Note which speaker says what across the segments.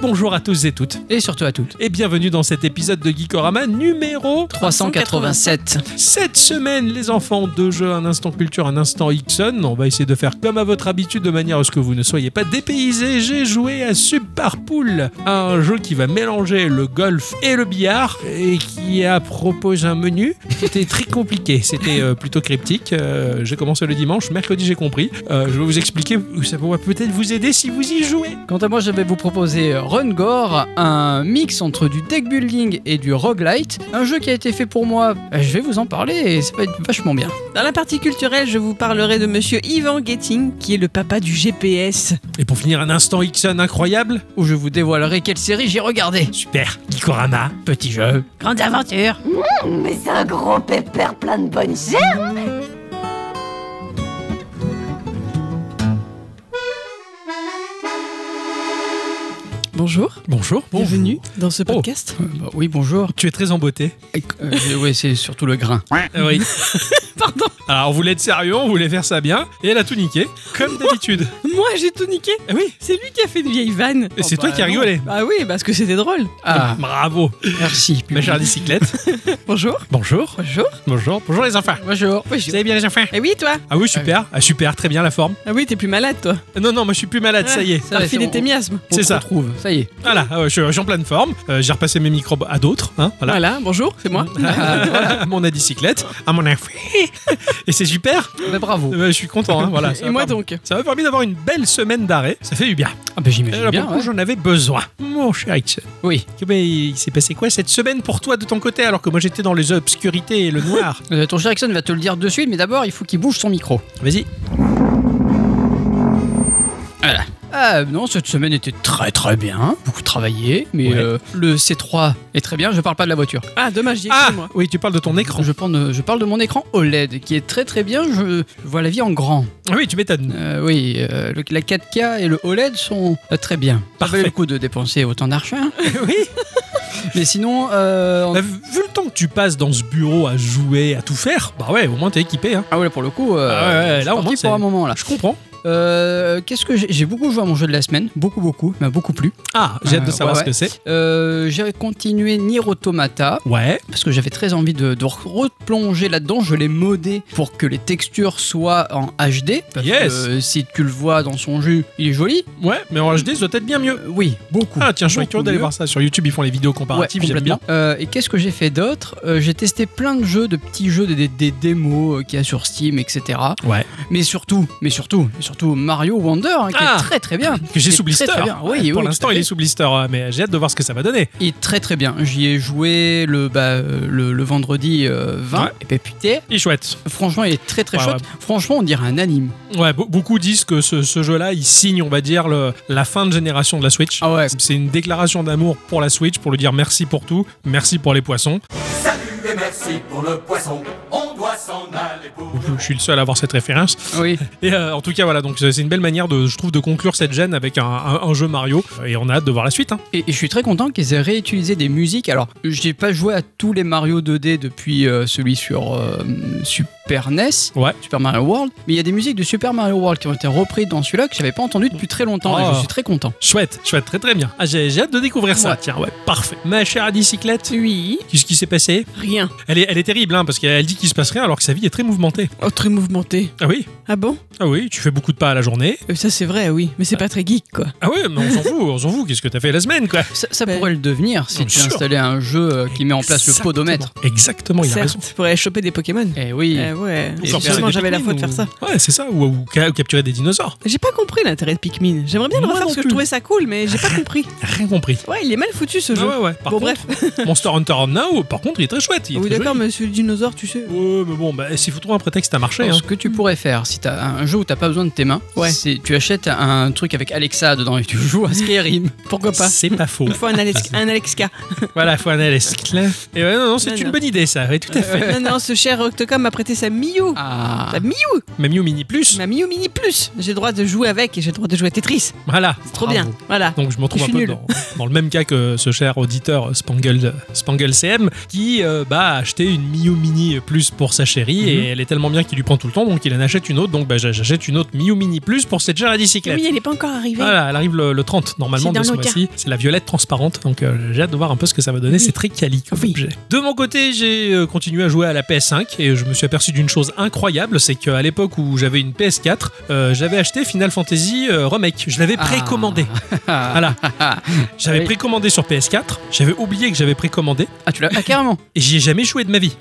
Speaker 1: bonjour à tous et toutes,
Speaker 2: Et surtout à toutes.
Speaker 1: et bienvenue dans cet épisode de Geekorama numéro
Speaker 2: 387.
Speaker 1: Cette semaine, les enfants, deux jeux, un instant culture, un instant Ixon. On va essayer de faire comme à votre habitude de manière à ce que vous ne soyez pas dépaysés. J'ai joué à Superpool, un jeu qui va mélanger le golf et le billard et qui a proposé un menu. C'était très compliqué, c'était euh, plutôt cryptique. Euh, j'ai commencé le dimanche, mercredi j'ai compris. Euh, je vais vous expliquer, ça pourra peut-être vous aider si vous y jouez.
Speaker 2: Quant à moi, je vais vous proposer euh, Run Gore, un mix entre du deck building et du roguelite. Un jeu qui a été fait pour moi, Euh, je vais vous en parler et ça va être vachement bien.
Speaker 3: Dans la partie culturelle, je vous parlerai de monsieur Ivan Getting, qui est le papa du GPS.
Speaker 1: Et pour finir, un instant Ixon incroyable.
Speaker 2: Où je vous dévoilerai quelle série j'ai regardée.
Speaker 1: Super, Gikorama, petit jeu.
Speaker 3: Grande aventure
Speaker 4: Mais c'est un gros pépère plein de bonnes herbes
Speaker 3: Bonjour,
Speaker 1: Bonjour,
Speaker 3: bienvenue dans
Speaker 1: Oh.
Speaker 3: ce podcast.
Speaker 2: Euh, bah oui, bonjour.
Speaker 1: Tu es très embêté.
Speaker 2: Euh, oui, c'est surtout le grain.
Speaker 1: Oui.
Speaker 3: Pardon,
Speaker 1: Alors, on voulait être sérieux, on voulait faire ça bien, et elle a tout niqué, comme d'habitude.
Speaker 3: moi j'ai tout niqué
Speaker 1: Eh oui,
Speaker 3: C'est lui qui a fait une vieille vanne
Speaker 1: et c'est
Speaker 2: Oh,
Speaker 1: toi
Speaker 2: bah,
Speaker 1: qui as rigolé. Bah,
Speaker 3: Bah oui, parce que c'était drôle
Speaker 2: Ah,
Speaker 1: Bravo,
Speaker 2: merci.
Speaker 1: ma chère bicyclette.
Speaker 3: Bonjour
Speaker 1: Bonjour.
Speaker 3: Bonjour
Speaker 1: Bonjour. Bonjour les enfants.
Speaker 2: Bonjour.
Speaker 1: Vous allez bien les enfants
Speaker 3: Eh oui, toi
Speaker 1: Ah oui, super. Ah super, très bien la forme.
Speaker 3: Ah oui, t'es plus malade, toi
Speaker 1: Ah Non, non, moi je suis plus malade, ça y est.
Speaker 2: va,
Speaker 3: T'as
Speaker 2: c'est
Speaker 3: refilé
Speaker 2: bon.
Speaker 3: tes miasmes
Speaker 1: C'est
Speaker 2: On se
Speaker 1: ça.
Speaker 2: retrouve, ça y est.
Speaker 1: Voilà, ah ouais, je je suis en pleine forme. Euh, J'ai repassé mes microbes à d'autres. Hein, voilà.
Speaker 3: Voilà, bonjour, c'est moi
Speaker 1: Ah, voilà, à mon adicyclette, à mon enfant. Et c'est super.
Speaker 2: Bah, bravo.
Speaker 1: Euh, bah, je suis content. hein, voilà. ça
Speaker 3: Et
Speaker 1: m'a
Speaker 3: moi
Speaker 1: permis-
Speaker 3: donc
Speaker 1: Ça m'a permis d'avoir une belle semaine d'arrêt. Ça fait du bien.
Speaker 2: Ah bah
Speaker 1: Et
Speaker 2: j'imagine
Speaker 1: là,
Speaker 2: bien.
Speaker 1: beaucoup,
Speaker 2: ouais.
Speaker 1: j'en avais besoin. Mon cher Ixon.
Speaker 2: Oui.
Speaker 1: Que- Mais il s'est passé quoi cette semaine pour toi de ton côté alors que moi j'étais dans les obscurités et le noir
Speaker 2: Euh, ton cher Ericsson va te le dire de suite, mais d'abord il faut qu'il bouge son micro.
Speaker 1: Vas-y.
Speaker 2: Voilà. Ah non, cette semaine était très très bien, beaucoup travaillé, mais
Speaker 1: Ouais.
Speaker 2: euh, le C3 est très bien, je parle pas de la voiture.
Speaker 3: Ah, dommage, j'y ai
Speaker 1: Ah
Speaker 3: cru, moi
Speaker 1: oui, tu parles de ton écran.
Speaker 2: Je, parle de- je parle de mon écran OLED qui est très très bien, je, je vois la vie en grand.
Speaker 1: Ah oui, tu m'étonnes.
Speaker 2: Euh, oui, euh, le- la 4K et le OLED sont euh, très bien. Ça
Speaker 1: Parfait.
Speaker 2: valait le coup de dépenser autant d'argent.
Speaker 1: oui.
Speaker 2: mais sinon, euh, en-
Speaker 1: Bah, vu vu le temps que tu passes dans ce bureau à jouer, à tout faire, bah ouais, au moins t'es équipé. Hein.
Speaker 2: ah ouais, là, pour le coup, euh,
Speaker 1: Ah ouais, ouais,
Speaker 2: je suis
Speaker 1: là, au
Speaker 2: parti
Speaker 1: moins, c'est-
Speaker 2: pour un moment là.
Speaker 1: Je comprends.
Speaker 2: Euh, Qu'est-ce que j'ai j'ai beaucoup joué à mon jeu de la semaine, beaucoup beaucoup, m'a beaucoup plu.
Speaker 1: Ah, j'ai hâte de
Speaker 2: Euh,
Speaker 1: savoir
Speaker 2: ouais,
Speaker 1: ce que c'est.
Speaker 2: Euh, j'ai continué Nier Automata
Speaker 1: Ouais.
Speaker 2: parce que j'avais très envie de, de replonger là-dedans. Je l'ai modé pour que les textures soient en HD. Parce
Speaker 1: Yes.
Speaker 2: que euh, si tu le vois dans son jus, il est joli.
Speaker 1: Ouais, mais en HD, ça doit être bien mieux.
Speaker 2: Euh, oui, beaucoup.
Speaker 1: Ah tiens, je suis
Speaker 2: Beaucoup
Speaker 1: curieux d'aller
Speaker 2: mieux.
Speaker 1: voir ça. Sur YouTube, ils font les vidéos
Speaker 2: Ouais,
Speaker 1: comparatives, j'aime bien.
Speaker 2: complètement. Euh, et qu'est-ce que j'ai fait d'autre Euh, J'ai testé plein de jeux, de petits jeux, des, des- des démos euh, qu'il y a sur Steam, etc.
Speaker 1: Ouais.
Speaker 2: Mais surtout, mais surtout, surtout Mario Wonder, hein, qui
Speaker 1: Ah.
Speaker 2: est très très bien.
Speaker 1: Que j'ai
Speaker 2: Il est
Speaker 1: sous blister.
Speaker 2: très, très bien. Oui,
Speaker 1: Ouais,
Speaker 2: oui,
Speaker 1: pour
Speaker 2: tout
Speaker 1: l'instant,
Speaker 2: à
Speaker 1: il
Speaker 2: fait.
Speaker 1: est sous blister, ouais, mais j'ai hâte de voir ce que ça va donner.
Speaker 2: Et très très bien. J'y ai joué le, bah, euh, le, le vendredi euh, 20.
Speaker 1: Ouais.
Speaker 2: Et ben putain,
Speaker 1: Il est chouette.
Speaker 2: Franchement, il est très très
Speaker 1: Ouais,
Speaker 2: chouette. Franchement, on dirait un anime.
Speaker 1: Ouais, be- beaucoup disent que ce, ce jeu-là, il signe, on va dire, le- la fin de génération de la Switch.
Speaker 2: Ah ouais.
Speaker 1: C'est une déclaration d'amour pour la Switch, pour lui dire merci pour tout, merci pour les poissons.
Speaker 5: Salut et merci pour le poisson. On doit s'en aller pour.
Speaker 1: Je, je suis le seul à avoir cette référence.
Speaker 2: Oui.
Speaker 1: Et euh, en tout cas, voilà, donc c'est c'est une belle manière, de, je trouve, de conclure cette gêne avec un, un- un jeu Mario. Et on a hâte de voir la suite. hein.
Speaker 2: Et, et je suis très content qu'ils aient réutilisé des musiques. Alors, j'ai pas joué à tous les Mario 2D depuis euh, celui sur euh, Super NES,
Speaker 1: Ouais.
Speaker 2: Super Mario World, mais il y a des musiques de Super Mario World qui ont été reprises dans celui-là que j'avais pas entendu depuis très longtemps. Et
Speaker 1: Oh.
Speaker 2: je suis très content.
Speaker 1: Chouette, chouette, très très bien. Ah, j'ai j'ai hâte de découvrir ça.
Speaker 2: Ouais.
Speaker 1: Tiens, ouais, parfait. Ma chère bicyclette,
Speaker 3: Oui,
Speaker 1: qu'est-ce qui s'est passé
Speaker 3: rien.
Speaker 1: elle est, elle est terrible, hein, parce qu'elle dit qu'il se passe rien alors que sa vie est très mouvementée.
Speaker 3: Oh, très mouvementé.
Speaker 1: Ah oui
Speaker 3: Ah bon
Speaker 1: Ah oui, tu fais beaucoup de pas à la journée.
Speaker 3: Euh, Ça c'est vrai, oui, mais c'est pas très geek, quoi.
Speaker 1: Ah ouais, mais on s'en fout, on s'en fout, qu'est-ce que t'as fait la semaine, quoi
Speaker 2: Ça, ça
Speaker 3: Ben,
Speaker 2: pourrait le devenir si
Speaker 1: bien
Speaker 2: tu
Speaker 1: sûr.
Speaker 2: installais un jeu euh, qui met en place le podomètre.
Speaker 1: Exactement, Exactement, Oh, il a raison.
Speaker 3: Certes, pour aller choper des Pokémon.
Speaker 2: Eh oui.
Speaker 3: Eh ouais,
Speaker 2: Et
Speaker 1: Genre
Speaker 2: faire
Speaker 3: justement
Speaker 1: des
Speaker 3: j'avais la
Speaker 1: Pikmin
Speaker 3: faute de faire
Speaker 1: ou-
Speaker 3: ça.
Speaker 1: Ouais, c'est ça, ou, ou ca- ou capturer des dinosaures.
Speaker 3: J'ai pas compris l'intérêt de Pikmin. J'aimerais bien le
Speaker 1: Moi
Speaker 3: refaire
Speaker 1: non
Speaker 3: parce que je
Speaker 1: plus.
Speaker 3: trouvais ça cool, mais j'ai pas compris.
Speaker 1: Rien compris.
Speaker 3: Ouais, il est mal foutu ce
Speaker 1: Ah
Speaker 3: jeu.
Speaker 1: ouais, ouais. Par
Speaker 3: bon,
Speaker 1: contre,
Speaker 3: bref. Ah
Speaker 1: Monster Hunter Now, par contre, il est très chouette. Il est
Speaker 3: Oui,
Speaker 1: très
Speaker 3: d'accord,
Speaker 1: joli.
Speaker 3: monsieur le dinosaure, tu sais.
Speaker 1: Ouais, mais bon, bah, s'il faut trouver un prétexte, à
Speaker 3: Oh,
Speaker 1: marché. Hein.
Speaker 2: Ce que tu pourrais faire, si t'as un jeu où t'as pas besoin de tes mains,
Speaker 3: Ouais.
Speaker 2: c'est tu achètes un truc avec Alexa dedans et tu joues à Skyrim. Pourquoi pas
Speaker 1: C'est pas faux.
Speaker 3: Il faut un, Alex un Alexka.
Speaker 1: voilà, faut un Alex. Et ouais, non, non, c'est
Speaker 3: Non,
Speaker 1: une
Speaker 3: non.
Speaker 1: bonne idée, ça. Ouais, tout à fait.
Speaker 3: non, non, ce cher Octocom m'a prêté sa ta Miu.
Speaker 2: Ah.
Speaker 3: Ta Miu.
Speaker 1: Même You Mini Plus.
Speaker 3: Ma Miu Mini Plus. J'ai le droit de jouer avec et j'ai le droit de jouer à Tetris.
Speaker 1: Voilà.
Speaker 3: C'est trop
Speaker 1: Bravo.
Speaker 3: bien. Voilà.
Speaker 1: Donc je me trouve un
Speaker 3: Je suis
Speaker 1: peu
Speaker 3: nulle.
Speaker 1: dans, dans le même cas que ce cher auditeur Spangle, Spangle CM qui euh, bah, a acheté une Miu Mini Plus pour sa chérie
Speaker 2: Mhm.
Speaker 1: et elle est tellement bien qu'il lui prend tout le temps donc il en achète une autre donc bah, j'achète une autre Miu Mini Plus pour cette chère à bicyclette.
Speaker 3: Oui, elle n'est pas encore arrivée.
Speaker 1: Voilà, elle arrive le, le 30 normalement
Speaker 3: C'est dans
Speaker 1: de ce
Speaker 3: le cas.
Speaker 1: mois-ci. C'est la violette transparente, donc euh, j'ai hâte de voir un peu ce que ça va donner.
Speaker 3: Oui.
Speaker 1: C'est très quali comme
Speaker 3: Oui.
Speaker 1: objet. De mon côté, j'ai euh, continué à jouer à la PS5 et je me suis aperçu d'une chose incroyable, c'est qu'à l'époque où j'avais une PS4, euh, j'avais acheté Final Fantasy euh, Remake. Je l'avais
Speaker 2: Ah.
Speaker 1: précommandé. Ah. Voilà. J'avais
Speaker 2: Oui.
Speaker 1: précommandé sur PS4. J'avais oublié que j'avais précommandé
Speaker 2: Ah, tu l'as ah, carrément.
Speaker 1: et j'y ai jamais joué de ma vie.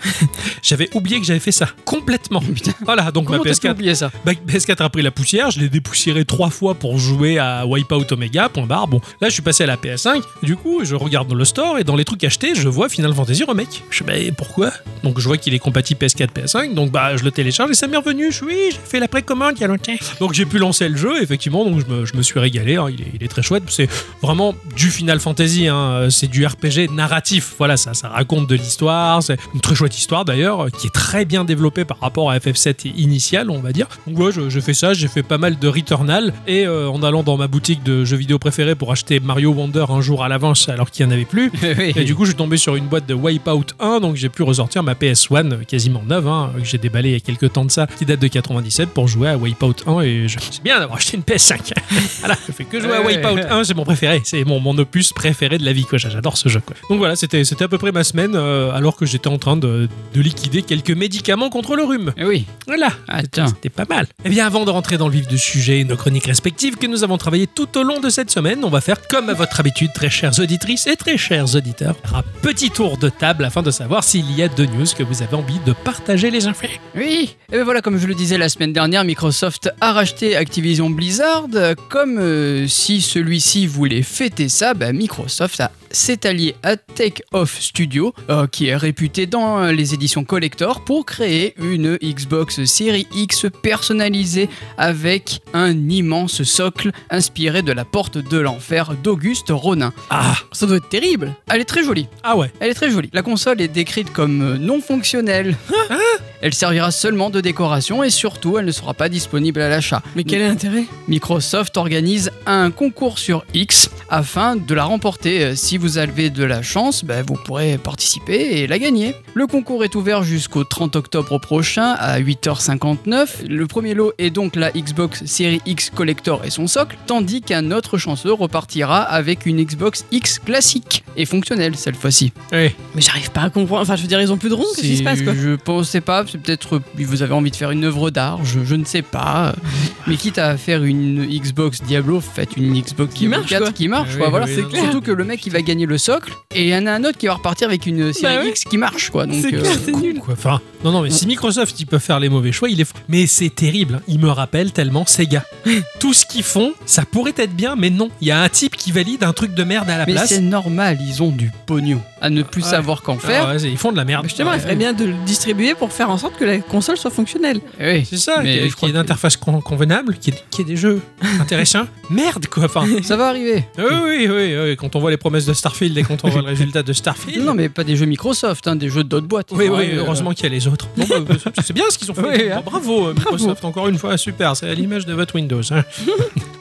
Speaker 1: j'avais oublié que j'avais fait ça complètement.
Speaker 2: Putain.
Speaker 1: Voilà, donc
Speaker 2: Comment
Speaker 1: ma
Speaker 2: t'as pu
Speaker 1: PS4
Speaker 2: oublier ça
Speaker 1: bah, PS4 a pris la poussière, je l'ai dépoussiéré trois fois pour jouer à Wipeout Omega, point barre. Bon, là je suis passé à la PS5, du coup je regarde dans le store et dans les trucs achetés, je vois Final Fantasy Remake. Je sais bah, pourquoi Donc je vois qu'il est compatible PS4, PS5, donc bah je le télécharge et ça m'est revenu. Je suis, oui, j'ai fait la précommande il y a longtemps. Donc j'ai pu lancer le jeu, effectivement, donc je me, je me suis régalé, hein, il, est, il est très chouette. C'est vraiment du Final Fantasy, hein, euh, c'est du RPG narratif, voilà, ça, ça raconte de l'histoire, c'est une très chouette histoire d'ailleurs, euh, qui est très bien développée par rapport à FF7 initial, on va dire. Donc ouais, je, je fais ça, j'ai fait pas mal de Returnal, et euh, en allant dans ma boutique de jeux vidéo préférée pour acheter Mario Wonder un jour à l'avance alors qu'il n'y en avait plus, et du coup, je suis tombé sur une boîte de Wipeout 1, donc j'ai pu ressortir ma PS1 euh, quasiment neuve, hein, que j'ai déballée il y a quelques temps de ça, qui date de 97 pour jouer à Wipeout 1. Et je c'est bien d'avoir acheté une PS5. voilà, je fais que jouer à
Speaker 2: Ouais.
Speaker 1: Wipeout 1, c'est mon préféré, c'est mon, mon opus préféré de la vie, quoi. J'adore ce jeu, quoi. Donc voilà, c'était c'était à peu près ma semaine, euh, alors que j'étais en train de, de liquider quelques médicaments contre le rhume.
Speaker 2: Eh oui.
Speaker 1: Voilà,
Speaker 2: Attends.
Speaker 1: c'était pas mal. Eh bien, avant de rentrer dans le vif du sujet et nos chroniques respectives que nous avons travaillées tout au long de cette semaine, on va faire comme à votre habitude, très chères auditrices et très chers auditeurs, un petit tour de table afin de savoir s'il y a deux news que vous avez envie de partager les infos.
Speaker 2: Oui, et ben voilà, comme je le disais la semaine dernière, Microsoft a racheté Activision Blizzard. Comme euh, si celui-ci voulait fêter ça, bah, Microsoft a- s'est allié à Take Off Studio, euh, qui est réputé dans euh, les éditions collector, pour créer une Xbox Series X personnalisée avec un immense socle inspiré de la porte de l'enfer d'Auguste Ronin.
Speaker 1: Ah,
Speaker 2: Ça doit être terrible. Elle est très jolie.
Speaker 1: ah ouais.
Speaker 2: Elle est très jolie. La console est décrite comme euh, non fonctionnelle. elle servira seulement de décoration et surtout, elle ne sera pas disponible à l'achat.
Speaker 3: Mais quel est l'intérêt
Speaker 2: Microsoft organise un concours sur X afin de la remporter. Euh, Si vous avez de la chance, ben, vous pourrez participer et la gagner. Le concours est ouvert jusqu'au 30 octobre prochain à 8h59. Le premier lot est donc la Xbox Series X Collector et son socle, tandis qu'un autre chanceux repartira avec une Xbox X classique et fonctionnelle cette fois-ci.
Speaker 1: Ouais.
Speaker 3: Mais j'arrive pas à comprendre. Enfin, je veux dire, ils ont plus de rond. Qu'est-ce qui
Speaker 2: C'est-
Speaker 3: se passe, quoi
Speaker 2: Je pensais pas, c'est peut-être euh, vous avez envie de faire une œuvre d'art, je, je ne sais pas. Mais quitte à faire une Xbox Diablo, faites une Xbox
Speaker 3: Qui
Speaker 2: Diablo
Speaker 3: marche,
Speaker 2: 4
Speaker 3: quoi.
Speaker 2: qui marche,
Speaker 1: Ah Oui,
Speaker 2: quoi, voilà.
Speaker 1: oui,
Speaker 2: C'est
Speaker 1: non,
Speaker 2: clair. Surtout que le mec il va gagner le socle et il y en a un autre qui va repartir avec une série
Speaker 3: Bah ouais.
Speaker 2: X qui marche quoi. Donc
Speaker 3: C'est
Speaker 2: euh,
Speaker 3: clair, c'est
Speaker 2: con.
Speaker 3: nul.
Speaker 1: Quoi, enfin, non, non, mais si Microsoft ils peuvent faire les mauvais choix, il est. Mais c'est terrible. hein. Il me rappelle tellement Sega. Tout ce qu'ils font, ça pourrait être bien, mais non. Il y a un type qui valide un truc de merde à la
Speaker 2: Mais
Speaker 1: place.
Speaker 2: c'est normal, ils ont du pognon à ne plus
Speaker 1: Ouais.
Speaker 2: savoir qu'en
Speaker 1: Ah
Speaker 2: faire.
Speaker 1: ouais, c'est- ils font de la merde.
Speaker 3: Bah, Justement, il ferait bien de le distribuer pour faire en sorte que la console soit fonctionnelle.
Speaker 2: Eh oui.
Speaker 1: C'est ça,
Speaker 2: Mais
Speaker 1: qu'il y ait-
Speaker 2: je
Speaker 1: qu'il y
Speaker 2: crois
Speaker 1: ait une
Speaker 2: que-
Speaker 1: interface con- convenable, qu'il y, ait- qu'il y ait des jeux intéressants. Merde, quoi. Enfin, oui,
Speaker 2: Ça va arriver.
Speaker 1: oui, oui, oui, quand on voit les promesses de Starfield et quand on voit le résultat de Starfield.
Speaker 2: Non mais pas des jeux Microsoft, hein, des jeux d'autres boîtes.
Speaker 1: Oui, oui,
Speaker 2: Ouais, euh,
Speaker 1: heureusement qu'il y a les autres. Bon, bah, c'est bien ce qu'ils ont fait.
Speaker 2: Oui, hein.
Speaker 1: Bon, bravo, euh, Microsoft, encore une fois, super. C'est à l'image de votre Windows. hein.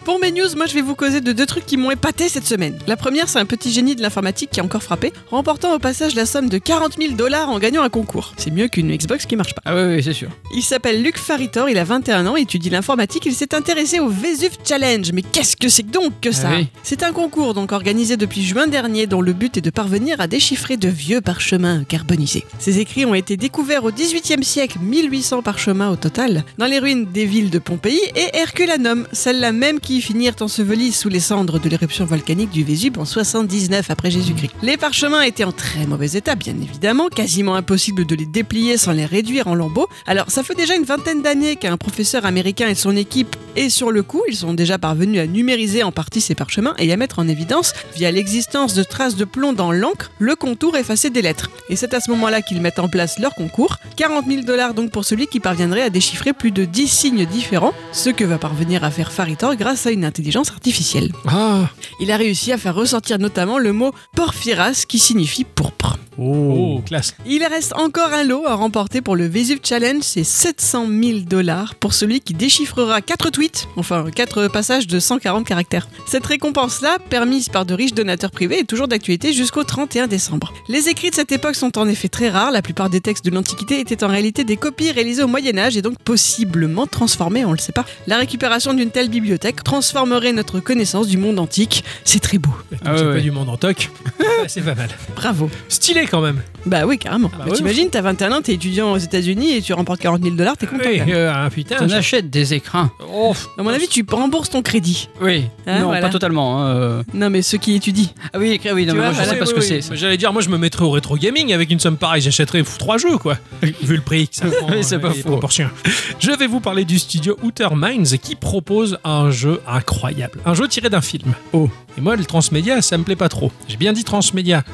Speaker 3: Pour mes news, moi je vais vous causer de deux trucs qui m'ont épaté cette semaine. La première, c'est un petit génie de l'informatique qui a encore frappé, remportant au passage la somme de 40 000 dollars en gagnant un concours. C'est mieux qu'une Xbox qui marche pas.
Speaker 2: Ah oui, oui, c'est sûr.
Speaker 3: Il s'appelle Luc Faritor, il a 21 ans, étudie l'informatique, il s'est intéressé au Vesuve Challenge. Mais qu'est-ce que c'est donc que ça
Speaker 2: Ah oui.
Speaker 3: C'est un concours donc organisé depuis juin dernier dont le but est de parvenir à déchiffrer de vieux parchemins carbonisés. Ces écrits ont été découverts au XVIIIe siècle, 1800 parchemins au total, dans les ruines des villes de Pompéi et Herculanum, celles-là même qui finirent ensevelies sous les cendres de l'éruption volcanique du Vésuve en 79 après Jésus-Christ. Les parchemins étaient en très mauvais état, bien évidemment, quasiment impossible de les déplier sans les réduire en lambeaux. Alors, ça fait déjà une vingtaine d'années qu'un professeur américain et son équipe et sur le coup, ils sont déjà parvenus à numériser en partie ces parchemins et à mettre en évidence, via l'existence de traces de plomb dans l'encre, le contour effacé des lettres. Et c'est à ce moment-là qu'ils mettent en place leur concours. 40 000 dollars donc pour celui qui parviendrait à déchiffrer plus de 10 signes différents, ce que va parvenir à faire Faritor grâce à une intelligence artificielle.
Speaker 1: Ah,
Speaker 3: Il a réussi à faire ressortir notamment le mot porphyras qui signifie pourpre.
Speaker 1: Oh, classe.
Speaker 3: Il reste encore un lot à remporter pour le Vesuve Challenge, c'est 700 000 dollars pour celui qui déchiffrera 4 tweets, enfin 4 passages de 140 caractères. Cette récompense-là, permise par de riches donateurs privés, est toujours d'actualité jusqu'au 31 décembre. Les écrits de cette époque sont en effet très rares, la plupart des textes de l'Antiquité étaient en réalité des copies réalisées au Moyen Âge et donc possiblement transformées, on le sait pas. La récupération d'une telle bibliothèque transformerait notre connaissance du monde antique, c'est très beau.
Speaker 1: Attends, j'ai
Speaker 2: Ah, ouais.
Speaker 1: pas du monde en toc. Ah, c'est pas mal.
Speaker 3: Bravo.
Speaker 1: Stylé quand même.
Speaker 3: Bah oui, carrément.
Speaker 1: bah
Speaker 3: Mais
Speaker 1: oui.
Speaker 3: T'imagines, t'as 21 ans, t'es étudiant aux États-Unis et tu remportes 40 000 dollars, t'es content.
Speaker 1: Oui,
Speaker 3: quand même.
Speaker 1: euh, ah, putain.
Speaker 2: T'en achètes des écrins.
Speaker 1: Oh,
Speaker 3: À mon avis, tu rembourses ton crédit.
Speaker 2: Oui.
Speaker 3: Ah,
Speaker 2: non,
Speaker 3: voilà.
Speaker 2: pas totalement. hein, euh.
Speaker 3: Non, mais ceux qui étudient.
Speaker 2: Ah oui, écrit, oui, non,
Speaker 3: Tu
Speaker 2: mais moi
Speaker 3: vois,
Speaker 2: je
Speaker 3: voilà.
Speaker 2: sais pas ce que c'est. ça.
Speaker 1: J'allais dire, moi je me mettrais au rétro gaming avec une somme pareille, j'achèterais pff, trois jeux quoi. Vu le prix, que ça prend,
Speaker 2: Oui, c'est
Speaker 1: euh,
Speaker 2: pas
Speaker 1: les
Speaker 2: faux.
Speaker 1: proportions. Je vais vous parler du studio Outer Minds qui propose un jeu incroyable, un jeu tiré d'un film. Oh. Et moi le transmédia, ça me plaît pas trop. J'ai bien dit transmédia.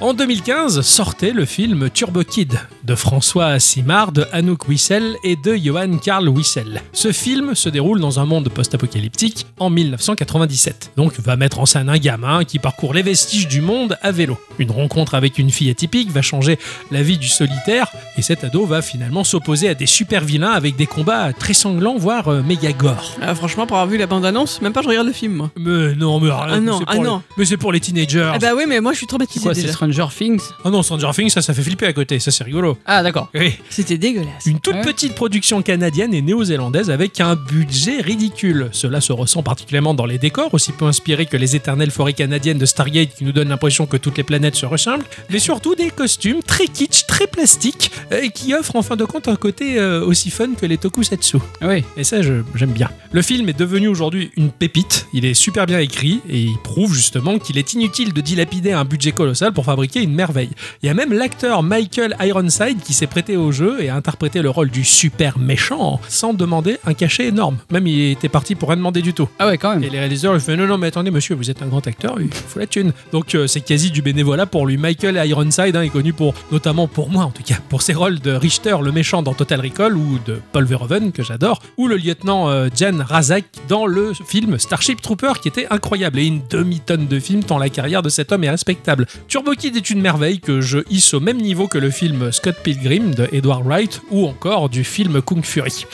Speaker 1: En 2015 sortait le film Turbo Kid de François Simard, de Anouk Wissel et de Johan Karl Wissel. Ce film se déroule dans un monde post-apocalyptique en 1997. Donc va mettre en scène un gamin qui parcourt les vestiges du monde à vélo. Une rencontre avec une fille atypique va changer la vie du solitaire et cet ado va finalement s'opposer à des super vilains avec des combats très sanglants voire euh, méga gore.
Speaker 3: Ah, franchement, pour avoir vu la bande-annonce, même pas je regarde le film, moi.
Speaker 1: Mais non, mais, arrête,
Speaker 3: Ah non,
Speaker 1: mais c'est
Speaker 3: ah
Speaker 1: pour les-
Speaker 3: non.
Speaker 1: mais c'est pour les teenagers.
Speaker 3: Ah bah oui, mais moi je suis
Speaker 2: C'est
Speaker 3: traumatisée
Speaker 2: quoi, c'est
Speaker 3: déjà.
Speaker 2: Stranger Things
Speaker 1: Ah non, Stranger Things, ça, ça fait flipper à côté, ça c'est rigolo.
Speaker 2: Ah, d'accord.
Speaker 1: Oui.
Speaker 3: C'était dégueulasse.
Speaker 1: Une toute
Speaker 2: Ouais.
Speaker 1: petite production canadienne et néo-zélandaise avec un budget ridicule. Cela se ressent particulièrement dans les décors, aussi peu inspirés que les éternelles forêts canadiennes de Stargate qui nous donnent l'impression que toutes les planètes se ressemblent, mais surtout des costumes très kitsch, très plastiques, euh, et qui offrent en fin de compte un côté euh, aussi fun que les tokusatsu.
Speaker 2: Ah Oui.
Speaker 1: Et ça, je- j'aime bien. Le film est devenu aujourd'hui une pépite. Il est super bien écrit et il prouve justement qu'il est inutile de dilapider un budget colossal pour fabriquer une merveille. Il y a même l'acteur Michael Ironside qui s'est prêté au jeu et a interprété le rôle du super méchant sans demander un cachet énorme. Même il était parti pour rien demander du tout.
Speaker 2: Ah, ouais, quand
Speaker 1: Et
Speaker 2: même.
Speaker 1: les réalisateurs lui font non non mais attendez monsieur vous êtes un grand acteur il faut la thune donc euh, c'est quasi du bénévolat pour lui Michael Ironside hein, est connu pour notamment pour moi en tout cas pour ses rôles de Richter le méchant dans Total Recall ou de Paul Verhoeven que j'adore ou le lieutenant euh, Jan Razak dans le film Starship Trooper qui était incroyable et une demi tonne de films tant la carrière de cet homme est respectable Turbo Kid est une merveille que je hisse au même niveau que le film Scott Pilgrim de Edward Wright ou encore du film Kung Fury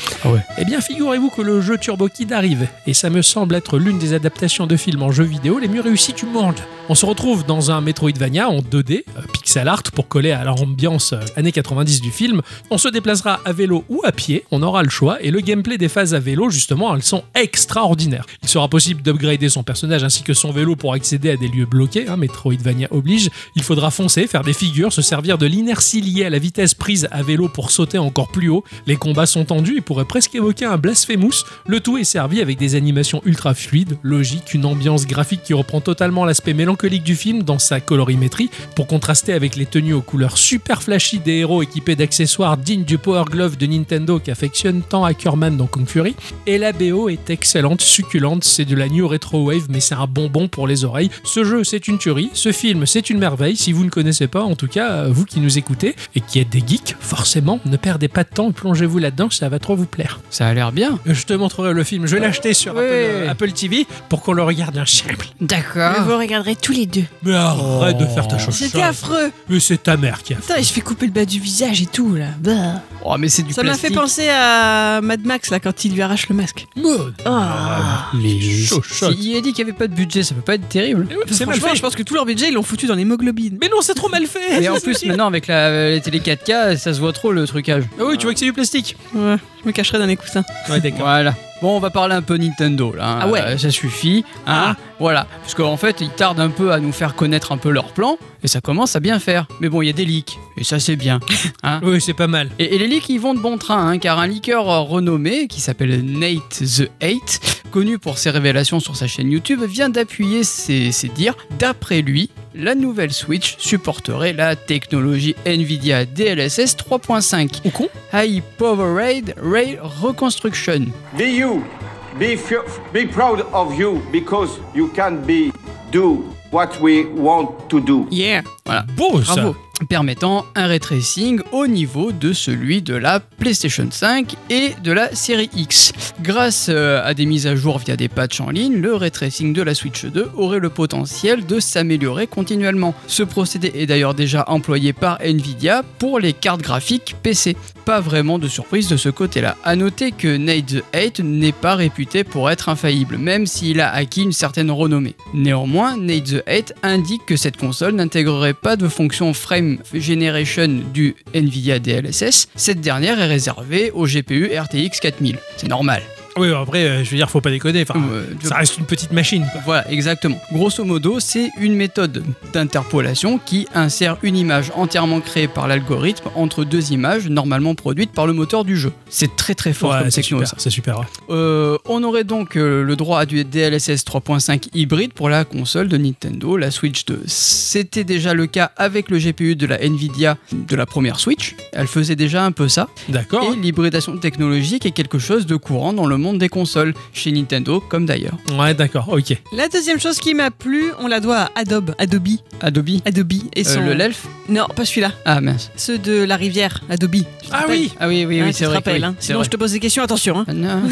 Speaker 1: eh bien, figurez-vous que le jeu Turbo Kid arrive, et ça me semble être l'une des adaptations de films en jeu vidéo les mieux réussies du monde. On se retrouve dans un Metroidvania en 2D, euh, pixel art pour coller à l'ambiance euh, années 90 du film. On se déplacera à vélo ou à pied, on aura le choix, et le gameplay des phases à vélo, justement, elles sont extraordinaires. Il sera possible d'upgrader son personnage ainsi que son vélo pour accéder à des lieux bloqués, hein, Metroidvania oblige. Il faudra foncer, faire des figures, se servir de l'inertie liée à la vitesse prise à vélo pour sauter encore plus haut. Les combats sont tendus et pourraient presque évoquer un Blasphemous. Le tout est servi avec des animations ultra fluides, logiques, une ambiance graphique qui reprend totalement l'aspect mélancolique du film dans sa colorimétrie, pour contraster avec les tenues aux couleurs super flashy des héros équipés d'accessoires dignes du Power Glove de Nintendo qu'affectionne tant Ackerman dans Kung Fury. Et la BO est excellente, succulente, c'est de la new retro wave, mais c'est un bonbon pour les oreilles. Ce jeu, c'est une tuerie, ce film, c'est une merveille. Si vous ne connaissez pas, en tout cas, euh, vous qui nous écoutez et qui êtes des geeks, forcément, ne perdez pas de temps, plongez-vous là-dedans, ça va trop vous plaire.
Speaker 2: Ça a l'air bien.
Speaker 1: Euh, Je te montrerai le film, je l'ai acheté sur
Speaker 2: Ouais.
Speaker 1: Apple, euh, Apple TV pour qu'on le regarde ensemble.
Speaker 2: D'accord.
Speaker 3: regarderez tous les deux.
Speaker 1: Mais arrête de faire ta chose.
Speaker 3: C'était Oh. affreux.
Speaker 1: Mais c'est ta mère qui a
Speaker 3: Putain, je fais couper le bas du visage et tout là. Bah.
Speaker 2: Oh, mais c'est du
Speaker 3: Ça m'a fait
Speaker 2: plastique.
Speaker 3: penser à Mad Max là quand il lui arrache le masque. Ah.
Speaker 1: Les
Speaker 2: Si il a dit qu'il n'y avait pas de budget, ça peut pas être terrible.
Speaker 1: C'est mal
Speaker 3: Franchement,
Speaker 1: fait.
Speaker 3: je pense que tout leur budget ils l'ont foutu dans l'hémoglobine.
Speaker 1: Mais non, c'est trop mal fait.
Speaker 2: Et en plus, maintenant, avec la, euh, les télé 4K, ça se voit trop le trucage.
Speaker 1: Ah oui, tu vois que c'est du plastique.
Speaker 3: Ouais, je me cacherai dans les coussins.
Speaker 1: Ouais, d'accord.
Speaker 2: Voilà. Bon, on va parler un peu Nintendo là. hein.
Speaker 3: Ah ouais.
Speaker 2: Euh, ça suffit. Hein. Voilà. Parce qu'en fait, ils tardent un peu à nous faire connaître un peu leur plan. Et ça commence à bien faire. Mais bon, il y a des leaks. Et ça, c'est bien. Hein.
Speaker 1: Oui, c'est pas mal.
Speaker 2: Et, et les leaks, ils vont de bon train, hein, car un leaker euh, renommé, qui s'appelle Nate the Eight, connu pour ses révélations sur sa chaîne YouTube, vient d'appuyer ses, ses dires. D'après lui, la nouvelle Switch supporterait la technologie NVIDIA DLSS 3.5,
Speaker 1: Au con
Speaker 2: High Powered Rail Reconstruction.
Speaker 6: Be you. Be, fu- be proud of you because you can be do what we want to do.
Speaker 3: Yeah.
Speaker 1: Beau, ça.
Speaker 2: Bravo. permettant un retracing au niveau de celui de la PlayStation 5 et de la série X. Grâce euh, à des mises à jour via des patchs en ligne, le retracing de la Switch 2 aurait le potentiel de s'améliorer continuellement. Ce procédé est d'ailleurs déjà employé par Nvidia pour les cartes graphiques PC. Pas vraiment de surprise de ce côté-là. A noter que Night the 8 n'est pas réputé pour être infaillible, même s'il a acquis une certaine renommée. Néanmoins, Night the 8 indique que cette console n'intégrerait pas de fonction frame generation du Nvidia DLSS. Cette dernière est réservée au GPU RTX 4000. C'est normal.
Speaker 1: Oui, après, euh, je veux dire, faut pas déconner. Enfin,
Speaker 2: Euh, tu
Speaker 1: ça reste une petite machine. quoi.
Speaker 2: voilà, exactement. Grosso modo, c'est une méthode d'interpolation qui insère une image entièrement créée par l'algorithme entre deux images normalement produites par le moteur du jeu. C'est très très fort
Speaker 1: Ouais,
Speaker 2: comme
Speaker 1: c'est
Speaker 2: techno,
Speaker 1: super.
Speaker 2: ça.
Speaker 1: C'est super. ouais.
Speaker 2: Euh, on aurait donc euh, le droit à du DLSS 3.5 hybride pour la console de Nintendo, la Switch 2. C'était déjà le cas avec le GPU de la Nvidia de la première Switch. Elle faisait déjà un peu ça.
Speaker 1: D'accord.
Speaker 2: Et l'hybridation technologique est quelque chose de courant dans le monde des consoles, chez Nintendo comme d'ailleurs.
Speaker 1: Ouais, d'accord. Ok.
Speaker 3: La deuxième chose qui m'a plu, on la doit à Adobe, Adobe,
Speaker 2: Adobe,
Speaker 3: Adobe et
Speaker 2: euh,
Speaker 3: son...
Speaker 2: le LELF
Speaker 3: Non, pas celui-là,
Speaker 2: Ah mince.
Speaker 3: ceux de la rivière, Adobe. Tu te
Speaker 1: Ah
Speaker 3: rappelles
Speaker 1: oui.
Speaker 2: Ah oui, oui,
Speaker 3: Hein,
Speaker 2: oui,
Speaker 3: tu
Speaker 2: c'est
Speaker 3: te
Speaker 2: vrai. que
Speaker 3: rappelles,
Speaker 2: oui,
Speaker 3: hein.
Speaker 2: c'est
Speaker 3: Sinon,
Speaker 2: vrai.
Speaker 3: je te pose des questions, attention. hein.
Speaker 2: Ah non.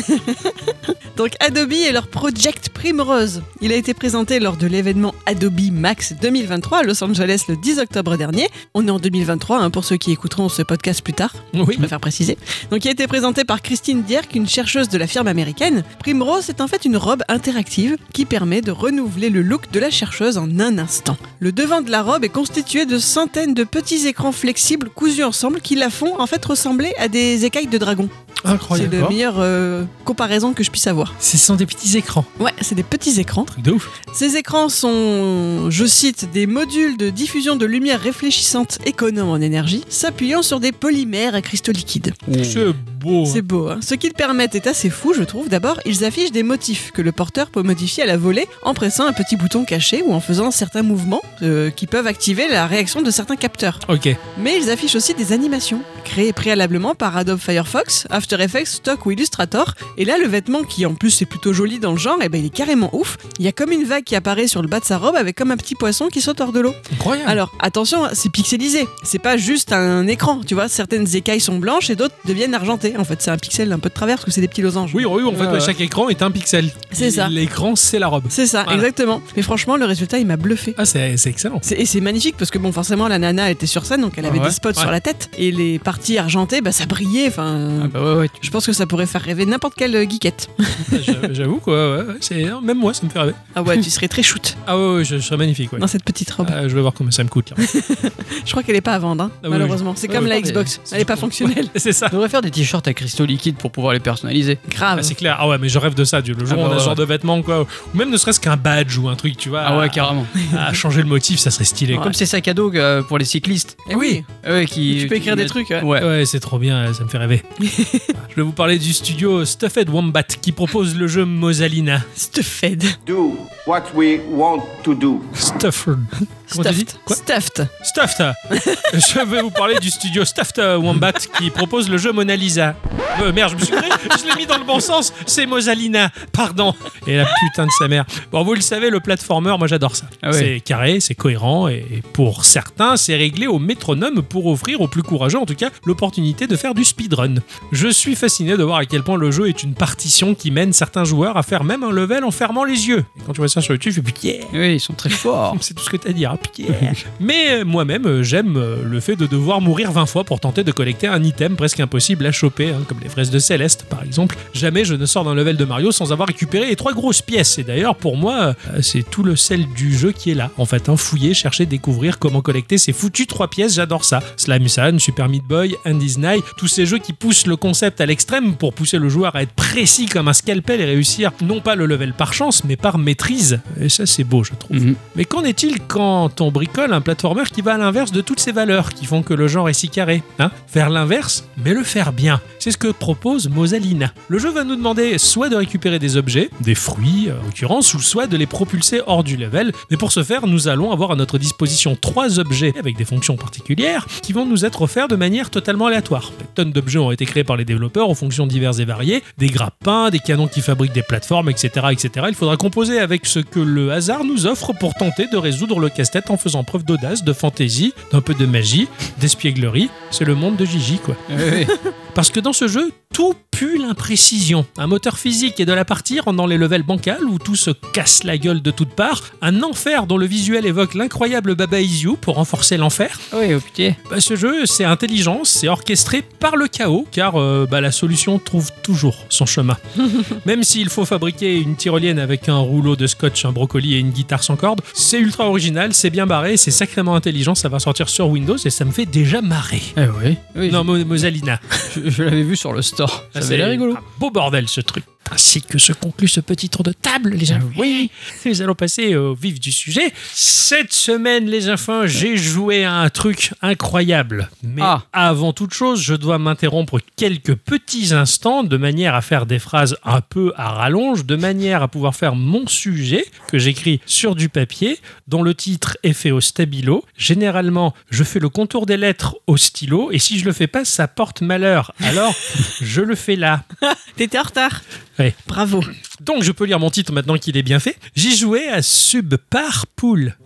Speaker 3: Donc Adobe et leur Project Primrose. Il a été présenté lors de l'événement Adobe Max 2023 à Los Angeles le 10 octobre dernier. On est en 2023 hein, pour ceux qui écouteront ce podcast plus tard.
Speaker 1: Oui.
Speaker 3: Je préfère préciser. Donc, il a été présenté par Christine Dierck, une chercheuse de la firme américaine. Primrose est en fait une robe interactive qui permet de renouveler le look de la chercheuse en un instant. Le devant de la robe est constitué de centaines de petits écrans flexibles cousus ensemble qui la font en fait ressembler à des écailles de dragon. C'est
Speaker 1: Incroyable.
Speaker 3: la meilleure euh, comparaison que je puisse avoir.
Speaker 1: Ce sont des petits écrans.
Speaker 3: Ouais, c'est des petits écrans.
Speaker 1: Truc de ouf.
Speaker 3: Ces écrans sont, je cite, des modules de diffusion de lumière réfléchissante économes en énergie, s'appuyant sur des polymères à cristaux liquides.
Speaker 1: C'est beau.
Speaker 3: C'est beau, hein. Ce qu'ils permettent est assez fou, je trouve. D'abord, ils affichent des motifs que le porteur peut modifier à la volée en pressant un petit bouton caché ou en faisant certains mouvements euh, qui peuvent activer la réaction de certains capteurs.
Speaker 1: Ok.
Speaker 3: Mais ils affichent aussi des animations, créées préalablement par Adobe Firefox, After Effects, Stock ou Illustrator. Et là, le vêtement, qui en plus est plutôt joli dans le genre, eh ben, il est carrément ouf. Il y a comme une vague qui apparaît sur le bas de sa robe avec comme un petit poisson qui saute hors de l'eau.
Speaker 1: Incroyable.
Speaker 3: Alors attention, hein, c'est pixelisé. C'est pas juste un écran, tu vois. Certaines écailles sont blanches et d'autres deviennent argentées. En fait, c'est un pixel un peu de travers parce que c'est des petits losanges.
Speaker 1: Oui, oui, en fait,
Speaker 2: Ouais, ouais.
Speaker 1: chaque écran est un pixel.
Speaker 3: C'est ça.
Speaker 1: L'écran, c'est la robe.
Speaker 3: C'est ça,
Speaker 1: Voilà.
Speaker 3: exactement. Mais franchement, le résultat, il m'a bluffé.
Speaker 1: Ah, c'est c'est excellent.
Speaker 3: C'est- Et c'est magnifique parce que bon, forcément, la nana était sur scène, donc elle avait
Speaker 1: Ouais,
Speaker 3: des spots
Speaker 1: ouais.
Speaker 3: sur la tête et les parties argentées, bah ça brillait.
Speaker 2: Ah
Speaker 3: Enfin,
Speaker 2: bah ouais, ouais, tu-
Speaker 3: je pense que ça pourrait faire rêver n'importe quelle euh, geekette.
Speaker 1: J'a- J'avoue, quoi. ouais, ouais, c'est- hein, Même moi, ça me fait rêver.
Speaker 3: Ah ouais, tu serais très shoot
Speaker 1: Ah, ouais, ouais, je, je serais magnifique, ouais.
Speaker 3: dans cette petite robe.
Speaker 1: Ah, je vais voir combien ça me coûte là.
Speaker 3: Je crois qu'elle est pas à vendre, hein,
Speaker 1: Ah oui,
Speaker 3: malheureusement. C'est
Speaker 1: Ah
Speaker 3: comme
Speaker 1: oui,
Speaker 3: la
Speaker 2: mais
Speaker 3: Xbox,
Speaker 1: c'est
Speaker 3: elle est
Speaker 1: du
Speaker 3: pas
Speaker 1: coup-
Speaker 3: fonctionnelle. Ah,
Speaker 1: c'est ça.
Speaker 2: On devrait faire des t-shirts à cristaux liquides pour pouvoir les personnaliser.
Speaker 3: Grave.
Speaker 1: Ah, c'est clair. Ah ouais, mais je rêve de ça. Dieu. Le jour
Speaker 2: Ah
Speaker 1: où on
Speaker 2: bah
Speaker 1: a ce
Speaker 2: ouais.
Speaker 1: genre de vêtements, quoi. Ou même ne serait-ce qu'un badge ou un truc, tu vois.
Speaker 2: Ah ouais, carrément.
Speaker 1: à, à changer le motif, ça serait stylé. quoi.
Speaker 2: Comme ces sacs à dos euh, pour les cyclistes.
Speaker 3: Eh oui,
Speaker 2: Ah ouais, qui,
Speaker 3: tu peux écrire des
Speaker 2: mettent-
Speaker 3: trucs. ouais.
Speaker 2: Ouais.
Speaker 1: Ouais, c'est trop bien, ça me fait rêver. je vais vous parler du studio Stuffed Wombat qui propose le jeu Mosalina.
Speaker 3: Stuffed.
Speaker 6: Do what we want to do.
Speaker 1: Stuffed. Comment tu dis
Speaker 3: Stuffed.
Speaker 1: Quoi
Speaker 3: Stuffed.
Speaker 1: Stuffed Je vais vous parler du studio Stuffed Wombat qui propose le jeu Mona Lisa. Euh, merde, je me suis créé, je l'ai mis dans le bon sens, c'est Mosalina, pardon. Et la putain de sa mère. Bon, vous le savez, le platformer, moi j'adore ça.
Speaker 2: Ah ouais.
Speaker 1: C'est carré, c'est cohérent, et pour certains, c'est réglé au métronome pour offrir aux plus courageux, en tout cas, l'opportunité de faire du speedrun. Je suis fasciné de voir à quel point le jeu est une partition qui mène certains joueurs à faire même un level en fermant les yeux. Et quand tu vois ça sur YouTube, je fais putain
Speaker 2: Oui, ils sont très forts.
Speaker 1: c'est tout ce que t'as à dire. hein, Pierre. Mais euh, moi-même, euh, j'aime euh, le fait de devoir mourir 20 fois pour tenter de collecter un item presque impossible à choper, hein, comme les fraises de Céleste par exemple. Jamais je ne sors d'un level de Mario sans avoir récupéré les trois grosses pièces. Et d'ailleurs, pour moi, euh, c'est tout le sel du jeu qui est là. En fait, hein, fouiller, chercher, découvrir comment collecter ces foutues trois pièces, j'adore ça. Slime Sun, Super Meat Boy, Andy's Night, tous ces jeux qui poussent le concept à l'extrême pour pousser le joueur à être précis comme un scalpel et réussir non pas le level par chance, mais par maîtrise. Et ça, c'est beau, je trouve.
Speaker 2: Mhm.
Speaker 1: Mais qu'en est-il quand on bricole un platformer qui va à l'inverse de toutes ces valeurs qui font que le genre est si carré hein Faire l'inverse, mais le faire bien. C'est ce que propose Mosalina. Le jeu va nous demander soit de récupérer des objets, des fruits euh, en l'occurrence, ou soit de les propulser hors du level. Mais pour ce faire, nous allons avoir à notre disposition trois objets avec des fonctions particulières qui vont nous être offerts de manière totalement aléatoire. Des tonnes d'objets ont été créés par les développeurs aux fonctions diverses et variées, des grappins, des canons qui fabriquent des plateformes, etc., etc. Il faudra composer avec ce que le hasard nous offre pour tenter de résoudre le casse casse-tête en faisant preuve d'audace, de fantaisie, d'un peu de magie, d'espièglerie. C'est le monde de Gigi, quoi.
Speaker 2: Oui, oui.
Speaker 1: Parce que dans ce jeu, tout pue l'imprécision. Un moteur physique est de la partie rendant les levels bancals où tout se casse la gueule de toutes parts. Un enfer dont le visuel évoque l'incroyable Baba Is You pour renforcer l'enfer.
Speaker 2: Oui, oh putain.
Speaker 1: Bah, ce jeu, c'est intelligent, c'est orchestré par le chaos, car euh, bah, la solution trouve toujours son chemin. Même s'il faut fabriquer une tyrolienne avec un rouleau de scotch, un brocoli et une guitare sans corde, c'est ultra original, c'est bien barré, c'est sacrément intelligent, ça va sortir sur Windows et ça me fait déjà marrer.
Speaker 2: Eh oui. oui
Speaker 1: Non, Mo- Mosalina.
Speaker 2: je, je l'avais vu sur le store. Ah, Ça avait l'air rigolo.
Speaker 1: Un beau bordel ce truc. Ainsi que se conclut ce petit tour de table, les amis. Oui, nous allons passer au vif du sujet. Cette semaine, les enfants, j'ai joué à un truc incroyable. Mais
Speaker 2: Ah.
Speaker 1: avant toute chose, je dois m'interrompre quelques petits instants de manière à faire des phrases un peu à rallonge, de manière à pouvoir faire mon sujet que j'écris sur du papier, dont le titre est fait au stabilo. Généralement, je fais le contour des lettres au stylo, et si je le fais pas, ça porte malheur. Alors, je le fais là.
Speaker 3: T'étais en retard.
Speaker 1: Ouais.
Speaker 3: Bravo.
Speaker 1: Donc je peux lire mon titre maintenant qu'il est bien fait. J'y jouais à Subpar Pool.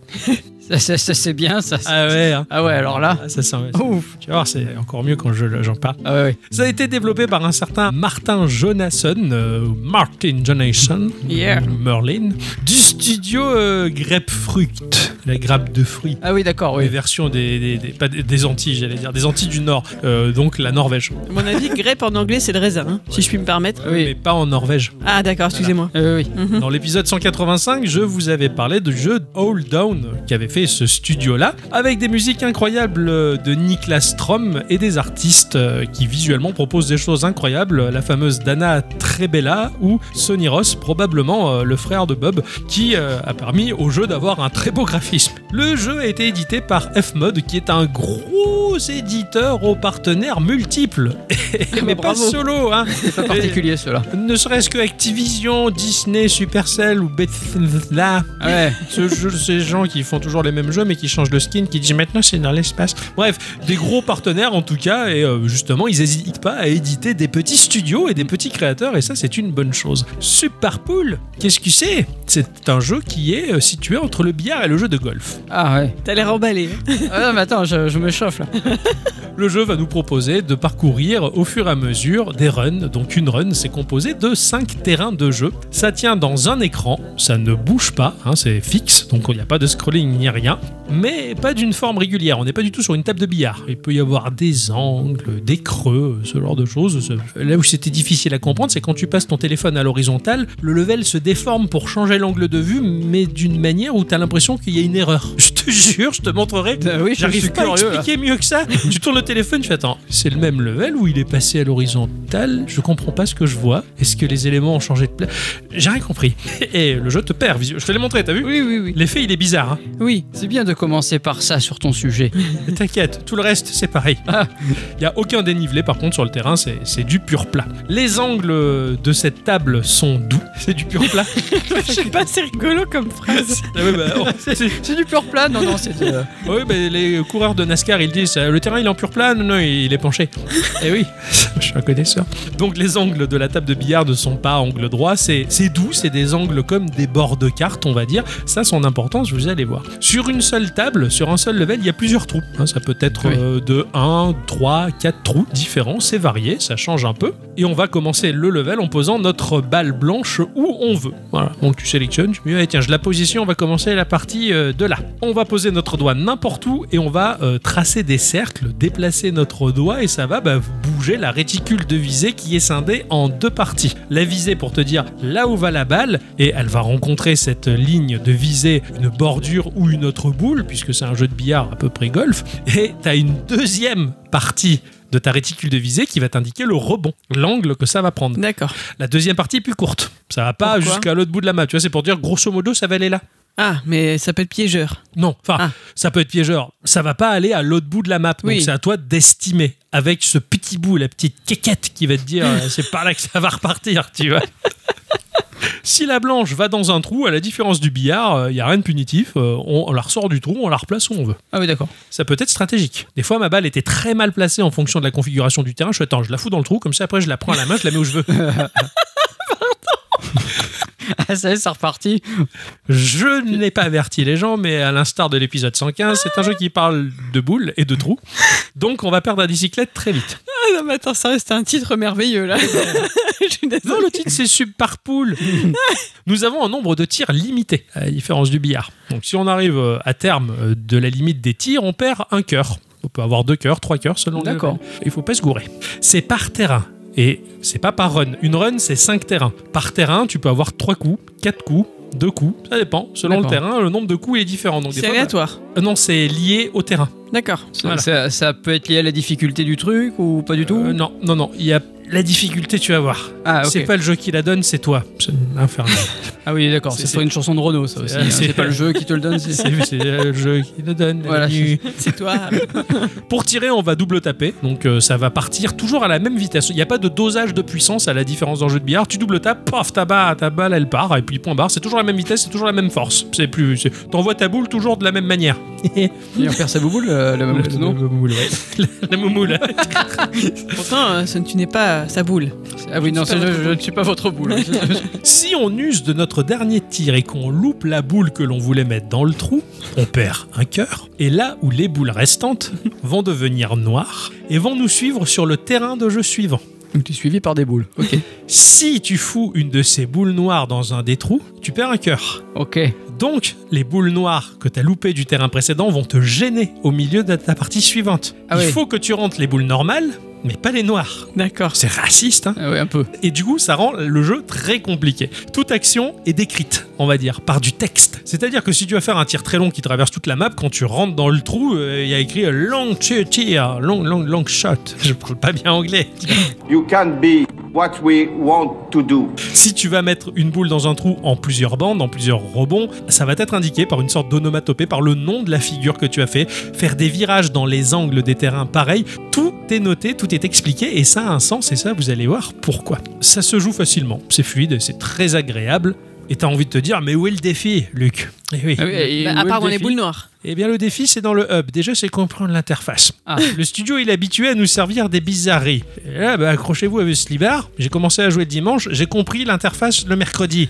Speaker 2: Ça, ça, ça, c'est bien, ça.
Speaker 1: Ah ouais, hein.
Speaker 2: Ah ouais, alors là.
Speaker 1: Ah, ça sent.
Speaker 2: Ouf.
Speaker 1: Tu vas voir, c'est encore mieux quand je le- j'en parle.
Speaker 2: Ah ouais, ouais.
Speaker 1: Ça a été développé par un certain Martin Jonasson, euh, Martin Jonasson,
Speaker 3: Yeah.
Speaker 1: Merlin, du studio euh, Grapefruit, la grappe de fruits.
Speaker 2: Ah oui, d'accord,
Speaker 1: Les
Speaker 2: oui.
Speaker 1: versions des, des, des- pas des, des Antilles, j'allais dire, des Antilles du Nord, euh, donc la Norvège,
Speaker 3: À mon avis, grep en anglais, c'est le raisin, hein, si je puis me permettre.
Speaker 1: Ah mais
Speaker 2: Oui,
Speaker 1: pas en Norvège.
Speaker 3: Ah, d'accord, excusez-moi.
Speaker 2: Ah oui, oui.
Speaker 1: Dans l'épisode 185, je vous avais parlé du jeu All Down qu'avait fait ce studio-là, avec des musiques incroyables euh, de Niklas Strom et des artistes euh, qui visuellement proposent des choses incroyables. La fameuse Dana Trebella ou Sonny Ross, probablement euh, le frère de Bob, qui euh, a permis au jeu d'avoir un très beau graphisme. Le jeu a été édité par Fmod, qui est un gros éditeur aux partenaires multiples, mais pas
Speaker 2: bravo.
Speaker 1: solo. Hein.
Speaker 2: C'est pas particulier, cela.
Speaker 1: Ne serait-ce que Activision, Disney, Supercell ou Bethesda,
Speaker 2: Ah ouais.
Speaker 1: ce jeu, ces gens qui font toujours les mêmes jeux mais qui changent le skin, qui disent maintenant c'est dans l'espace. Bref, des gros partenaires en tout cas, et euh, justement ils n'hésitent pas à éditer des petits studios et des petits créateurs, et ça c'est une bonne chose. Superpool, qu'est-ce que c'est C'est un jeu qui est euh, situé entre le billard et le jeu de golf.
Speaker 2: Ah ouais.
Speaker 3: T'as l'air emballé. hein.
Speaker 2: Ah non, mais attends, je, je me chauffe là.
Speaker 1: Le jeu va nous proposer de parcourir au fur et à mesure des runs. Donc une run, c'est composé de 5 terrains de jeu. Ça tient dans un écran, ça ne bouge pas, hein, c'est fixe, donc il n'y a pas de scrolling ni rien, mais pas d'une forme régulière. On n'est pas du tout sur une table de billard. Il peut y avoir des angles, des creux, ce genre de choses. Ce- Là où c'était difficile à comprendre, c'est quand tu passes ton téléphone à l'horizontale, le level se déforme pour changer l'angle de vue, mais d'une manière où tu as l'impression qu'il y a une erreur. Je te jure, je te montrerai.
Speaker 2: Ah oui, je
Speaker 1: J'arrive
Speaker 2: suis
Speaker 1: pas à
Speaker 2: curieux, là.
Speaker 1: expliquer mieux que ça. tu tournes le téléphone, tu fais attends, c'est le même level où il est passé à l'horizontale. Je comprends pas ce que je vois. Est-ce que les éléments ont changé de place J'ai rien compris. Et le jeu te perd. visu- Je te l'ai montré, t'as vu
Speaker 2: Oui, oui, oui.
Speaker 1: L'effet il est bizarre. hein.
Speaker 2: Oui, c'est bien de commencer par ça sur ton sujet.
Speaker 1: Mais T'inquiète, tout le reste c'est pareil. Il y a aucun dénivelé par contre sur le terrain, c'est c'est du pur plat. Les angles de cette table sont doux. C'est du pur plat.
Speaker 3: Je sais pas, c'est rigolo comme phrase.
Speaker 1: Ah ouais, bah, oh, c'est-
Speaker 2: C'est du pur plat, non, non, c'est. euh,
Speaker 1: Oui, ben, les coureurs de NASCAR, ils disent euh, le terrain il est en pur plat, non, non, il est penché. Eh oui, je suis un connaisseur. Donc les angles de la table de billard ne sont pas angles droits, c'est c'est doux, c'est des angles comme des bords de carte, on va dire. Ça, son importance, vous allez voir. Sur une seule table, sur un seul level, il y a plusieurs trous. hein. ça peut être
Speaker 2: Oui.
Speaker 1: euh, de 1, 3, 4 trous différents, c'est varié, ça change un peu. Et on va commencer le level en posant notre balle blanche où on veut. Voilà, donc tu sélectionnes, tu me dis, Ah, tiens, je la position, on va commencer la partie euh, de là. On va poser notre doigt n'importe où et on va euh, tracer des cercles, déplacer notre doigt et ça va bah, bouger la réticule de visée qui est scindée en deux parties. La visée pour te dire là où va la balle et elle va rencontrer cette ligne de visée, une bordure ou une autre boule, puisque c'est un jeu de billard à peu près golf. Et tu as une deuxième partie de ta réticule de visée qui va t'indiquer le rebond, l'angle que ça va prendre.
Speaker 3: D'accord.
Speaker 1: La deuxième partie est plus courte. Ça va pas
Speaker 3: Pourquoi
Speaker 1: jusqu'à l'autre bout de la map. Tu vois, c'est pour dire grosso modo ça va aller là.
Speaker 3: Ah, mais ça peut être piégeur.
Speaker 1: Non, enfin,
Speaker 3: Ah.
Speaker 1: ça peut être piégeur. Ça va pas aller à l'autre bout de la map. Donc
Speaker 3: Oui.
Speaker 1: c'est à toi d'estimer avec ce petit bout, la petite quéquette qui va te dire euh, c'est par là que ça va repartir, tu vois. Si la blanche va dans un trou, à la différence du billard, il n'y a rien de punitif. euh, on, on la ressort du trou, on la replace où on veut.
Speaker 2: Ah oui, d'accord.
Speaker 1: Ça peut être stratégique. Des fois, ma balle était très mal placée en fonction de la configuration du terrain. Je fais, attends, je la fous dans le trou, comme ça après je la prends à la main, je la mets où je veux.
Speaker 2: Ah, ça y est, c'est reparti.
Speaker 1: Je n'ai pas averti les gens, mais à l'instar de l'épisode 115, c'est un jeu qui parle de boules et de trous. Donc on va perdre la bicyclette très vite.
Speaker 3: Ah non, mais attends, sérieux, c'était un titre merveilleux là. Je suis désolée.
Speaker 1: Non, le titre c'est sub par poule. Nous avons un nombre de tirs limité, à la différence du billard. Donc si on arrive euh, à terme euh, de la limite des tirs, on perd un cœur. On peut avoir deux cœurs, trois cœurs selon les
Speaker 2: D'accord.
Speaker 1: levels. Il faut pas se gourer. C'est par terrain. Et c'est pas par run. Une run, c'est cinq terrains. Par terrain, tu peux avoir trois coups, quatre coups, deux coups. Ça dépend. Selon le
Speaker 2: D'accord.
Speaker 1: terrain, le nombre de coups est différent. Donc, des
Speaker 3: C'est
Speaker 1: fois,
Speaker 3: aléatoire.
Speaker 1: euh, non, c'est lié au terrain.
Speaker 3: D'accord.
Speaker 2: Ça,
Speaker 1: Voilà.
Speaker 2: ça- ça peut être lié à la difficulté du truc ou pas du tout
Speaker 1: Euh, non, non, non. Il y a la difficulté, tu vas voir.
Speaker 2: Ah, ok.
Speaker 1: C'est pas le jeu qui la donne, c'est toi. C'est infernal.
Speaker 2: Ah oui, d'accord,
Speaker 1: C'est-
Speaker 2: c'est
Speaker 1: c'est-
Speaker 2: sur une chanson de Renault, ça aussi.
Speaker 1: C'est-
Speaker 2: hein.
Speaker 1: c'est-
Speaker 2: C'est pas le jeu qui te le donne, c'est
Speaker 1: c'est c'est le jeu qui la donne. la
Speaker 2: Voilà,
Speaker 1: nuit.
Speaker 3: C'est toi.
Speaker 1: Pour tirer, on va double taper, donc euh, ça va partir toujours à la même vitesse. Il n'y a pas de dosage de puissance à la différence d'un jeu de billard. Tu double tapes, paf, ta balle, ta balle, elle part, et puis point barre. C'est toujours la même vitesse, c'est toujours la même force. C'est plus, c'est- t'envoies ta boule toujours de la même manière.
Speaker 2: Et on perd sa bouboule, euh, la maman
Speaker 1: La
Speaker 2: non
Speaker 1: moumoule, ouais. La, la moumoule.
Speaker 3: Pourtant, euh, ça- tu n'es pas euh, sa boule.
Speaker 2: Ah oui, non,
Speaker 3: C'est pas
Speaker 2: c'est- je,
Speaker 3: votre
Speaker 2: je ne suis pas votre boule.
Speaker 1: Si on use de notre dernier tir et qu'on loupe la boule que l'on voulait mettre dans le trou, on perd un cœur. Et là où les boules restantes vont devenir noires et vont nous suivre sur le terrain de jeu suivant.
Speaker 2: Donc tu es suivi par des boules. Ok.
Speaker 1: Si tu fous une de ces boules noires dans un des trous, tu perds un cœur.
Speaker 2: Ok.
Speaker 1: Donc, les boules noires que tu as loupées du terrain précédent vont te gêner au milieu de ta partie suivante.
Speaker 2: Ah
Speaker 1: Il
Speaker 2: oui.
Speaker 1: faut que tu rentres les boules normales, mais pas les noires.
Speaker 3: D'accord.
Speaker 1: C'est raciste, hein
Speaker 2: Ah ouais, un peu.
Speaker 1: Et du coup, ça rend le jeu très compliqué. Toute action est décrite, on va dire, par du texte. C'est-à-dire que si tu vas faire un tir très long qui traverse toute la map, quand tu rentres dans le trou, euh, il y a écrit euh, long tir, tir, long, long, long shot. Je parle pas bien anglais.
Speaker 6: You can be what we want to do.
Speaker 1: Si tu vas mettre une boule dans un trou en plusieurs bandes, en plusieurs rebonds, ça va être indiqué par une sorte d'onomatopée, par le nom de la figure que tu as fait. Faire des virages dans les angles des terrains, pareil. Tout est noté, tout est expliqué et ça a un sens et ça, vous allez voir pourquoi. Ça se joue facilement, c'est fluide, c'est très agréable. Et t'as envie de te dire, mais où est le défi, Luc Eh oui.
Speaker 2: Ah oui, et
Speaker 3: Bah,
Speaker 2: où
Speaker 3: à
Speaker 2: est le
Speaker 3: part dans les
Speaker 2: défi
Speaker 3: boules noires.
Speaker 1: Eh bien, le défi, c'est dans le hub. Déjà, c'est comprendre l'interface.
Speaker 2: Ah.
Speaker 1: Le studio, il est habitué à nous servir des bizarreries. Et là, bah, accrochez-vous avec ce libard. J'ai commencé à jouer le dimanche, j'ai compris l'interface le mercredi.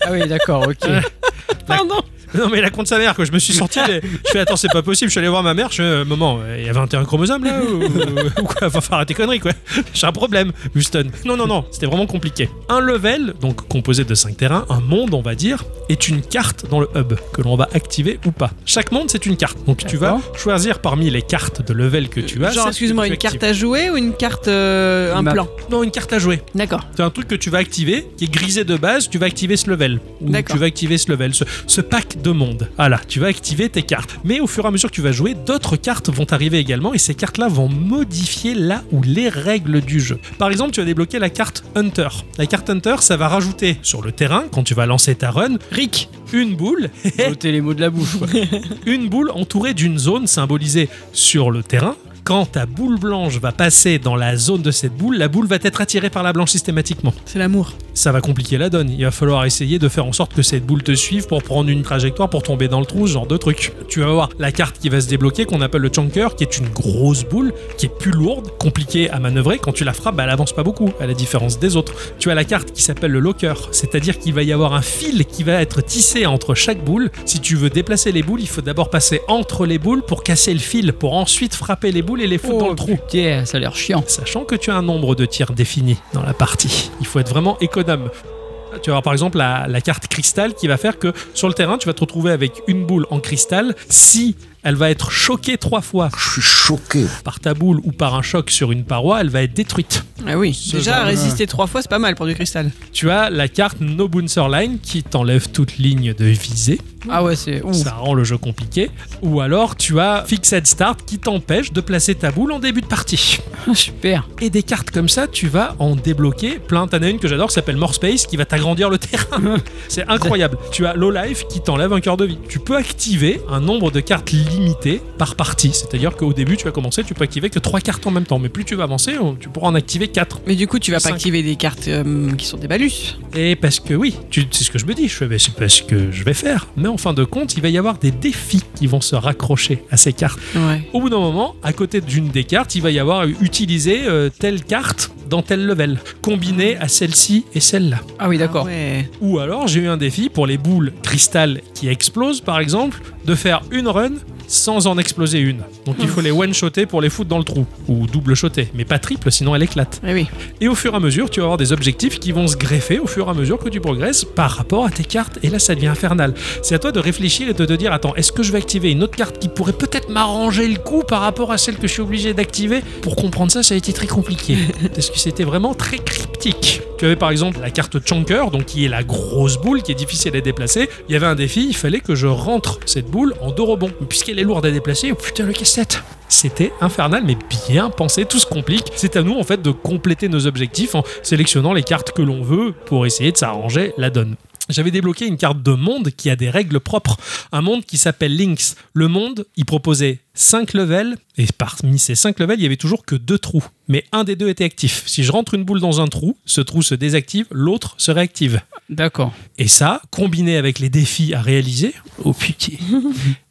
Speaker 2: Ah oui, d'accord, ok. Bah,
Speaker 3: Pardon.
Speaker 1: Non, mais la compte sa mère, que je me suis sorti. mais je fais, attends, c'est pas possible. Je suis allé voir ma mère. Je fais, euh, maman, euh, il y a 21 chromosomes là Ou, ou quoi Faut faire tes conneries, quoi. J'ai un problème, Houston. Non, non, non, c'était vraiment compliqué. Un level, donc composé de 5 terrains, un monde, on va dire, est une carte dans le hub que l'on va activer ou pas. Chaque monde, c'est une carte. Donc tu vas choisir parmi les cartes de level que tu as. celle
Speaker 3: Genre,
Speaker 1: que
Speaker 3: excuse-moi,
Speaker 1: tu
Speaker 3: une
Speaker 1: actives.
Speaker 3: carte à jouer ou une carte. euh, un
Speaker 2: Une map.
Speaker 3: plan
Speaker 1: Non, une carte à jouer.
Speaker 3: D'accord.
Speaker 1: C'est un truc que tu vas activer, qui est grisé de base, tu vas activer ce level. Ou
Speaker 3: D'accord.
Speaker 1: tu vas activer ce level, ce, ce pack de monde. Voilà, tu vas activer tes cartes. Mais au fur et à mesure que tu vas jouer, d'autres cartes vont arriver également, et ces cartes-là vont modifier là ou les règles du jeu. Par exemple, tu vas débloquer la carte Hunter. La carte Hunter, ça va rajouter sur le terrain, quand tu vas lancer ta run,
Speaker 3: Rick.
Speaker 1: une boule,
Speaker 2: Ôter les mots de la bouche, quoi.
Speaker 1: une boule entourée d'une zone symbolisée sur le terrain. Quand ta boule blanche va passer dans la zone de cette boule, la boule va être attirée par la blanche systématiquement
Speaker 3: C'est l'amour.
Speaker 1: ça va compliquer la donne. Il va falloir essayer de faire en sorte que cette boule te suive pour prendre une trajectoire, pour tomber dans le trou, ce genre de truc. Tu vas voir la carte qui va se débloquer, qu'on appelle le chunker, qui est une grosse boule, qui est plus lourde, compliquée à manœuvrer. Quand tu la frappes, bah, elle avance pas beaucoup, à la différence des autres. Tu as la carte qui s'appelle le locker, c'est-à-dire qu'il va y avoir un fil qui va être tissé entre chaque boule. Si tu veux déplacer les boules, il faut d'abord passer entre les boules pour casser le fil, pour ensuite frapper les boules et les foutre dans
Speaker 2: Oh,
Speaker 1: le trou.
Speaker 2: Putain, ça a l'air chiant.
Speaker 1: Sachant que tu as un nombre de tirs défini dans la partie, il faut être vraiment économe. Tu vas avoir par exemple la, la carte cristal qui va faire que sur le terrain, tu vas te retrouver avec une boule en cristal. Si elle va être choquée trois fois
Speaker 7: Je suis choqué.
Speaker 1: par ta boule ou par un choc sur une paroi, elle va être détruite.
Speaker 3: Ah oui.
Speaker 1: Ce
Speaker 3: Déjà,
Speaker 1: genre de-
Speaker 3: résister trois fois, c'est pas mal pour du cristal.
Speaker 1: Tu as la carte No Bouncer Line qui t'enlève toute ligne de visée.
Speaker 2: Ah ouais, c'est. Ouh.
Speaker 1: Ça rend le jeu compliqué. Ou alors tu as Fixed Start qui t'empêche de placer ta boule en début de partie.
Speaker 2: Super.
Speaker 1: Et des cartes comme ça, tu vas en débloquer plein. T'en as une que j'adore qui s'appelle More Space qui va t'agrandir le terrain. C'est incroyable. Tu as Low Life qui t'enlève un cœur de vie. Tu peux activer un nombre de cartes limité par partie. C'est-à-dire qu'au début, tu vas commencer, tu peux activer que trois cartes en même temps. Mais plus tu vas avancer, on- tu pourras en activer quatre.
Speaker 3: Mais du coup, tu vas pas
Speaker 1: Cinq.
Speaker 3: activer des cartes euh, qui sont des balus.
Speaker 1: Et parce que oui, tu- c'est ce que je me dis. Je fais, mais c'est pas ce que je vais faire. Mais en fin de compte, il va y avoir des défis qui vont se raccrocher à ces cartes.
Speaker 3: Ouais.
Speaker 1: Au bout d'un moment, à côté d'une des cartes, il va y avoir utilisé euh, telle carte dans tel level, combiné à celle-ci et celle-là.
Speaker 2: Ah oui, d'accord.
Speaker 3: Ah ouais.
Speaker 1: Ou alors j'ai eu un défi pour les boules cristal qui explosent par exemple, de faire une run sans en exploser une. Donc il faut les one-shotter pour les foutre dans le trou, ou double-shotter, mais pas triple sinon elle éclate.
Speaker 3: Eh oui.
Speaker 1: Et au fur et à mesure, tu vas avoir des objectifs qui vont se greffer au fur et à mesure que tu progresses par rapport à tes cartes, et là ça devient infernal. C'est à toi de réfléchir et de te dire, attends, est-ce que je vais activer une autre carte qui pourrait peut-être m'arranger le coup par rapport à celle que je suis obligé d'activer Pour comprendre ça, ça a été très compliqué, parce que c'était vraiment très cryptique. Tu avais par exemple la carte Chunker, donc qui est la grosse boule qui est difficile à déplacer. Il y avait un défi, il fallait que je rentre cette boule en deux rebonds. Mais Puisqu'elle est lourde à déplacer, oh putain le cassette c'était infernal, mais bien pensé, tout se complique. C'est à nous en fait de compléter nos objectifs en sélectionnant les cartes que l'on veut pour essayer de s'arranger la donne. J'avais débloqué une carte de monde qui a des règles propres. Un monde qui s'appelle Lynx. Le monde, il proposait 5 levels, et parmi ces 5 levels, il y avait toujours que deux trous. Mais un des deux était actif. Si je rentre une boule dans un trou, ce trou se désactive, l'autre se réactive.
Speaker 2: D'accord.
Speaker 1: Et ça, combiné avec les défis à réaliser, oh putain.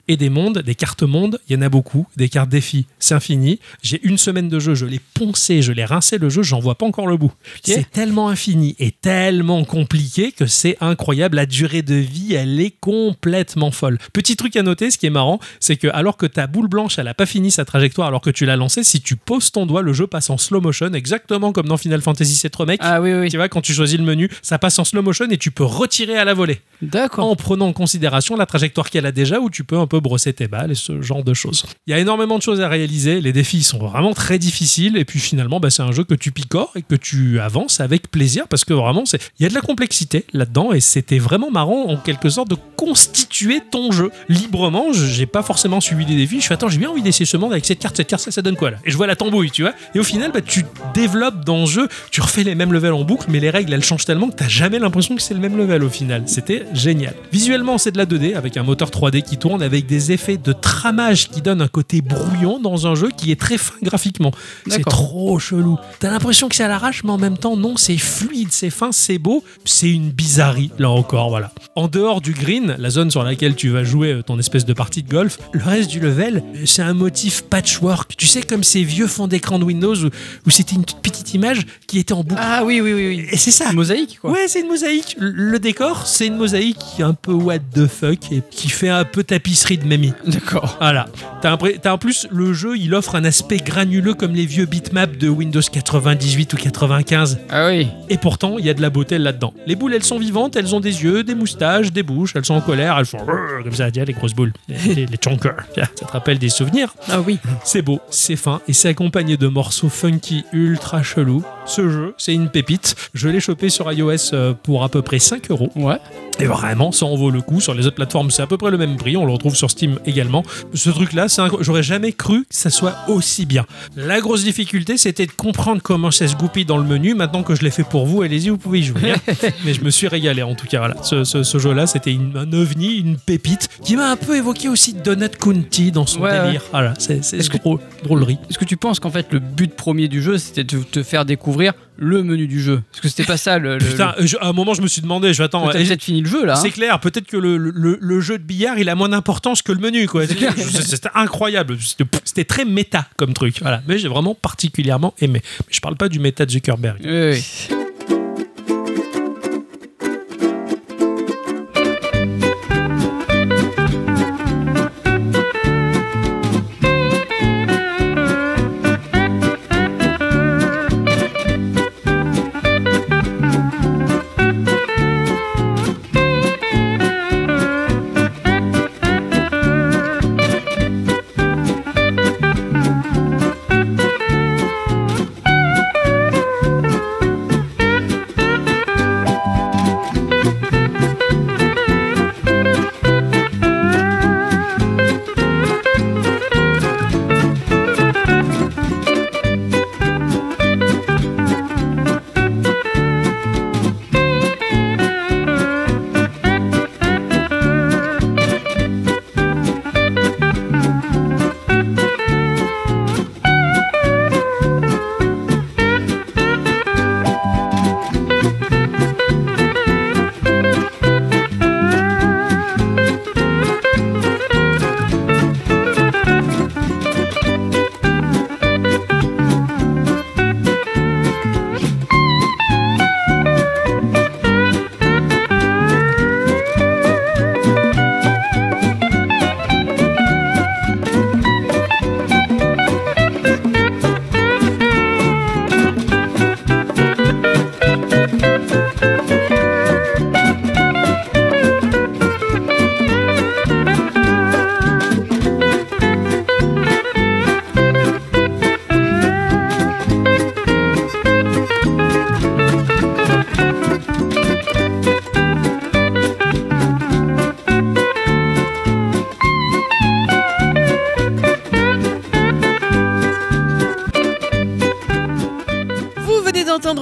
Speaker 1: Et des mondes, des cartes mondes, il y en a beaucoup. Des cartes défis, c'est infini. J'ai une semaine de jeu, je l'ai poncé, je l'ai rincé le jeu, j'en vois pas encore le bout. C'est tellement infini et tellement compliqué que c'est incroyable. La durée de vie, elle est complètement folle. Petit truc à noter, ce qui est marrant, c'est que alors que ta boule blanche, elle a pas fini sa trajectoire, alors que tu l'as lancée, si tu poses ton doigt, le jeu passe en slow motion, exactement comme dans Final Fantasy VII Remake.
Speaker 2: Ah oui, oui.
Speaker 1: Tu vois, quand tu choisis le menu, ça passe en slow motion et tu peux retirer à la volée.
Speaker 2: D'accord.
Speaker 1: En prenant en considération la trajectoire qu'elle a déjà, où tu peux un peu brosser tes balles et ce genre de choses. Il y a énormément de choses à réaliser. Les défis sont vraiment très difficiles. Et puis finalement, bah, c'est un jeu que tu picores et que tu avances avec plaisir parce que vraiment, c'est- il y a de la complexité là-dedans. Et c'était vraiment marrant, en quelque sorte, de constituer ton jeu librement. Je- J'ai pas forcément suivi les défis. Je fais, attends, j'ai bien envie d'essayer ce monde avec cette carte, cette carte, ça, ça donne quoi là Et je vois la tambouille, tu vois. Et au final, bah, tu développes dans le jeu, tu refais les mêmes levels en boucle, mais les règles, elles changent tellement que t'as jamais l'impression que c'est le même level au final. C'était génial. Visuellement, c'est de la 2D avec un moteur 3D qui tourne, avec des effets de tramage qui donnent un côté brouillon dans un jeu qui est très fin graphiquement. C'est
Speaker 2: D'accord.
Speaker 1: trop chelou. T'as l'impression que c'est à l'arrache, mais en même temps, non, c'est fluide, c'est fin, c'est beau. C'est une bizarrerie, là encore, voilà. En dehors du green, la zone sur laquelle tu vas jouer euh, ton espèce de partie de golf, le reste du level, euh, c'est un motif patchwork. Tu sais, comme ces vieux fonds d'écran de Windows où, où c'était une toute petite image qui était en boucle.
Speaker 2: Ah oui, oui, oui. oui.
Speaker 1: Et c'est ça.
Speaker 2: Mosaïque, quoi.
Speaker 1: Ouais, c'est une mosaïque. Le- Le décor, c'est une mosaïque un peu what the fuck et qui fait un peu tapisserie de mamie.
Speaker 2: D'accord.
Speaker 1: Voilà. T'as un pré- t'as en plus le jeu, il offre un aspect granuleux comme les vieux bitmaps de Windows 98 ou 95.
Speaker 2: Ah oui.
Speaker 1: Et pourtant, il y a de la beauté là-dedans. Les boules, elles sont vivantes, elles ont des yeux, des moustaches, des bouches, elles sont en colère, elles font brrr comme ça, tiens, les grosses boules, les, les- les chonkers. Tiens, Ça te rappelle des souvenirs
Speaker 3: Ah oui.
Speaker 1: C'est beau, c'est fin et c'est accompagné de morceaux funky ultra chelous. Ce jeu, c'est une pépite. Je l'ai chopé sur iOS euh, pour à peu près 5 euros.
Speaker 2: Ouais.
Speaker 1: Et vraiment, ça en vaut le coup. Sur les autres plateformes, c'est à peu près le même prix. On le retrouve sur Steam également. Ce truc-là, c'est incro- j'aurais jamais cru que ça soit aussi bien. La grosse difficulté, c'était de comprendre comment ça se goupille dans le menu. Maintenant que je l'ai fait pour vous, allez-y, vous pouvez y jouer. hein. Mais je me suis régalé en tout cas. Voilà. Ce, ce- ce jeu-là, c'était une- un ovni, une pépite qui m'a un peu évoqué aussi Donut County dans son
Speaker 2: Ouais, ouais.
Speaker 1: délire. Voilà, c'est c'est
Speaker 2: Est-ce que-
Speaker 1: drôle- drôlerie.
Speaker 2: Est-ce que tu penses qu'en fait, le but premier du jeu, c'était de te faire découvrir le menu du jeu Parce que c'était pas ça le. le-
Speaker 1: Putain, je- à un moment, je me suis demandé, je vais
Speaker 2: le-
Speaker 1: attendre.
Speaker 2: T'as
Speaker 1: est-ce-
Speaker 2: peut-être fini le jeu là. hein.
Speaker 1: C'est clair, peut-être que le, le- le jeu de billard, il a moins d'importance que le menu. quoi.
Speaker 2: C'est clair.
Speaker 1: C'est- C'était incroyable. C'était- C'était très méta comme truc. Voilà. Mais j'ai vraiment particulièrement aimé. Mais je parle pas du méta de Zuckerberg.
Speaker 2: Oui, oui.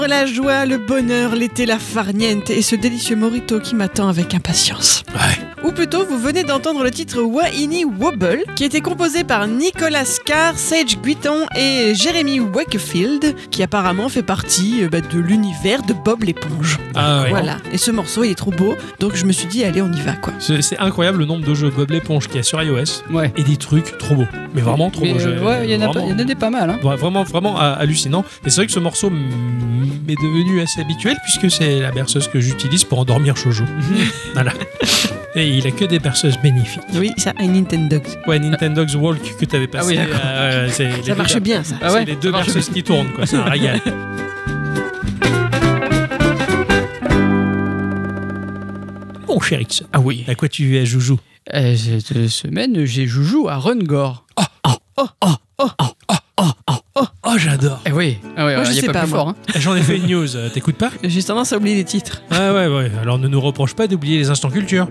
Speaker 3: la joie, le bonheur, l'été, la farniente et ce délicieux morito qui m'attend avec impatience. Ou plutôt, vous venez d'entendre le titre Waini Wobble, qui était composé par Nicolas Carr, Sage Guiton et Jeremy Wakefield, qui apparemment fait partie euh, bah, de l'univers de Bob l'éponge.
Speaker 1: Ah, ouais.
Speaker 3: Voilà. Et ce morceau, il est trop beau, donc je me suis dit, allez, on y va, quoi.
Speaker 1: C'est c'est incroyable le nombre de jeux Bob l'éponge qu'il y a sur iOS
Speaker 2: Ouais.
Speaker 1: et des trucs trop beaux. Mais vraiment trop
Speaker 2: Mais,
Speaker 1: beaux.
Speaker 2: euh,
Speaker 1: Je-
Speaker 2: ouais, il y, en a pas-
Speaker 1: vraiment.
Speaker 2: il y en a des pas mal. Hein.
Speaker 1: Ouais, Vraiment, vraiment ah, hallucinant. Et c'est vrai que ce morceau mm, est devenu assez habituel puisque c'est la berceuse que j'utilise pour endormir Shoujo. voilà. Et il a que des berceuses bénéfiques.
Speaker 3: Oui, ça, un Nintendo.
Speaker 1: Ouais, Nintendo's Walk que t'avais passé.
Speaker 2: Ah oui, d'accord.
Speaker 1: euh, c'est les deux
Speaker 3: Ça marche
Speaker 1: ber-
Speaker 3: bien, ça.
Speaker 2: Ah
Speaker 1: C'est les deux berceuses qui tournent, quoi. C'est un régal. Bon, cher Ixon,
Speaker 2: Ah oui.
Speaker 1: à quoi tu es, Joujou
Speaker 2: Euh, cette semaine, j'ai Joujou à Rungor.
Speaker 1: Oh, oh, oh, oh, oh, oh, oh, oh, oh, oh, oh, j'adore.
Speaker 2: Eh oui, ah ouais,
Speaker 3: Moi, je
Speaker 2: il y a
Speaker 3: sais
Speaker 2: pas,
Speaker 3: pas,
Speaker 2: plus
Speaker 3: moi.
Speaker 2: fort. hein.
Speaker 1: Ah, J'en ai fait une news, euh, t'écoutes pas
Speaker 3: J'ai tendance à oublier les titres.
Speaker 1: Ah ouais, ouais, alors ne nous reproche pas d'oublier les instants culture.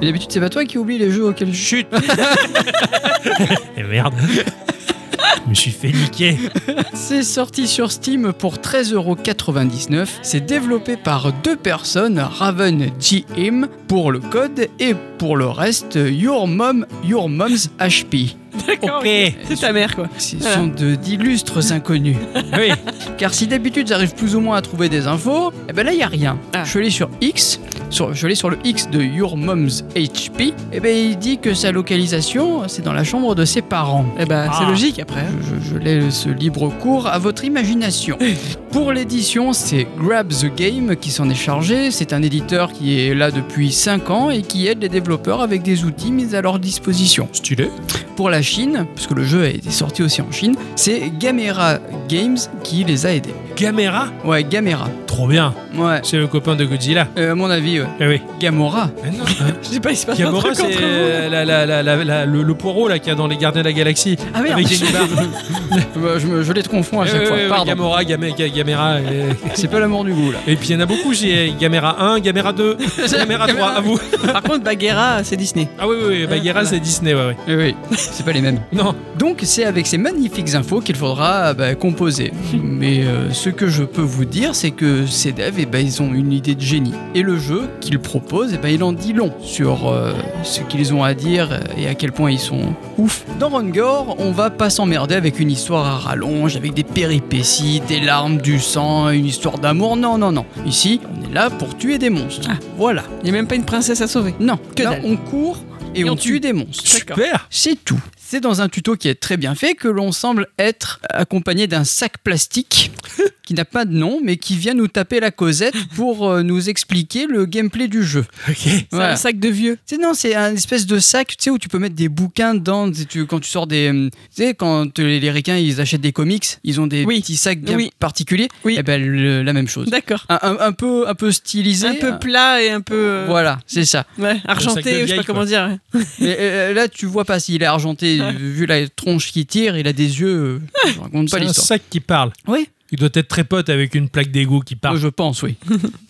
Speaker 2: Et D'habitude, c'est pas toi qui oublie les jeux auxquels je
Speaker 1: Chut Et Eh, merde Je me suis fait niquer
Speaker 2: C'est sorti sur Steam pour 13,99€. C'est développé par deux personnes, Raven GM pour le code et pour le reste, Your Mom, Your Mom's HP.
Speaker 1: Ok
Speaker 3: C'est ta mère, quoi.
Speaker 2: Ce
Speaker 3: Voilà.
Speaker 2: sont de- d'illustres inconnus.
Speaker 1: Oui
Speaker 2: Car si d'habitude j'arrive plus ou moins à trouver des infos, et ben là il y a rien.
Speaker 3: Ah.
Speaker 2: Je suis allé sur X, sur, je suis allé sur le X de Your Mom's HP, et ben il dit que sa localisation c'est dans la chambre de ses parents.
Speaker 3: Eh ben,
Speaker 1: Ah.
Speaker 3: c'est logique après. hein.
Speaker 2: Je, je laisse ce libre cours à votre imagination. Pour l'édition, c'est Grab the Game qui s'en est chargé. C'est un éditeur qui est là depuis 5 ans et qui aide les développeurs avec des outils mis à leur disposition.
Speaker 1: Stylé
Speaker 2: Pour la Chine, puisque le jeu a été sorti aussi en Chine, c'est Gamera Games qui les a aidés.
Speaker 1: Gamera
Speaker 2: Ouais, Gamera.
Speaker 1: Trop bien
Speaker 2: Ouais.
Speaker 1: C'est le copain de Godzilla
Speaker 2: Euh, à mon avis, ouais.
Speaker 1: Ah oui
Speaker 2: Gamora.
Speaker 1: Mais non
Speaker 3: Je sais pas, il se passe un
Speaker 1: Gamora,
Speaker 3: truc
Speaker 1: c'est
Speaker 3: entre vous.
Speaker 1: euh, la- la- la- la- la- le, le poireau là qu'il y a dans les Gardiens de la Galaxie
Speaker 3: Ah merde.
Speaker 1: avec Jennifer.
Speaker 2: Bah, je, me- je les confonds à chaque
Speaker 1: Ouais,
Speaker 2: fois.
Speaker 1: ouais, ouais,
Speaker 2: Pardon.
Speaker 1: Gamora, Gam- Ga- Gamera. Et,
Speaker 2: C'est pas l'amour du goût là.
Speaker 1: et puis il y en a beaucoup, j'ai Gamera 1, Gamera 2, Gamera 3, à vous.
Speaker 3: Par contre, Bagheera, c'est Disney.
Speaker 1: Ah oui, oui, oui bah, Gamera, c'est Disney, ouais, ouais.
Speaker 2: Eh oui, c'est pas les mêmes.
Speaker 1: Non,
Speaker 2: Donc c'est avec ces magnifiques infos qu'il faudra bah, composer. Mais euh, ce que je peux vous dire, c'est que ces devs, eh ben, ils ont une idée de génie. Et le jeu qu'ils proposent, eh ben, il en dit long sur euh, ce qu'ils ont à dire et à quel point ils sont ouf. Dans Rangor, on va pas s'emmerder avec une histoire à rallonge, avec des péripéties, des larmes, du sang, une histoire d'amour. Non, non, non. Ici, on est là pour tuer des monstres. Voilà.
Speaker 3: Il n'y a même pas une princesse à sauver.
Speaker 2: Ah. Non,
Speaker 3: Que
Speaker 2: là,
Speaker 3: dalle.
Speaker 2: on court et, on, tue des monstres.
Speaker 1: super
Speaker 2: C'est tout. C'est dans un tuto qui est très bien fait que l'on semble être accompagné d'un sac plastique qui n'a pas de nom mais qui vient nous taper la causette pour euh, nous expliquer le gameplay du jeu.
Speaker 1: Ok.
Speaker 3: C'est
Speaker 2: Voilà.
Speaker 3: un sac de vieux.
Speaker 2: C'est non, c'est un espèce de sac, tu sais, où tu peux mettre des bouquins dedans. Tu- tu- quand tu sors des, hum, tu sais, quand euh, les ricains ils achètent des comics, ils ont des
Speaker 3: Oui.
Speaker 2: petits sacs bien
Speaker 3: Oui.
Speaker 2: particuliers.
Speaker 3: Oui.
Speaker 2: Et ben le- la même chose.
Speaker 3: D'accord.
Speaker 2: Un, un- un peu, un peu stylisé.
Speaker 3: Un peu plat et un peu euh,
Speaker 2: Voilà, c'est ça.
Speaker 3: ouais,
Speaker 1: sac de
Speaker 3: argenté, ou je sais
Speaker 1: vieille,
Speaker 3: pas comment dire.
Speaker 2: Mais euh, là, tu vois pas s'il est argenté. euh,
Speaker 3: Ouais.
Speaker 2: Vu la tronche qui tire, il a des yeux. euh, Je raconte pas
Speaker 1: C'est un
Speaker 2: l'histoire.
Speaker 1: sac qui parle.
Speaker 2: Oui.
Speaker 1: Il doit être très pote avec une plaque d'égout qui parle.
Speaker 2: Je pense, oui.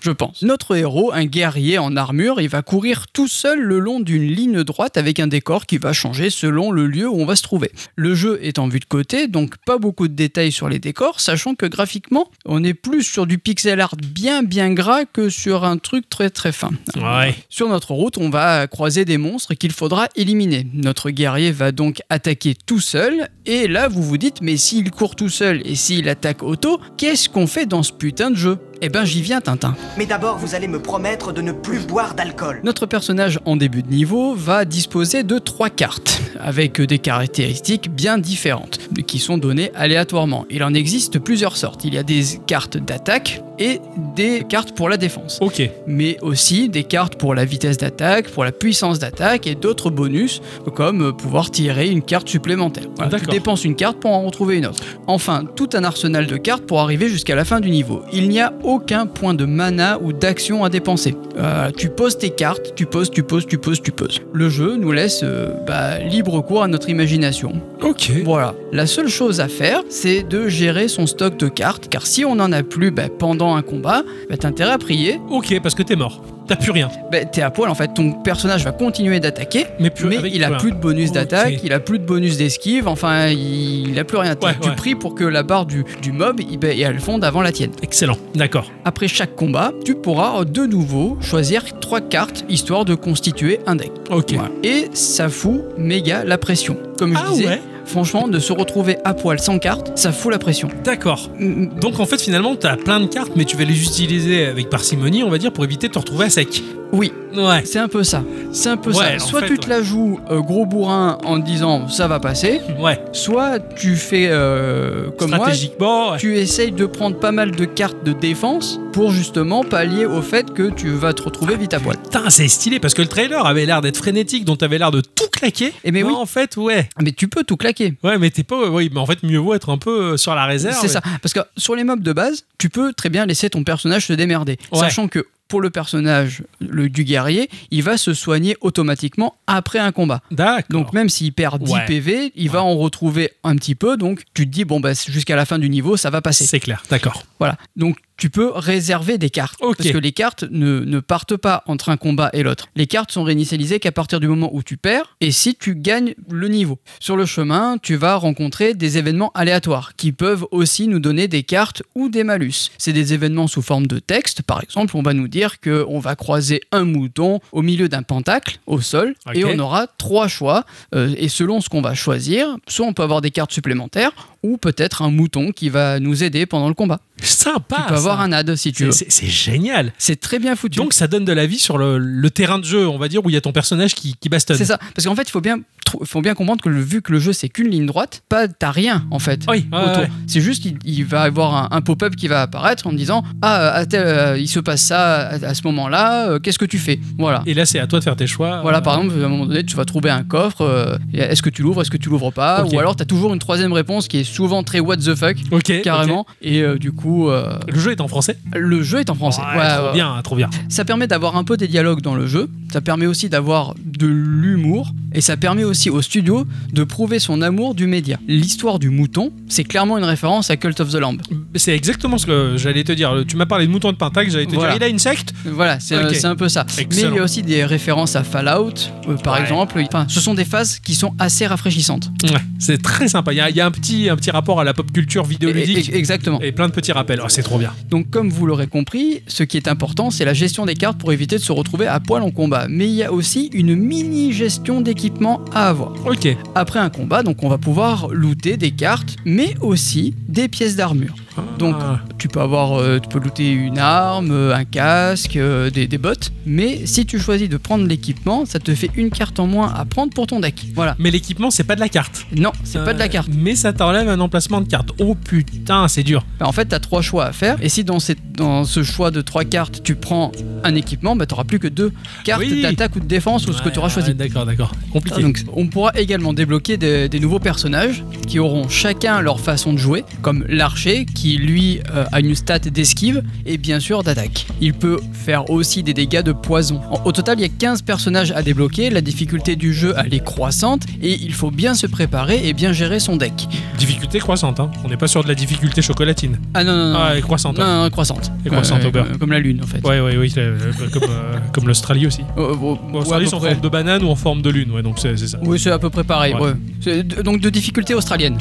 Speaker 2: Je pense. Notre héros, un guerrier en armure, il va courir tout seul le long d'une ligne droite avec un décor qui va changer selon le lieu où on va se trouver. Le jeu est en vue de côté, donc pas beaucoup de détails sur les décors, sachant que graphiquement, on est plus sur du pixel art bien bien gras que sur un truc très très fin.
Speaker 1: Ouais.
Speaker 2: Sur notre route, on va croiser des monstres qu'il faudra éliminer. Notre guerrier va donc attaquer tout seul, et là vous vous dites, mais s'il court tout seul et s'il attaque auto, qu'est-ce qu'on fait dans ce putain de jeu Eh ben j'y viens Tintin.
Speaker 7: Mais d'abord, vous allez me promettre de ne plus boire d'alcool.
Speaker 2: Notre personnage en début de niveau va disposer de trois cartes, avec des caractéristiques bien différentes, qui sont données aléatoirement. Il en existe plusieurs sortes. Il y a des cartes d'attaque et des cartes pour la défense
Speaker 1: Ok.
Speaker 2: mais aussi des cartes pour la vitesse d'attaque, pour la puissance d'attaque et d'autres bonus comme euh, pouvoir tirer une carte supplémentaire. Voilà, tu
Speaker 1: D'accord.
Speaker 2: dépenses une carte pour en retrouver une autre. Enfin, tout un arsenal de cartes pour arriver jusqu'à la fin du niveau. Il n'y a aucun point de mana ou d'action à dépenser. Euh, tu poses tes cartes, tu poses, tu poses, tu poses, tu poses. Le jeu nous laisse euh, bah, libre cours à notre imagination.
Speaker 1: Ok.
Speaker 2: Voilà, la seule chose à faire, c'est de gérer son stock de cartes, car si on n'en a plus bah, pendant un combat, bah, t'as intérêt à prier
Speaker 1: Ok, parce que t'es mort. T'as plus rien.
Speaker 2: bah, t'es à poil en fait. Ton personnage va continuer d'attaquer,
Speaker 1: Mais plus-
Speaker 2: mais
Speaker 1: avec
Speaker 2: il a
Speaker 1: plus
Speaker 2: plus
Speaker 1: rien.
Speaker 2: de bonus
Speaker 1: Ok.
Speaker 2: d'attaque, il a plus de bonus d'esquive, enfin il, il a plus rien. T'as
Speaker 1: Ouais,
Speaker 2: du
Speaker 1: ouais.
Speaker 2: prix pour que la barre du, du mob il, bah, elle fonde avant la tienne.
Speaker 1: Excellent. D'accord.
Speaker 2: Après chaque combat, tu pourras de nouveau choisir trois cartes histoire de constituer un deck.
Speaker 1: Ok.
Speaker 2: Voilà. Et ça fout méga la pression. Comme je
Speaker 1: Ah
Speaker 2: disais,
Speaker 1: ouais
Speaker 2: franchement, de se retrouver à poil sans carte, ça fout la pression.
Speaker 1: D'accord.
Speaker 2: Mm,
Speaker 1: Donc en fait finalement t'as plein de cartes mais tu vas les utiliser avec parcimonie on va dire pour éviter de te retrouver à sec.
Speaker 2: Oui,
Speaker 1: Ouais.
Speaker 2: c'est un peu ça. C'est un peu
Speaker 1: Ouais, en
Speaker 2: ça. Soit
Speaker 1: fait,
Speaker 2: tu te la joues euh, gros bourrin en disant ça va passer,
Speaker 1: Ouais.
Speaker 2: soit tu fais euh, comme moi,
Speaker 1: Stratégiquement. ouais.
Speaker 2: tu essayes de prendre pas mal de cartes de défense pour justement pallier au fait que tu vas te retrouver vite à poil.
Speaker 1: Putain c'est stylé parce que le trailer avait l'air d'être frénétique dont t'avais l'air de tout claquer.
Speaker 2: Eh mais
Speaker 1: Non,
Speaker 2: oui.
Speaker 1: En fait ouais.
Speaker 2: Mais tu peux tout claquer.
Speaker 1: Ouais mais t'es pas. Oui mais en fait mieux vaut être un peu euh, sur la réserve.
Speaker 2: C'est ça. Parce que sur les mobs de base, tu peux très bien laisser ton personnage se démerder.
Speaker 1: Ouais.
Speaker 2: Sachant que pour le personnage le, du guerrier, il va se soigner automatiquement après un combat.
Speaker 1: D'accord.
Speaker 2: Donc même s'il perd 10
Speaker 1: Ouais.
Speaker 2: PV, il va en retrouver un petit peu. Donc tu te dis, bon, bah, jusqu'à la fin du niveau, ça va passer.
Speaker 1: c'est clair. D'accord.
Speaker 2: Voilà. Donc tu peux réserver des cartes.
Speaker 1: Ok.
Speaker 2: Parce que les cartes ne, ne partent pas entre un combat et l'autre. Les cartes sont réinitialisées qu'à partir du moment où tu perds et si tu gagnes le niveau. Sur le chemin, tu vas rencontrer des événements aléatoires qui peuvent aussi nous donner des cartes ou des malus. C'est des événements sous forme de texte. Par exemple, on va nous dire qu'on va croiser un mouton au milieu d'un pentacle au sol
Speaker 1: Ok.
Speaker 2: et on aura trois choix. Euh, et selon ce qu'on va choisir, soit on peut avoir des cartes supplémentaires ou peut-être un mouton qui va nous aider pendant le combat
Speaker 1: Sympa.
Speaker 2: tu peux
Speaker 1: ça.
Speaker 2: avoir un ad si tu
Speaker 1: C'est-
Speaker 2: veux.
Speaker 1: C'est c'est génial.
Speaker 2: C'est très bien foutu.
Speaker 1: Donc ça donne de la vie sur le, le terrain de jeu, on va dire, où il y a ton personnage qui, qui bastonne.
Speaker 2: c'est ça, parce qu'en fait, il faut bien, trou- faut bien comprendre que le, vu que le jeu c'est qu'une ligne droite, pas t'as rien en fait.
Speaker 1: Oui, ouais,
Speaker 2: autour.
Speaker 1: ouais.
Speaker 2: C'est juste qu'il il va y avoir un, un pop-up qui va apparaître en te disant ah euh, à tel- euh, il se passe ça à, à ce moment-là, euh, qu'est-ce que tu fais Voilà.
Speaker 1: Et là, c'est à toi de faire tes choix.
Speaker 2: voilà,
Speaker 1: Euh,
Speaker 2: par exemple, à un moment donné, tu vas trouver un coffre. euh, est-ce que tu l'ouvres Est-ce que tu l'ouvres pas
Speaker 1: Ok.
Speaker 2: Ou alors, tu as toujours une troisième réponse qui est souvent très what the fuck,
Speaker 1: Ok. ok.
Speaker 2: carrément. Et euh, du coup, euh,
Speaker 1: Le jeu est en français.
Speaker 2: le jeu est en français.
Speaker 1: Ouais,
Speaker 2: Ouais,
Speaker 1: trop
Speaker 2: ouais.
Speaker 1: bien, trop bien.
Speaker 2: Ça permet d'avoir un peu des dialogues dans le jeu, ça permet aussi d'avoir de l'humour, et ça permet aussi au studio de prouver son amour du média. L'histoire du mouton, c'est clairement une référence à Cult of the Lamb.
Speaker 1: C'est exactement ce que j'allais te dire. Tu m'as parlé de mouton de Pentacle, j'allais te
Speaker 2: Voilà.
Speaker 1: dire il a une secte.
Speaker 2: Voilà, c'est
Speaker 1: Ok.
Speaker 2: c'est un peu ça.
Speaker 1: Excellent.
Speaker 2: Mais il y a aussi des références à Fallout, euh, par
Speaker 1: Ouais.
Speaker 2: exemple. Enfin, ce sont des phases qui sont assez rafraîchissantes.
Speaker 1: Ouais, c'est très sympa. Il y a, il y a un, petit, un petit rapport à la pop culture vidéoludique
Speaker 2: E- e- Exactement.
Speaker 1: et, plein de petits rappels. Oh, c'est trop bien.
Speaker 2: Donc comme vous l'aurez compris, ce qui est important, c'est la gestion des cartes pour éviter de se retrouver à poil en combat. Mais il y a aussi une mini gestion d'équipement à avoir.
Speaker 1: Ok.
Speaker 2: Après un combat, donc on va pouvoir looter des cartes, mais aussi des pièces d'armure. Donc
Speaker 1: Ah.
Speaker 2: tu peux avoir, euh, tu peux looter une arme, euh, un casque, euh, des, des bottes. Mais si tu choisis de prendre l'équipement, ça te fait une carte en moins à prendre pour ton deck. Voilà.
Speaker 1: Mais l'équipement, c'est pas de la carte.
Speaker 2: Non, c'est pas de
Speaker 1: Euh,
Speaker 2: la carte.
Speaker 1: Mais ça t'enlève un emplacement de carte. Oh putain, c'est dur.
Speaker 2: Bah, en fait, t'as trois choix à faire. Et si dans, cette- dans ce choix de trois cartes, tu prends un équipement, bah t'auras plus que deux cartes
Speaker 1: Oui.
Speaker 2: d'attaque ou de défense ou ce que
Speaker 1: Ouais,
Speaker 2: tu auras choisi.
Speaker 1: ouais, D'accord, d'accord. Compliqué.
Speaker 2: Donc, on pourra également débloquer des, des nouveaux personnages qui auront chacun leur façon de jouer, comme l'archer qui lui euh, a une stat d'esquive et bien sûr d'attaque. Il peut faire aussi des dégâts de poison. En- au total, il y a 15 personnages à débloquer, la difficulté du jeu elle est croissante et il faut bien se préparer et bien gérer son deck.
Speaker 1: Difficulté croissante. hein. On n'est pas sur de la difficulté chocolatine.
Speaker 2: Ah non, non, non,
Speaker 1: Ah, et croissante.
Speaker 2: non, non, non, croissante.
Speaker 1: Et croissante
Speaker 2: Euh,
Speaker 1: au beurre.
Speaker 2: Comme, comme la lune en fait.
Speaker 1: Ouais, ouais, oui, euh, euh, comme, euh, comme l'Australie aussi.
Speaker 2: Euh, bon, ouais, à
Speaker 1: L'Australie,
Speaker 2: peu
Speaker 1: c'est en
Speaker 2: près.
Speaker 1: forme de banane ou en forme de lune, ouais, donc c'est c'est ça.
Speaker 2: Oui, c'est à peu près pareil.
Speaker 1: Ouais.
Speaker 2: ouais. C'est- Donc de difficulté australienne.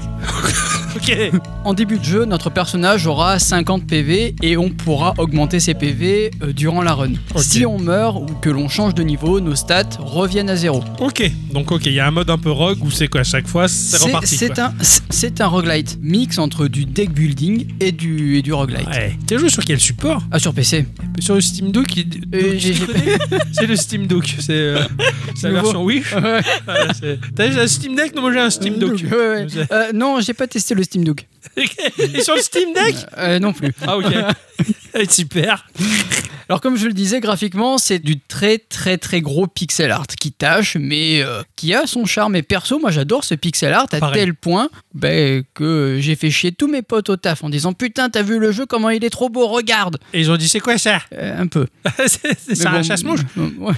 Speaker 1: Ok
Speaker 2: En début de jeu, notre personnage aura 50 PV et on pourra augmenter ses PV euh, durant la run.
Speaker 1: Ok.
Speaker 2: Si on meurt ou que l'on change de niveau, nos stats reviennent à zéro.
Speaker 1: Ok, donc ok, il y a un mode un peu rogue où c'est quoi, à chaque fois, c'est reparti.
Speaker 2: c'est
Speaker 1: quoi.
Speaker 2: un, c'est- c'est un roguelite, mix entre du deck building et du, et du roguelite.
Speaker 1: Ouais. T'as joué sur quel support
Speaker 2: Ah, sur PC.
Speaker 1: Sur le Steam Dock il-
Speaker 2: Euh,
Speaker 1: Dock,
Speaker 2: j'ai-
Speaker 1: tu connais C'est le Steam Dock, c'est euh, c'est la
Speaker 2: Nouveau.
Speaker 1: version oui.
Speaker 2: Ouais.
Speaker 1: T'as un Steam Deck Non, moi j'ai un Steam Dock.
Speaker 2: Ouais, ouais. Euh, non, j'ai pas testé le Steam Dog.
Speaker 1: Et sur le Steam Deck
Speaker 2: Euh, non plus.
Speaker 1: Ah ok. Eh, Super.
Speaker 2: Alors comme je le disais, graphiquement, c'est du très très très gros pixel art qui tâche, mais euh, qui a son charme. Et perso, moi j'adore ce pixel art à
Speaker 1: Pareil.
Speaker 2: tel point ben, que j'ai fait chier tous mes potes au taf en disant putain t'as vu le jeu comment il est trop beau, regarde
Speaker 1: Et ils ont dit c'est quoi ça
Speaker 2: Euh, Un peu.
Speaker 1: C'est c'est ça
Speaker 2: Mais
Speaker 1: un
Speaker 2: bon,
Speaker 1: chasse-mouche
Speaker 2: euh, moi,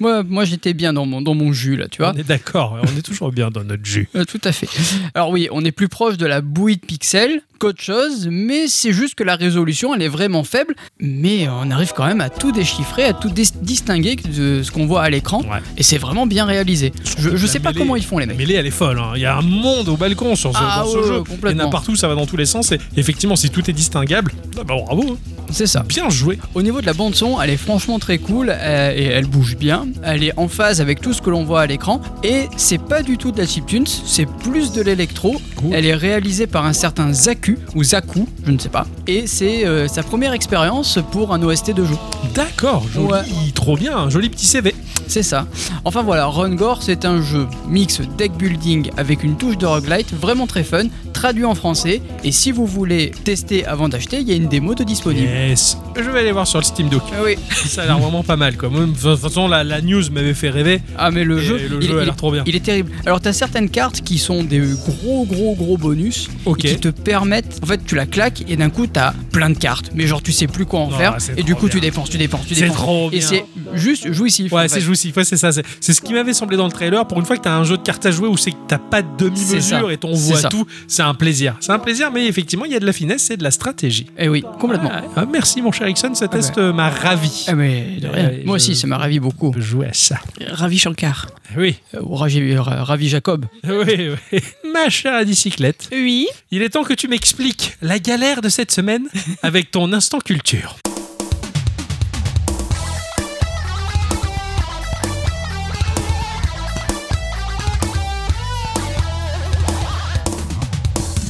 Speaker 2: moi, moi, j'étais bien dans mon, dans mon jus là, tu vois.
Speaker 1: On est d'accord, on est toujours bien dans notre jus.
Speaker 2: Euh, tout à fait. Alors oui, on est plus proche de la bouillie pixels qu'autre chose, mais c'est juste que la résolution elle est vraiment faible, mais euh, on arrive quand même à tout déchiffrer, à tout dis- distinguer de ce qu'on voit à l'écran,
Speaker 1: Ouais.
Speaker 2: et c'est vraiment bien réalisé. Je, je sais pas comment ils font les mecs.
Speaker 1: Mais elle est folle. hein. Il y a un monde au balcon sur ce,
Speaker 2: Eh, Ah
Speaker 1: dans ce
Speaker 2: ouais,
Speaker 1: jeu. Il y en a
Speaker 2: complètement.
Speaker 1: partout, ça va dans tous les sens. Et effectivement, si tout est distinguable, ah bah bravo, hein.
Speaker 2: C'est ça.
Speaker 1: bien joué.
Speaker 2: Au niveau de la bande son, elle est franchement très cool euh, et elle bouge bien. Elle est en phase avec tout ce que l'on voit à l'écran et c'est pas du tout de la chiptune, c'est plus de l'électro.
Speaker 1: Cool.
Speaker 2: Elle est réalisée par un certain Zaku ou Zaku, je ne sais pas. Et c'est euh, sa première expérience pour un OST de jeu.
Speaker 1: D'accord, joli,
Speaker 2: Ouais.
Speaker 1: trop bien, un joli petit CV.
Speaker 2: C'est ça. Enfin voilà, Run Gore, c'est un jeu mix deck building avec une touche de roguelite vraiment très fun, traduit en français. Et si vous voulez tester avant d'acheter, il y a une démo de disponible.
Speaker 1: Yes. Je vais aller voir sur le Steam Dock.
Speaker 2: Ah oui.
Speaker 1: Ça a l'air vraiment pas mal. Quoi. Moi, De toute façon, la, la news m'avait fait rêver.
Speaker 2: Ah mais le
Speaker 1: Et
Speaker 2: jeu,
Speaker 1: le
Speaker 2: il,
Speaker 1: jeu a
Speaker 2: il-
Speaker 1: l'air trop bien.
Speaker 2: il est terrible. Alors t'as certaines cartes qui sont des gros gros gros bonus
Speaker 1: Ok.
Speaker 2: et qui te permettent. En fait, tu la claques et d'un coup t'as plein de cartes, mais genre tu sais plus quoi en
Speaker 1: Non,
Speaker 2: faire
Speaker 1: c'est
Speaker 2: et du
Speaker 1: trop
Speaker 2: coup tu
Speaker 1: bien.
Speaker 2: dépenses, tu dépenses, tu
Speaker 1: C'est
Speaker 2: dépenses.
Speaker 1: trop
Speaker 2: et
Speaker 1: bien.
Speaker 2: c'est juste jouissif. en
Speaker 1: Ouais,
Speaker 2: fait.
Speaker 1: c'est jouissif, ouais, c'est ça. C'est c'est ce qui m'avait semblé dans le trailer. Pour une fois que t'as un jeu de cartes à jouer où c'est que t'as pas de
Speaker 2: C'est ça.
Speaker 1: demi-mesure et t'on
Speaker 2: C'est
Speaker 1: voit
Speaker 2: ça.
Speaker 1: tout, c'est un plaisir. C'est un plaisir, mais effectivement, il y a de la finesse et de la stratégie.
Speaker 2: Eh oui, complètement.
Speaker 1: Ah, ah, merci, mon cher Ericsson, ce
Speaker 2: Eh ben.
Speaker 1: test euh, m'a ravi.
Speaker 2: Ah mais de rien.
Speaker 1: Ouais,
Speaker 2: Moi
Speaker 1: je-
Speaker 2: aussi, ça m'a ravi beaucoup.
Speaker 1: On peut jouer à ça.
Speaker 3: Ravi Shankar.
Speaker 1: Oui,
Speaker 2: Euh, ou Ravi, euh, Ravi Jacob.
Speaker 1: oui, oui. Ma chère à bicyclette,
Speaker 3: Oui.
Speaker 1: il est temps que tu m'expliques la galère de cette semaine avec ton instant culture.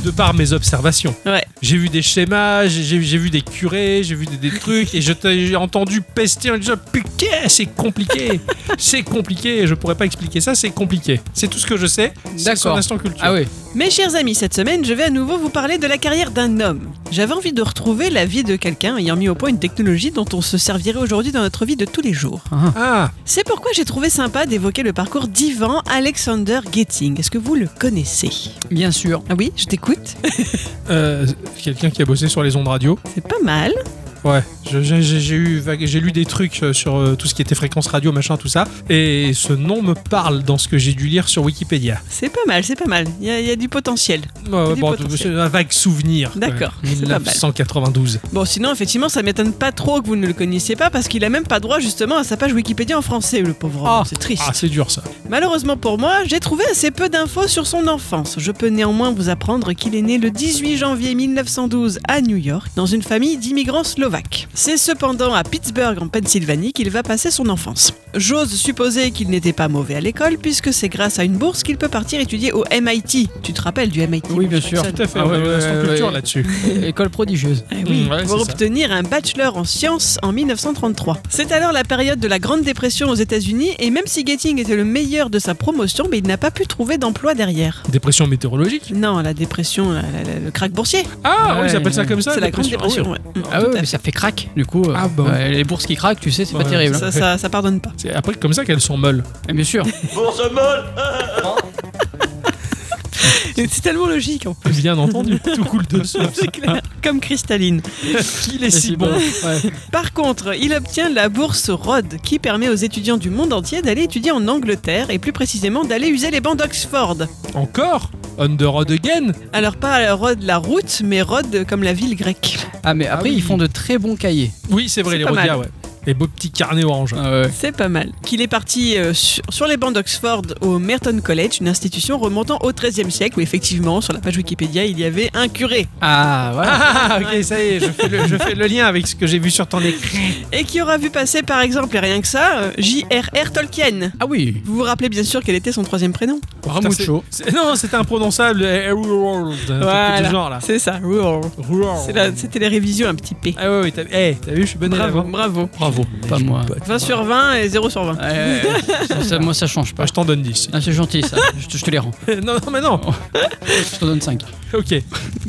Speaker 1: De par mes observations,
Speaker 3: Ouais.
Speaker 1: J'ai vu des schémas, j'ai- j'ai j'ai vu des curés, j'ai vu des, des trucs, et je t'ai- j'ai entendu pester en disant Putain, c'est compliqué C'est compliqué, je pourrais pas expliquer ça, c'est compliqué. C'est tout ce que je sais. C'est
Speaker 2: D'accord.
Speaker 1: son instant culture.
Speaker 2: Ah oui.
Speaker 3: Mes chers amis, cette semaine, je vais à nouveau vous parler de la carrière d'un homme. J'avais envie de retrouver la vie de quelqu'un ayant mis au point une technologie dont on se servirait aujourd'hui dans notre vie de tous les jours.
Speaker 1: Ah,
Speaker 3: C'est pourquoi j'ai trouvé sympa d'évoquer le parcours d'Ivan Alexander Getting. Est-ce que vous le connaissez
Speaker 2: Bien sûr.
Speaker 3: Ah oui, je t'écoute.
Speaker 1: euh, quelqu'un qui a bossé sur les ondes radio.
Speaker 3: C'est pas mal.
Speaker 1: Ouais, je- j'ai j'ai- j'ai eu vague- j'ai lu des trucs euh, sur euh, tout ce qui était fréquence radio, machin, tout ça, et ce nom me parle dans ce que j'ai dû lire sur Wikipédia.
Speaker 3: C'est pas mal, c'est pas mal. Il y, a- il y a du potentiel.
Speaker 1: Ouais,
Speaker 3: du
Speaker 1: bon,
Speaker 3: potentiel.
Speaker 1: c'est un vague souvenir. quoi.
Speaker 3: D'accord, c'est pas mal.
Speaker 1: 1992.
Speaker 3: Bon, sinon, effectivement, ça m'étonne pas trop que vous ne le connaissiez pas parce qu'il a même pas droit justement à sa page Wikipédia en français, le pauvre homme.
Speaker 1: Ah.
Speaker 3: c'est triste.
Speaker 1: Ah, c'est dur ça.
Speaker 3: Malheureusement pour moi, j'ai trouvé assez peu d'infos sur son enfance. Je peux néanmoins vous apprendre qu'il est né le 18 janvier 1912 à New York dans une famille d'immigrants slovaques. C'est cependant à Pittsburgh en Pennsylvanie qu'il va passer son enfance. J'ose supposer qu'il n'était pas mauvais à l'école puisque c'est grâce à une bourse qu'il peut partir étudier au MIT. Tu te rappelles du MIT
Speaker 2: Oui, bien sûr.
Speaker 1: Tout à fait,
Speaker 2: Ah
Speaker 1: on a
Speaker 2: ouais,
Speaker 1: eu
Speaker 2: ouais,
Speaker 1: l'instant
Speaker 2: ouais,
Speaker 1: culture
Speaker 2: ouais.
Speaker 1: là-dessus.
Speaker 2: École prodigieuse.
Speaker 3: Eh oui,
Speaker 1: Mm, ouais,
Speaker 3: pour
Speaker 1: c'est ça.
Speaker 3: obtenir un bachelor en sciences en 1933. C'est alors la période de la Grande Dépression aux États-Unis et même si Getting était le meilleur de sa promotion, mais il n'a pas pu trouver d'emploi derrière.
Speaker 1: Dépression météorologique
Speaker 3: Non, la dépression, la- la- la- le crack boursier,
Speaker 1: Ah,
Speaker 2: Ouais.
Speaker 1: oui, ils appellent ça comme ça
Speaker 3: c'est la Grande Dépression.
Speaker 1: Ah oui.
Speaker 3: ouais. Mm,
Speaker 2: Ah
Speaker 3: tout
Speaker 2: ouais,
Speaker 3: à
Speaker 2: mais
Speaker 3: fait.
Speaker 2: ça fait crack. Du coup, euh,
Speaker 1: Ah bah.
Speaker 2: ouais, les bourses qui craquent, tu sais, c'est
Speaker 1: Ouais,
Speaker 2: pas terrible.
Speaker 3: ça, ça, ça pardonne pas.
Speaker 1: C'est après comme ça qu'elles sont molles.
Speaker 2: Et Bien sûr.
Speaker 3: C'est tellement logique, en plus.
Speaker 1: Bien entendu, tout coule de source.
Speaker 3: C'est clair, comme cristalline.
Speaker 1: Il est si bon.
Speaker 3: Par contre, il obtient la bourse Rhodes, qui permet aux étudiants du monde entier d'aller étudier en Angleterre et plus précisément d'aller user les bancs d'Oxford.
Speaker 1: Encore On the road again
Speaker 3: Alors pas Rhodes la route, mais Rhodes comme la ville grecque.
Speaker 2: Ah mais après
Speaker 1: oui.
Speaker 2: ils font de très bons cahiers. Ah
Speaker 1: Oui, c'est vrai,
Speaker 3: C'est
Speaker 1: les
Speaker 3: pas
Speaker 1: Rhodia,
Speaker 3: mal.
Speaker 1: ouais. Les beaux petits carnets orange.
Speaker 3: C'est pas mal. Qu'il est parti euh, sur, sur les bancs d'Oxford au Merton College, une institution remontant au XIIIe siècle où effectivement sur la page Wikipédia il y avait un curé
Speaker 2: Ah voilà.
Speaker 1: Ah, ok, ça y est, je fais, le, je fais le lien avec ce que j'ai vu sur ton écran.
Speaker 3: et qui aura vu passer par exemple et rien que ça euh, J.R.R. Tolkien.
Speaker 2: Ah oui.
Speaker 3: Vous vous rappelez bien sûr quel était son troisième prénom
Speaker 2: Ramucho.
Speaker 1: Putain, c'est- c'est- Non, c'était imprononçable. euh, Rural. un truc
Speaker 3: Voilà.
Speaker 1: du genre là.
Speaker 3: C'est ça, Rural.
Speaker 1: Rural.
Speaker 3: C'est la- C'était les révisions un petit P.
Speaker 1: Ah, ouais, ouais, t'as eh, t'as vu, je suis bon
Speaker 3: Bravo,
Speaker 1: élève, hein.
Speaker 3: bravo.
Speaker 1: Bravo.
Speaker 2: Pas moi.
Speaker 3: 20 sur 20 et 0 sur 20.
Speaker 2: Ouais, ouais, ouais. Ça, ça, moi ça change pas.
Speaker 1: Ah, je t'en donne 10.
Speaker 2: Ah, c'est gentil ça, je te, je te les rends.
Speaker 1: non, non, mais non.
Speaker 2: Je te donne 5.
Speaker 1: Ok.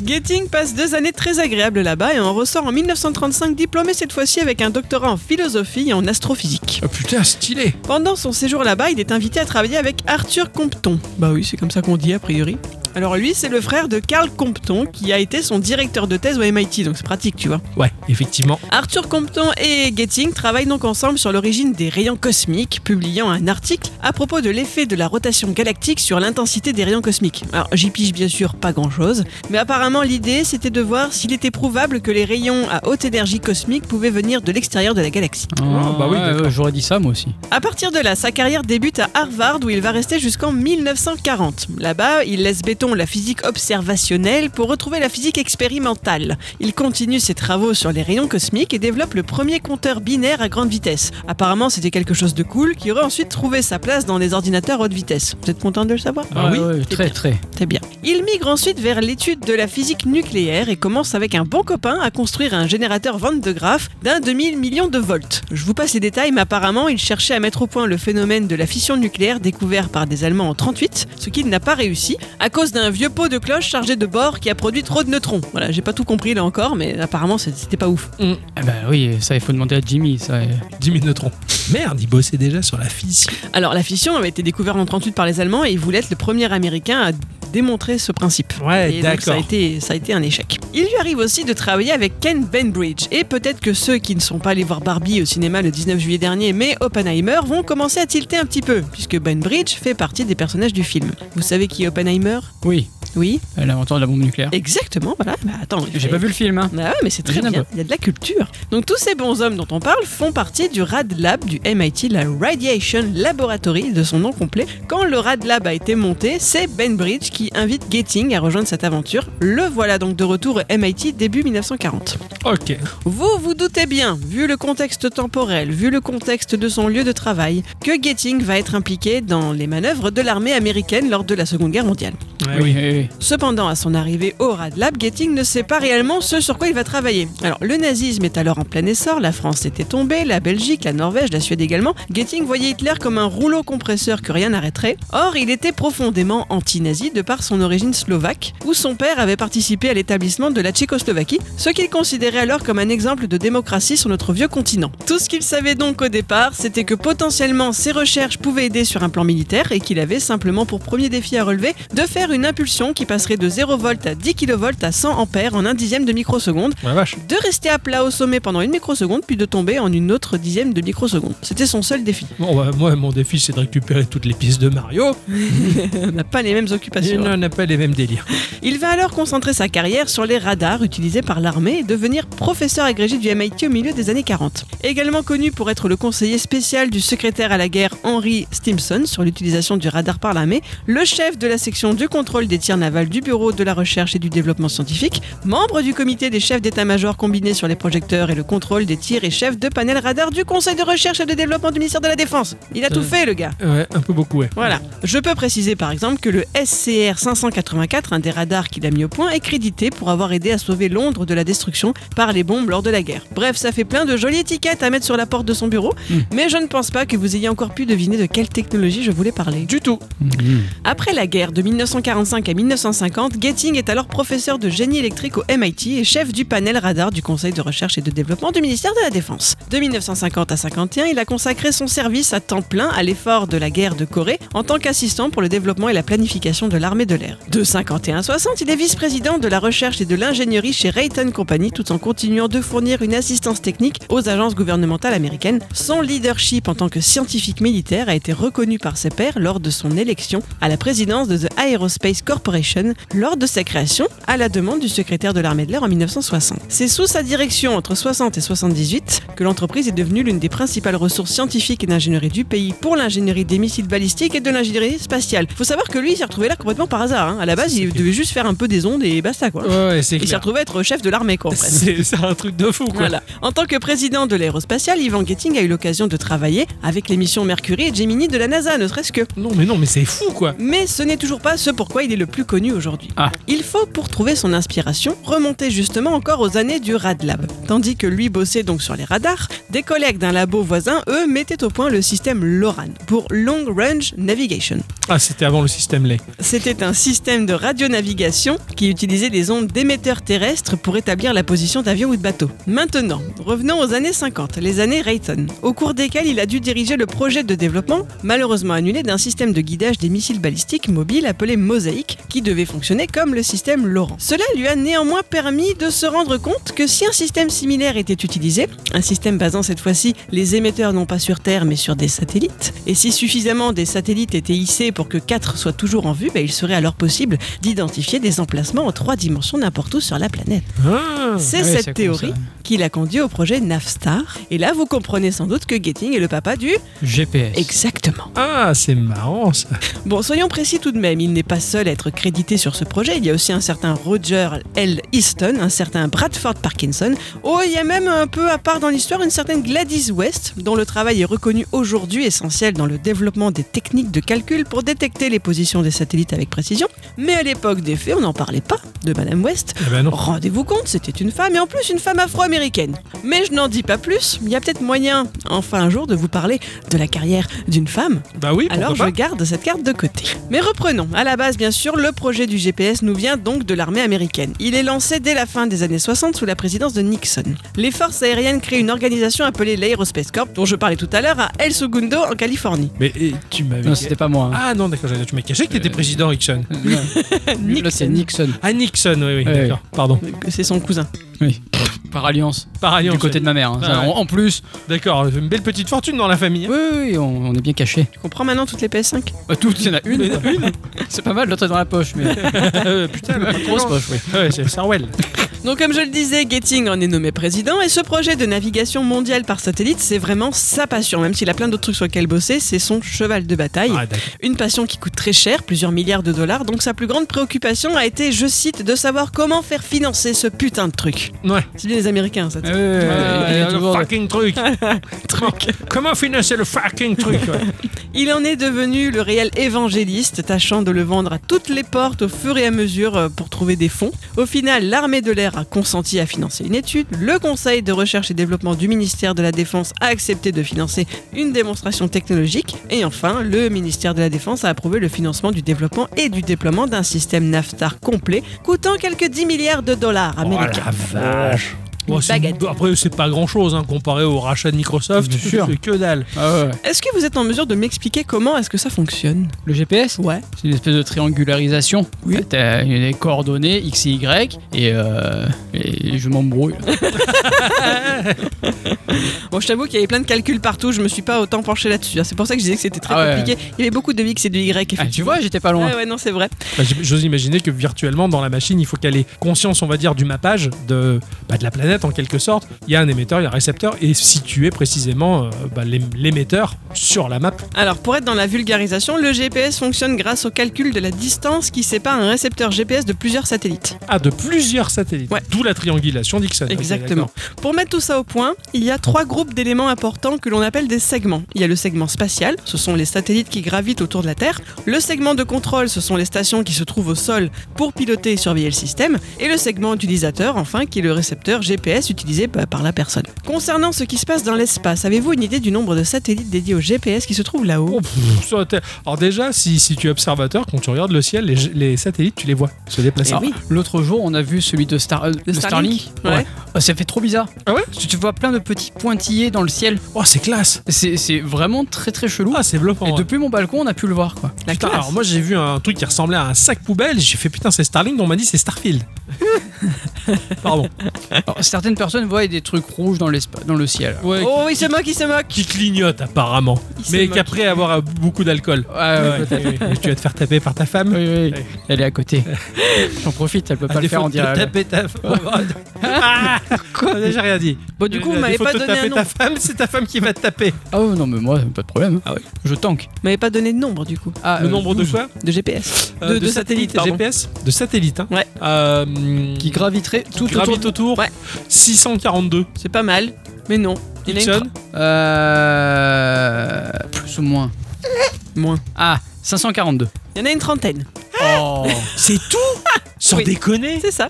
Speaker 3: Getting passe deux années très agréables là-bas et en ressort en 1935 diplômé cette fois-ci avec un doctorat en philosophie et en astrophysique.
Speaker 1: Ah, putain, stylé.
Speaker 3: Pendant son séjour là-bas, il est invité à travailler avec Arthur Compton. Bah oui, c'est comme ça qu'on dit a priori. Alors lui, c'est le frère de Carl Compton qui a été son directeur de thèse au MIT, donc c'est pratique, tu vois.
Speaker 1: Ouais, effectivement.
Speaker 3: Arthur Compton et Getting travaillent donc ensemble sur l'origine des rayons cosmiques, publiant un article à propos de l'effet de la rotation galactique sur l'intensité des rayons cosmiques. Alors j'y pige bien sûr pas grand-chose, mais apparemment l'idée c'était de voir s'il était prouvable que les rayons à haute énergie cosmique pouvaient venir de l'extérieur de la galaxie.
Speaker 1: Ah, bah oui,
Speaker 2: ouais,
Speaker 1: d'accord.
Speaker 2: ouais, j'aurais dit ça moi aussi.
Speaker 3: À partir de là, sa carrière débute à Harvard où il va rester jusqu'en 1940. Là-bas, il laisse béton la physique observationnelle pour retrouver la physique expérimentale. Il continue ses travaux sur les rayons cosmiques et développe le premier compteur binaire à grande vitesse. Apparemment, c'était quelque chose de cool qui aurait ensuite trouvé sa place dans les ordinateurs haute vitesse. Vous êtes content de le savoir
Speaker 1: Ah
Speaker 2: Ouais,
Speaker 1: oui,
Speaker 2: ouais,
Speaker 3: c'est
Speaker 2: très
Speaker 3: bien.
Speaker 2: très.
Speaker 3: Très bien. Il migre ensuite vers l'étude de la physique nucléaire et commence avec un bon copain à construire un générateur Van de Graaff d'un demi-million de volts. Je vous passe les détails, mais apparemment, il cherchait à mettre au point le phénomène de la fission nucléaire découvert par des Allemands en 38, ce qu'il n'a pas réussi à cause d'un vieux pot de cloche chargé de bord qui a produit trop de neutrons. Voilà, j'ai pas tout compris là encore, mais apparemment, c'était pas ouf.
Speaker 2: Ah bah oui, ça il faut demander à Jimmy. Ça.
Speaker 1: 10 000 neutrons. Merde, il bossait déjà sur la physique.
Speaker 3: Alors, la fission avait été découverte en 38 par les Allemands et il voulait être le premier américain à démontrer ce principe.
Speaker 1: Ouais,
Speaker 3: Et donc, ça, a
Speaker 1: d'accord.
Speaker 3: été, ça a été un échec. Il lui arrive aussi de travailler avec Ken Benbridge. Et peut-être que ceux qui ne sont pas allés voir Barbie au cinéma le 19 juillet dernier, mais Oppenheimer, vont commencer à tilter un petit peu, puisque Benbridge fait partie des personnages du film. Vous savez qui est Oppenheimer
Speaker 2: Oui,
Speaker 3: Oui
Speaker 2: Euh, l'inventeur de la bombe nucléaire.
Speaker 3: Exactement, voilà. Bah, attends, il
Speaker 2: J'ai
Speaker 3: fait-
Speaker 2: pas vu le film, hein.
Speaker 3: ah ouais, mais c'est très
Speaker 2: Rien à
Speaker 3: bien.
Speaker 2: voir.
Speaker 3: Il y a de la culture. Donc tous ces bons hommes dont on parle font partie du Rad Lab du MIT, la Radiation Laboratory de son nom complet. Quand le Rad Lab a été monté, c'est Ben Bridge qui invite Getting à rejoindre cette aventure. Le voilà donc de retour au MIT début 1940.
Speaker 1: Ok.
Speaker 3: Vous vous doutez bien, vu le contexte temporel, vu le contexte de son lieu de travail, que Getting va être impliqué dans les manœuvres de l'armée américaine lors de la Seconde Guerre mondiale.
Speaker 1: Ouais,
Speaker 2: Ah, oui, oui, oui.
Speaker 3: Cependant, à son arrivée au Rad Lab, Getting ne sait pas réellement ce sur quoi il va travailler. Alors, le nazisme est alors en plein essor, la France était tombée, la Belgique, la Norvège, la Suède également. Getting voyait Hitler comme un rouleau compresseur que rien n'arrêterait. Or, il était profondément anti-nazi de par son origine slovaque, où son père avait participé à l'établissement de la Tchécoslovaquie, ce qu'il considérait alors comme un exemple de démocratie sur notre vieux continent. Tout ce qu'il savait donc au départ, c'était que potentiellement ses recherches pouvaient aider sur un plan militaire et qu'il avait simplement pour premier défi à relever de faire une impulsion qui passerait de 0 volt à 10 kV à 100 ampères en un dixième de microseconde,
Speaker 1: La vache.
Speaker 3: de rester à plat au sommet pendant une microseconde puis de tomber en une autre dixième de microseconde. C'était son seul défi.
Speaker 1: Bon, bah, moi, mon défi, c'est de récupérer toutes les pièces de Mario.
Speaker 3: On n'a pas les mêmes
Speaker 1: Et
Speaker 3: occupations.
Speaker 1: non, on n'a pas les mêmes délires.
Speaker 3: Il va alors concentrer sa carrière sur les radars utilisés par l'armée et devenir professeur agrégé du MIT au milieu des années 40. Également connu pour être le conseiller spécial du secrétaire à la guerre Henry Stimson sur l'utilisation du radar par l'armée, le chef de la section du contrôle des tirs navals du Bureau de la recherche et du développement scientifique, membre du comité des chefs d'état-major combinés sur les projecteurs et le contrôle des tirs et chef de panel radar du Conseil de recherche et de développement du ministère de la Défense. Il a tout fait, le gars.
Speaker 1: Ouais, un peu beaucoup, ouais.
Speaker 3: Voilà. Je peux préciser par exemple que le SCR 584, un des radars qu'il a mis au point, est crédité pour avoir aidé à sauver Londres de la destruction par les bombes lors de la guerre. Bref, ça fait plein de jolies étiquettes à mettre sur la porte de son bureau,
Speaker 1: Hmm.
Speaker 3: mais je ne pense pas que vous ayez encore pu deviner de quelle technologie je voulais parler.
Speaker 1: Du tout.
Speaker 3: Après la guerre de 1945 à 1950, Getting est alors professeur de génie électrique au MIT et chef du panel radar du Conseil de recherche et de développement du ministère de la Défense. De 1950 à 51, il a consacré son service à temps plein à l'effort de la guerre de Corée en tant qu'assistant pour le développement et la planification de l'armée de l'air. De 51 à 60, il est vice-président de la recherche et de l'ingénierie chez Raytheon Company tout en continuant de fournir une assistance technique aux agences gouvernementales américaines. Son leadership en tant que scientifique militaire a été reconnu par ses pairs lors de son élection à la présidence de The Aerospace Corporation lors de sa création à la demande du secrétaire de l'armée de l'air en 1960. C'est sous sa direction entre 60 et 78 que l'entreprise est devenue l'une des principales ressources scientifiques et d'ingénierie du pays pour l'ingénierie des missiles balistiques et de l'ingénierie spatiale. Faut savoir que lui, il s'est retrouvé là complètement par hasard. hein. À la base, il devait juste faire un peu des ondes et basta quoi.
Speaker 1: Ouais, ouais, c'est
Speaker 3: Il s'est
Speaker 1: clair.
Speaker 3: retrouvé à être chef de l'armée quoi. en fait.
Speaker 1: C'est c'est un truc de fou, quoi.
Speaker 3: Voilà. En tant que président de l'aérospatiale, Yvan Getting a eu l'occasion de travailler avec les missions Mercury et Gemini de la NASA, ne serait-ce que.
Speaker 1: Non, mais non, mais c'est fou, quoi.
Speaker 3: Mais ce n'est toujours pas ce pourquoi il est le plus connu aujourd'hui.
Speaker 2: Ah.
Speaker 3: Il faut, pour trouver son inspiration, remonter justement encore aux années du Rad Lab. Tandis que lui bossait donc sur les radars, des collègues d'un labo voisin, eux, mettaient au point le système LORAN pour Long Range Navigation.
Speaker 1: Ah, c'était avant le système lay.
Speaker 3: C'était C'est un système de radionavigation qui utilisait des ondes d'émetteurs terrestres pour établir la position d'avion ou de bateau. Maintenant, revenons aux années 50, les années Raytheon, au cours desquelles il a dû diriger le projet de développement, malheureusement annulé, d'un système de guidage des missiles balistiques mobiles appelé Mosaic, qui devait fonctionner comme le système Laurent. Cela lui a néanmoins permis de se rendre compte que si un système similaire était utilisé, un système basant cette fois-ci les émetteurs non pas sur Terre mais sur des satellites, et si suffisamment des satellites étaient hissés pour que 4 soient toujours en vue, bah, il serait alors possible d'identifier des emplacements en trois dimensions n'importe où sur la planète.
Speaker 1: Ah,
Speaker 3: C'est
Speaker 2: ouais,
Speaker 3: cette
Speaker 2: c'est con,
Speaker 3: théorie
Speaker 2: ça.
Speaker 3: qui l'a conduit au projet Navstar. Et là, vous comprenez sans doute que Getting est le papa du...
Speaker 2: GPS.
Speaker 3: Exactement.
Speaker 1: ah, c'est marrant ça.
Speaker 3: Bon, soyons précis tout de même, il n'est pas seul à être crédité sur ce projet, il y a aussi un certain Roger L. Easton, un certain Bradford Parkinson, oh, il y a même un peu à part dans l'histoire une certaine Gladys West, dont le travail est reconnu aujourd'hui essentiel dans le développement des techniques de calcul pour détecter les positions des satellites avec précision, mais à l'époque des faits, on n'en parlait pas de Madame West.
Speaker 1: Eh ben non.
Speaker 3: Rendez-vous compte, c'était une femme et en plus une femme afro-américaine. Mais je n'en dis pas plus, il y a peut-être moyen, enfin un jour, de vous parler de la carrière d'une femme
Speaker 1: Bah oui, pourquoi
Speaker 3: alors je
Speaker 1: pas.
Speaker 3: garde cette carte de côté. Mais reprenons. À la base, bien sûr, le projet du GPS nous vient donc de l'armée américaine. Il est lancé dès la fin des années 60 sous la présidence de Nixon. Les forces aériennes créent une organisation appelée l'Aerospace Corp, dont je parlais tout à l'heure, à El Segundo, en Californie.
Speaker 1: Mais eh, tu m'avais.
Speaker 2: Non, c'était pas moi. hein.
Speaker 1: Ah non, d'accord, j'allais- tu m'as caché que t'étais
Speaker 2: Euh,
Speaker 1: président Nixon.
Speaker 2: Non. Là, c'est Nixon.
Speaker 1: Ah, Nixon, oui, oui,
Speaker 2: Ouais,
Speaker 1: d'accord, pardon.
Speaker 3: C'est son cousin.
Speaker 2: Oui. Par alliance.
Speaker 1: Par ailleurs,
Speaker 2: Du côté de ma mère. hein.
Speaker 1: Ah,
Speaker 2: Ça, en-
Speaker 1: ouais.
Speaker 2: En plus.
Speaker 1: D'accord, euh, une belle petite fortune dans la famille. hein.
Speaker 2: Oui, oui, oui, on, on est bien caché.
Speaker 3: Tu comprends maintenant toutes les PS5
Speaker 2: Bah, tout, il y en a une. quoi. C'est pas mal, l'autre est dans la poche, mais
Speaker 1: Euh, putain, la
Speaker 2: grosse poche, oui.
Speaker 1: Ouais, c'est Sarwell.
Speaker 2: Ah,
Speaker 3: Donc comme je le disais, Getting en est nommé président et ce projet de navigation mondiale par satellite, c'est vraiment sa passion. Même s'il a plein d'autres trucs sur lesquels bosser, c'est son cheval de bataille.
Speaker 1: Ah, d'accord.
Speaker 3: Une passion qui coûte très cher, plusieurs milliards de dollars, donc sa plus grande préoccupation a été, je cite, de savoir comment faire financer ce putain de truc.
Speaker 1: Ouais. Ah,
Speaker 3: C'est bien les Américains, ça.
Speaker 2: Ouais, ouais, ouais, il y a
Speaker 1: le
Speaker 2: toujours-
Speaker 1: fucking truc. truc. Comment financer le fucking truc ouais.
Speaker 3: Il en est devenu le réel évangéliste, tâchant de le vendre à toutes les portes au fur et à mesure euh, pour trouver des fonds. Au final, l'armée de l'air a consenti à financer une étude, le conseil de recherche et développement du ministère de la Défense a accepté de financer une démonstration technologique, et enfin, le ministère de la Défense a approuvé le financement du développement et du déploiement d'un système NAFTAR complet, coûtant quelques 10 milliards de dollars américains.
Speaker 1: Oh, vache.
Speaker 3: Une
Speaker 1: Bon, c'est-
Speaker 3: bagatelle.
Speaker 1: après, c'est pas grand chose comparé au rachat de Microsoft.
Speaker 2: Bien sûr.
Speaker 1: C'est que dalle.
Speaker 2: Ah ouais.
Speaker 3: Est-ce que vous êtes en mesure de m'expliquer comment est-ce que ça fonctionne
Speaker 2: Le GPS,
Speaker 3: Ouais.
Speaker 2: c'est une espèce de triangularisation. euh,
Speaker 3: Oui.
Speaker 2: T'as des coordonnées X et Y, et, euh, et je m'embrouille.
Speaker 3: Bon, je t'avoue qu'il y avait plein de calculs partout, je me suis pas autant penché là-dessus. hein. C'est pour ça que je disais que c'était très
Speaker 2: Ah ouais.
Speaker 3: compliqué. Il y avait beaucoup de X et de Y,
Speaker 2: Ah,
Speaker 3: effectivement.
Speaker 2: tu vois, j'étais pas loin.
Speaker 3: Ouais, ouais, non, c'est vrai.
Speaker 1: Bah, j'ai- J'ose imaginer que virtuellement, dans la machine, il faut qu'elle ait conscience, on va dire, du mappage de, bah, de la planète en quelque sorte. Il y a un émetteur, il y a un récepteur, et situer précisément euh, bah, l'ém- l'émetteur sur la map.
Speaker 3: Alors, pour être dans la vulgarisation, le GPS fonctionne grâce au calcul de la distance qui sépare un récepteur GPS de plusieurs satellites.
Speaker 1: Ah, de plusieurs satellites.
Speaker 3: Ouais.
Speaker 1: D'où la triangulation Dixon. Ok,
Speaker 3: Exactement. Pour mettre tout ça au point, il y a trois groupes d'éléments importants que l'on appelle des segments. Il y a le segment spatial, ce sont les satellites qui gravitent autour de la Terre. Le segment de contrôle, ce sont les stations qui se trouvent au sol pour piloter et surveiller le système. Et le segment utilisateur, enfin, qui est le récepteur GPS utilisé pa- par la personne. Concernant ce qui se passe dans l'espace, avez-vous une idée du nombre de satellites dédiés au GPS qui se trouvent là-haut
Speaker 1: Oh, pff, ça aurait été- Alors déjà, si, si tu es observateur, quand tu regardes le ciel, les, les satellites, tu les vois se déplacer.
Speaker 3: Eh
Speaker 2: Alors, L'autre jour, on a vu celui de Star, euh, le Starlink.
Speaker 3: Ouais.
Speaker 2: Oh, ça fait trop bizarre.
Speaker 1: Ah ouais
Speaker 2: tu, tu vois plein de petits pointillés dans le ciel.
Speaker 1: Oh, c'est classe
Speaker 2: C'est c'est vraiment très très chelou.
Speaker 1: Ah, c'est bluffant
Speaker 2: et
Speaker 1: ouais.
Speaker 2: depuis mon balcon, on a pu le voir, quoi.
Speaker 3: La
Speaker 1: Oh, Putain,
Speaker 3: classe.
Speaker 1: alors moi j'ai vu un truc qui ressemblait à un sac poubelle, j'ai fait putain c'est Starlink, on m'a dit c'est Starfield. Pardon.
Speaker 2: Alors, certaines personnes voient des trucs rouges dans, l'espa- dans le ciel.
Speaker 1: Ouais,
Speaker 3: Oh, il se moque, il se moque
Speaker 1: qui clignote apparemment,
Speaker 3: Il se
Speaker 1: mais
Speaker 3: moque.
Speaker 1: qu'après avoir bu beaucoup d'alcool.
Speaker 2: Ah, Ouais, ouais,
Speaker 1: Ouais, ouais, ouais. tu vas te faire taper par ta femme.
Speaker 2: Oui, oui, elle est à côté. J'en profite, elle peut
Speaker 1: À
Speaker 2: pas le
Speaker 1: défaut
Speaker 2: faire en
Speaker 1: de te
Speaker 2: direct.
Speaker 1: taper ta Ah, Quoi J'ai rien dit.
Speaker 3: Bon, du coup,
Speaker 1: À
Speaker 3: vous m'avez
Speaker 1: défaut
Speaker 3: pas
Speaker 1: de te
Speaker 3: donné un
Speaker 1: taper
Speaker 3: nombre.
Speaker 1: ta femme, c'est ta femme qui va te taper.
Speaker 2: Ah oh, non, mais moi, pas de problème. Ah oui. Je tank.
Speaker 3: Vous m'avez pas donné de nombre, du coup,
Speaker 2: Ah,
Speaker 1: Le
Speaker 2: euh,
Speaker 1: nombre de
Speaker 2: douze.
Speaker 1: fois
Speaker 3: de GPS.
Speaker 1: Euh,
Speaker 3: de satellites, pardon.
Speaker 1: GPS De satellites, hein.
Speaker 3: Ouais.
Speaker 1: Euh,
Speaker 2: Qui graviterait tout autour
Speaker 1: gravitent
Speaker 2: de...
Speaker 1: autour.
Speaker 3: Ouais.
Speaker 1: 642.
Speaker 3: C'est pas mal, mais non. Il y en a une
Speaker 1: Nixon,
Speaker 2: Euh... Plus ou moins.
Speaker 3: Moins.
Speaker 2: Ah, 542.
Speaker 3: Il y en a une trentaine.
Speaker 2: Oh
Speaker 1: c'est tout Sans
Speaker 3: Oui.
Speaker 1: déconner
Speaker 3: C'est ça.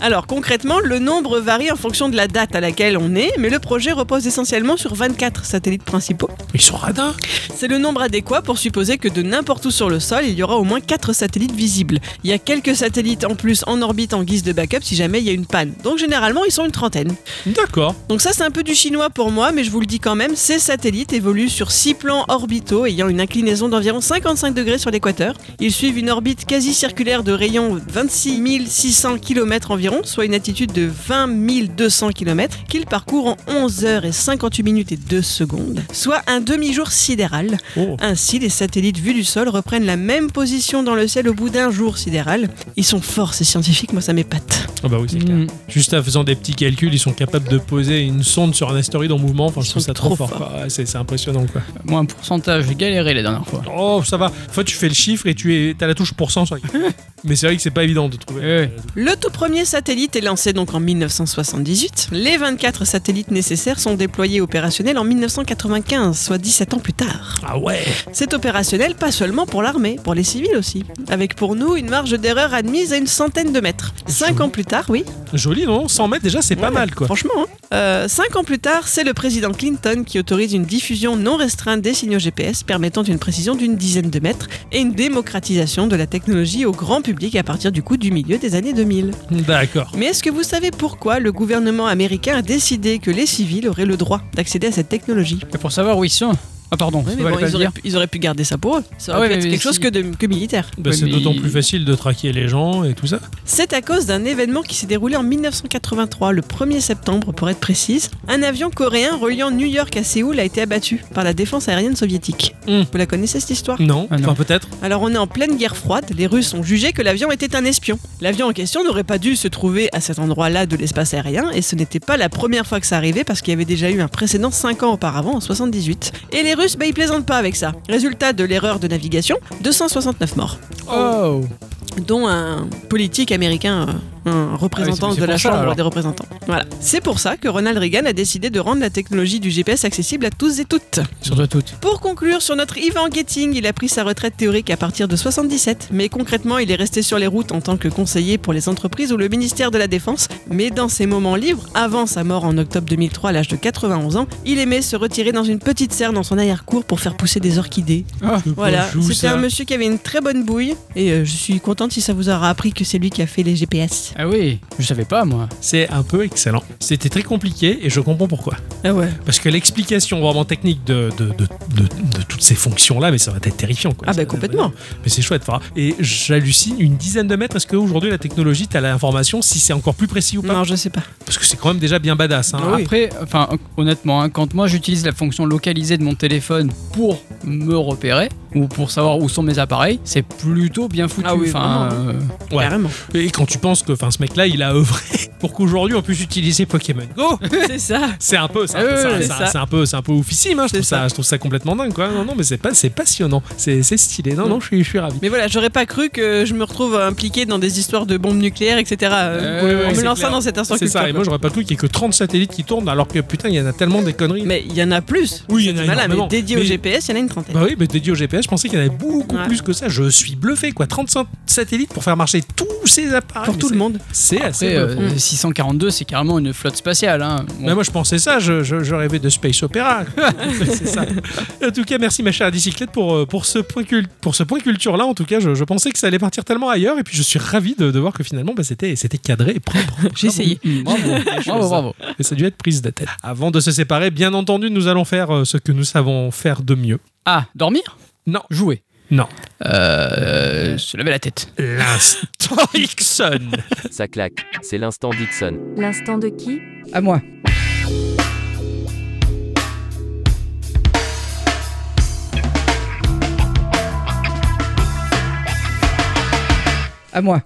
Speaker 3: Alors concrètement, le nombre varie en fonction de la date à laquelle on est, mais le projet repose essentiellement sur 24 satellites principaux.
Speaker 1: Ils sont radins
Speaker 3: C'est le nombre adéquat pour supposer que de n'importe où sur le sol, il y aura au moins 4 satellites visibles. Il y a quelques satellites en plus en orbite en guise de backup si jamais il y a une panne. Donc généralement, ils sont une trentaine.
Speaker 1: D'accord.
Speaker 3: Donc ça, c'est un peu du chinois pour moi, mais je vous le dis quand même, ces satellites évoluent sur 6 plans orbitaux ayant une inclinaison d'environ 55 degrés sur l'équateur. Ils suivent une orbite quasi circulaire de rayon 26 600 km environ, soit une altitude de 20 200 km, qu'ils parcourent en 11 heures et 58 minutes et 2 secondes, soit un demi-jour sidéral.
Speaker 1: Oh.
Speaker 3: Ainsi, les satellites vus du sol reprennent la même position dans le ciel au bout d'un jour sidéral. Ils sont forts, ces scientifiques, moi ça m'épate.
Speaker 1: Ah bah oui,
Speaker 3: Mm.
Speaker 1: c'est
Speaker 2: Mm.
Speaker 1: clair. Juste en faisant des petits calculs, ils sont capables de poser une sonde sur un astéroïde en mouvement. Enfin, je
Speaker 3: Ils
Speaker 1: trouve
Speaker 3: sont
Speaker 1: ça trop
Speaker 3: trop
Speaker 1: fort. quoi. Ouais, c'est c'est impressionnant, quoi.
Speaker 2: Moi, un pourcentage, j'ai galéré la dernière fois.
Speaker 1: Oh, ça va. Enfin, tu fais le chiffre et tu es... as la touche pourcent. sur la- Mais c'est vrai que c'est pas évident de trouver.
Speaker 2: Ouais.
Speaker 3: Le tout premier satellite est lancé donc en 1978. Les 24 satellites nécessaires sont déployés opérationnels en 1995, soit 17 ans plus tard.
Speaker 1: Ah ouais
Speaker 3: C'est opérationnel pas seulement pour l'armée, pour les civils aussi. Avec pour nous une marge d'erreur admise à une centaine de mètres. Cinq ans plus tard, oui,
Speaker 1: Joli, non 100 mètres, déjà, c'est pas
Speaker 3: Ouais,
Speaker 1: mal, quoi.
Speaker 3: Franchement. hein. Euh, cinq ans plus tard, c'est le président Clinton qui autorise une diffusion non restreinte des signaux GPS permettant une précision d'une dizaine de mètres et une démocratisation de la technologie au grand public à partir du coup du milieu des années 2000.
Speaker 1: D'accord.
Speaker 3: Mais est-ce que vous savez pourquoi le gouvernement américain a décidé que les civils auraient le droit d'accéder à cette technologie
Speaker 2: Et pour savoir où ils sont. Ah, pardon,
Speaker 3: Oui,
Speaker 2: ça
Speaker 3: mais
Speaker 2: valait
Speaker 3: bon,
Speaker 2: pas
Speaker 3: ils,
Speaker 2: le
Speaker 3: auraient
Speaker 2: dire.
Speaker 3: pu, ils auraient pu garder ça pour eux. Ça
Speaker 2: Ah
Speaker 3: aurait
Speaker 2: ouais,
Speaker 3: pu être
Speaker 2: mais
Speaker 3: quelque
Speaker 2: si.
Speaker 3: chose que, de- que militaire.
Speaker 1: Bah,
Speaker 2: Ouais,
Speaker 1: c'est
Speaker 2: mais
Speaker 1: d'autant
Speaker 2: il- Ah.
Speaker 1: plus facile de traquer les gens et tout ça.
Speaker 3: C'est à cause d'un événement qui s'est déroulé en 1983, le 1er septembre pour être précise. Un avion coréen reliant New York à Séoul a été abattu par la défense aérienne soviétique.
Speaker 1: Hmm.
Speaker 3: Vous la connaissez cette histoire
Speaker 1: Non,
Speaker 2: Ah, non.
Speaker 1: enfin peut-être.
Speaker 3: Alors on est en pleine guerre froide, les Russes ont jugé que l'avion était un espion. L'avion en question n'aurait pas dû se trouver à cet endroit-là de l'espace aérien, et ce n'était pas la première fois que ça arrivait parce qu'il y avait déjà eu un précédent 5 ans auparavant, en 78. Et les Russes, bah, ils plaisantent pas avec ça. Résultat de l'erreur de navigation, 269 morts,
Speaker 2: Oh
Speaker 3: dont un politique américain... euh, un représentant
Speaker 2: Ah oui, c'est- c'est
Speaker 3: de la
Speaker 2: pour ça,
Speaker 3: Chambre
Speaker 2: alors.
Speaker 3: des représentants. Voilà. C'est pour ça que Ronald Reagan a décidé de rendre la technologie du GPS accessible à tous et toutes.
Speaker 2: Sur toi toutes.
Speaker 3: Pour conclure sur notre Ivan Getting, il a pris sa retraite théorique à partir de 77, mais concrètement, il est resté sur les routes en tant que conseiller pour les entreprises ou le ministère de la Défense. Mais dans ses moments libres, avant sa mort en octobre 2003 à l'âge de 91 ans, il aimait se retirer dans une petite serre dans son arrière-cour pour faire pousser des orchidées. Voilà,
Speaker 1: Bonjour,
Speaker 3: c'était
Speaker 1: ça.
Speaker 3: un monsieur qui avait une très bonne bouille, et euh, je suis contente si ça vous aura appris que c'est lui qui a fait les GPS.
Speaker 2: Ah oui, je savais pas moi.
Speaker 1: C'est un peu excellent. C'était très compliqué et je comprends pourquoi.
Speaker 3: Ah ouais.
Speaker 1: Parce que l'explication vraiment technique de, de, de, de- de toutes ces fonctions-là, mais ça va être terrifiant. Quoi.
Speaker 3: Ah
Speaker 1: Ça-
Speaker 3: bah complètement.
Speaker 1: Mais c'est chouette. enfin, et j'hallucine une dizaine de mètres. Est-ce qu'aujourd'hui, la technologie, t'as l'information si c'est encore plus précis ou pas
Speaker 3: Non, Ah je sais pas.
Speaker 1: Parce que c'est quand même déjà bien badass. hein.
Speaker 2: Après, enfin, honnêtement, hein, quand moi j'utilise la fonction localisée de mon téléphone pour me repérer ou pour savoir où sont mes appareils, c'est plutôt bien foutu.
Speaker 3: Ah oui,
Speaker 2: Enfin, euh,
Speaker 1: Ouais.
Speaker 3: Carrément.
Speaker 1: Et quand tu penses que enfin, ce mec-là, il a œuvré pour qu'aujourd'hui, on puisse utiliser Pokémon Go,
Speaker 3: c'est ça.
Speaker 1: c'est un peu, c'est un,
Speaker 2: Ah
Speaker 1: peu-
Speaker 2: ouais,
Speaker 1: c'est un-
Speaker 2: ouais,
Speaker 1: c'est
Speaker 3: c'est
Speaker 1: un-
Speaker 3: ça.
Speaker 1: c'est un peu, c'est un peu oufissime. hein, je,
Speaker 3: C'est
Speaker 1: trouve ça.
Speaker 3: ça.
Speaker 1: je trouve ça complètement dingue. Quoi. Non, non, mais c'est pas, c'est passionnant. C'est c'est stylé. Non,
Speaker 3: Mm.
Speaker 1: non, je suis, je suis ravi.
Speaker 3: Mais voilà, j'aurais pas cru que je me retrouve impliqué dans des histoires de bombes nucléaires, etc.
Speaker 2: Euh,
Speaker 3: en
Speaker 2: ouais, ouais,
Speaker 3: me
Speaker 1: c'est
Speaker 3: lançant
Speaker 1: clair.
Speaker 3: dans cet instant
Speaker 1: C'est
Speaker 3: culture.
Speaker 1: ça. Et moi, j'aurais pas cru qu'il y ait que 30 satellites qui tournent, alors que putain, il y en a tellement des conneries.
Speaker 3: Mais il y en a plus.
Speaker 1: Oui, il y en a
Speaker 3: Voilà,
Speaker 1: énormément.
Speaker 3: mais dédié
Speaker 1: Mais-
Speaker 3: au GPS, il y en a une trentaine.
Speaker 1: Bah oui, mais dédié au GPS, je pensais qu'il y en avait beaucoup
Speaker 3: Ouais.
Speaker 1: plus que ça. Je suis bluffé, quoi. 35 satellites pour faire marcher tous ces appareils.
Speaker 3: Pour
Speaker 1: Mais
Speaker 3: tout le
Speaker 1: c'est-
Speaker 3: monde.
Speaker 1: C'est assez.
Speaker 2: après, euh,
Speaker 1: bluffant.
Speaker 3: Mm.
Speaker 2: 642, c'est carrément une flotte spatiale. hein. Bon.
Speaker 1: Mais moi, je pensais ça. Je, je- je rêvais de Space Opera. c'est ça. En tout cas, merci, ma chère bicyclette, pour, euh, pour ce point, cul- pour ce point culture-là. En tout cas, je, je pensais que ça allait partir tellement ailleurs. Et puis, je suis ravi de, de voir que finalement, bah, c'était c'était cadré et propre.
Speaker 3: J'ai essayé.
Speaker 2: Mm, Bravo, bravo, bravo.
Speaker 1: Et ça a dû être prise de tête. Avant de se séparer, bien entendu, nous allons faire euh, ce que nous savons faire de mieux.
Speaker 2: Ah, dormir
Speaker 1: Non.
Speaker 2: Jouer
Speaker 1: Non.
Speaker 2: Euh, se laver la tête.
Speaker 1: L'instant Ixon.
Speaker 8: Ça claque, c'est l'instant Dixon.
Speaker 9: L'instant de qui
Speaker 2: À moi. À moi.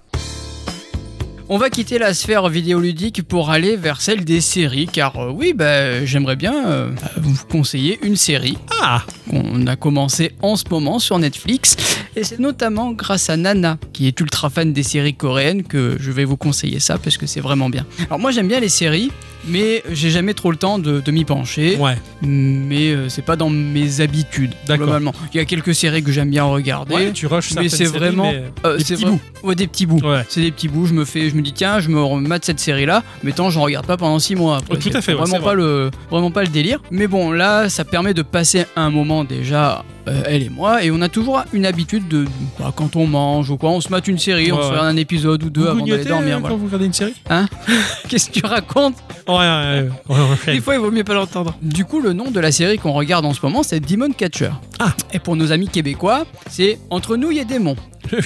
Speaker 2: On va quitter la sphère vidéoludique pour aller vers celle des séries, car euh, oui, bah, j'aimerais bien euh, vous conseiller une série
Speaker 1: Ah,
Speaker 2: qu'on a commencé en ce moment sur Netflix. Et c'est notamment grâce à Nana, qui est ultra fan des séries coréennes, que je vais vous conseiller ça parce que c'est vraiment bien. Alors moi j'aime bien les séries, mais j'ai jamais trop le temps de, de m'y pencher.
Speaker 1: Ouais.
Speaker 2: Mais euh, c'est pas dans mes habitudes,
Speaker 1: D'accord.
Speaker 2: globalement. Il y a quelques séries que j'aime bien regarder.
Speaker 1: Ouais, tu rushes certaines
Speaker 2: mais c'est
Speaker 1: séries,
Speaker 2: vraiment-
Speaker 1: mais,
Speaker 2: Euh,
Speaker 1: des
Speaker 2: c'est
Speaker 1: petits
Speaker 2: vrai- Ouais, des petits bouts.
Speaker 1: Ouais.
Speaker 2: C'est des petits bouts. Je me fais, je me dis tiens, je me remate cette série là, mais tant j'en regarde pas pendant 6 mois. Après,
Speaker 1: Oh, tout à
Speaker 2: c'est
Speaker 1: fait, ouais,
Speaker 2: Vraiment
Speaker 1: c'est
Speaker 2: pas
Speaker 1: vrai.
Speaker 2: le, vraiment pas le délire. Mais bon, là, ça permet de passer un moment déjà. euh, elle et moi, et on a toujours une habitude de bah, quand on mange ou quoi, on se mate une série, on
Speaker 1: Ouais,
Speaker 2: se
Speaker 1: ouais.
Speaker 2: regarde un épisode ou deux
Speaker 1: Vous
Speaker 2: avant d'aller
Speaker 1: grignotez, euh,
Speaker 2: dormir.
Speaker 1: quand
Speaker 2: voilà.
Speaker 1: vous regardez une série
Speaker 2: Qu'est-ce que tu racontes
Speaker 1: Ouais, ouais, ouais, ouais, ouais,
Speaker 3: Des fois, il vaut mieux pas l'entendre.
Speaker 2: Du coup, le nom de la série qu'on regarde en ce moment, c'est Demon Catcher.
Speaker 1: Ah.
Speaker 2: Et pour nos amis québécois, c'est Entre nous, il y a des démons.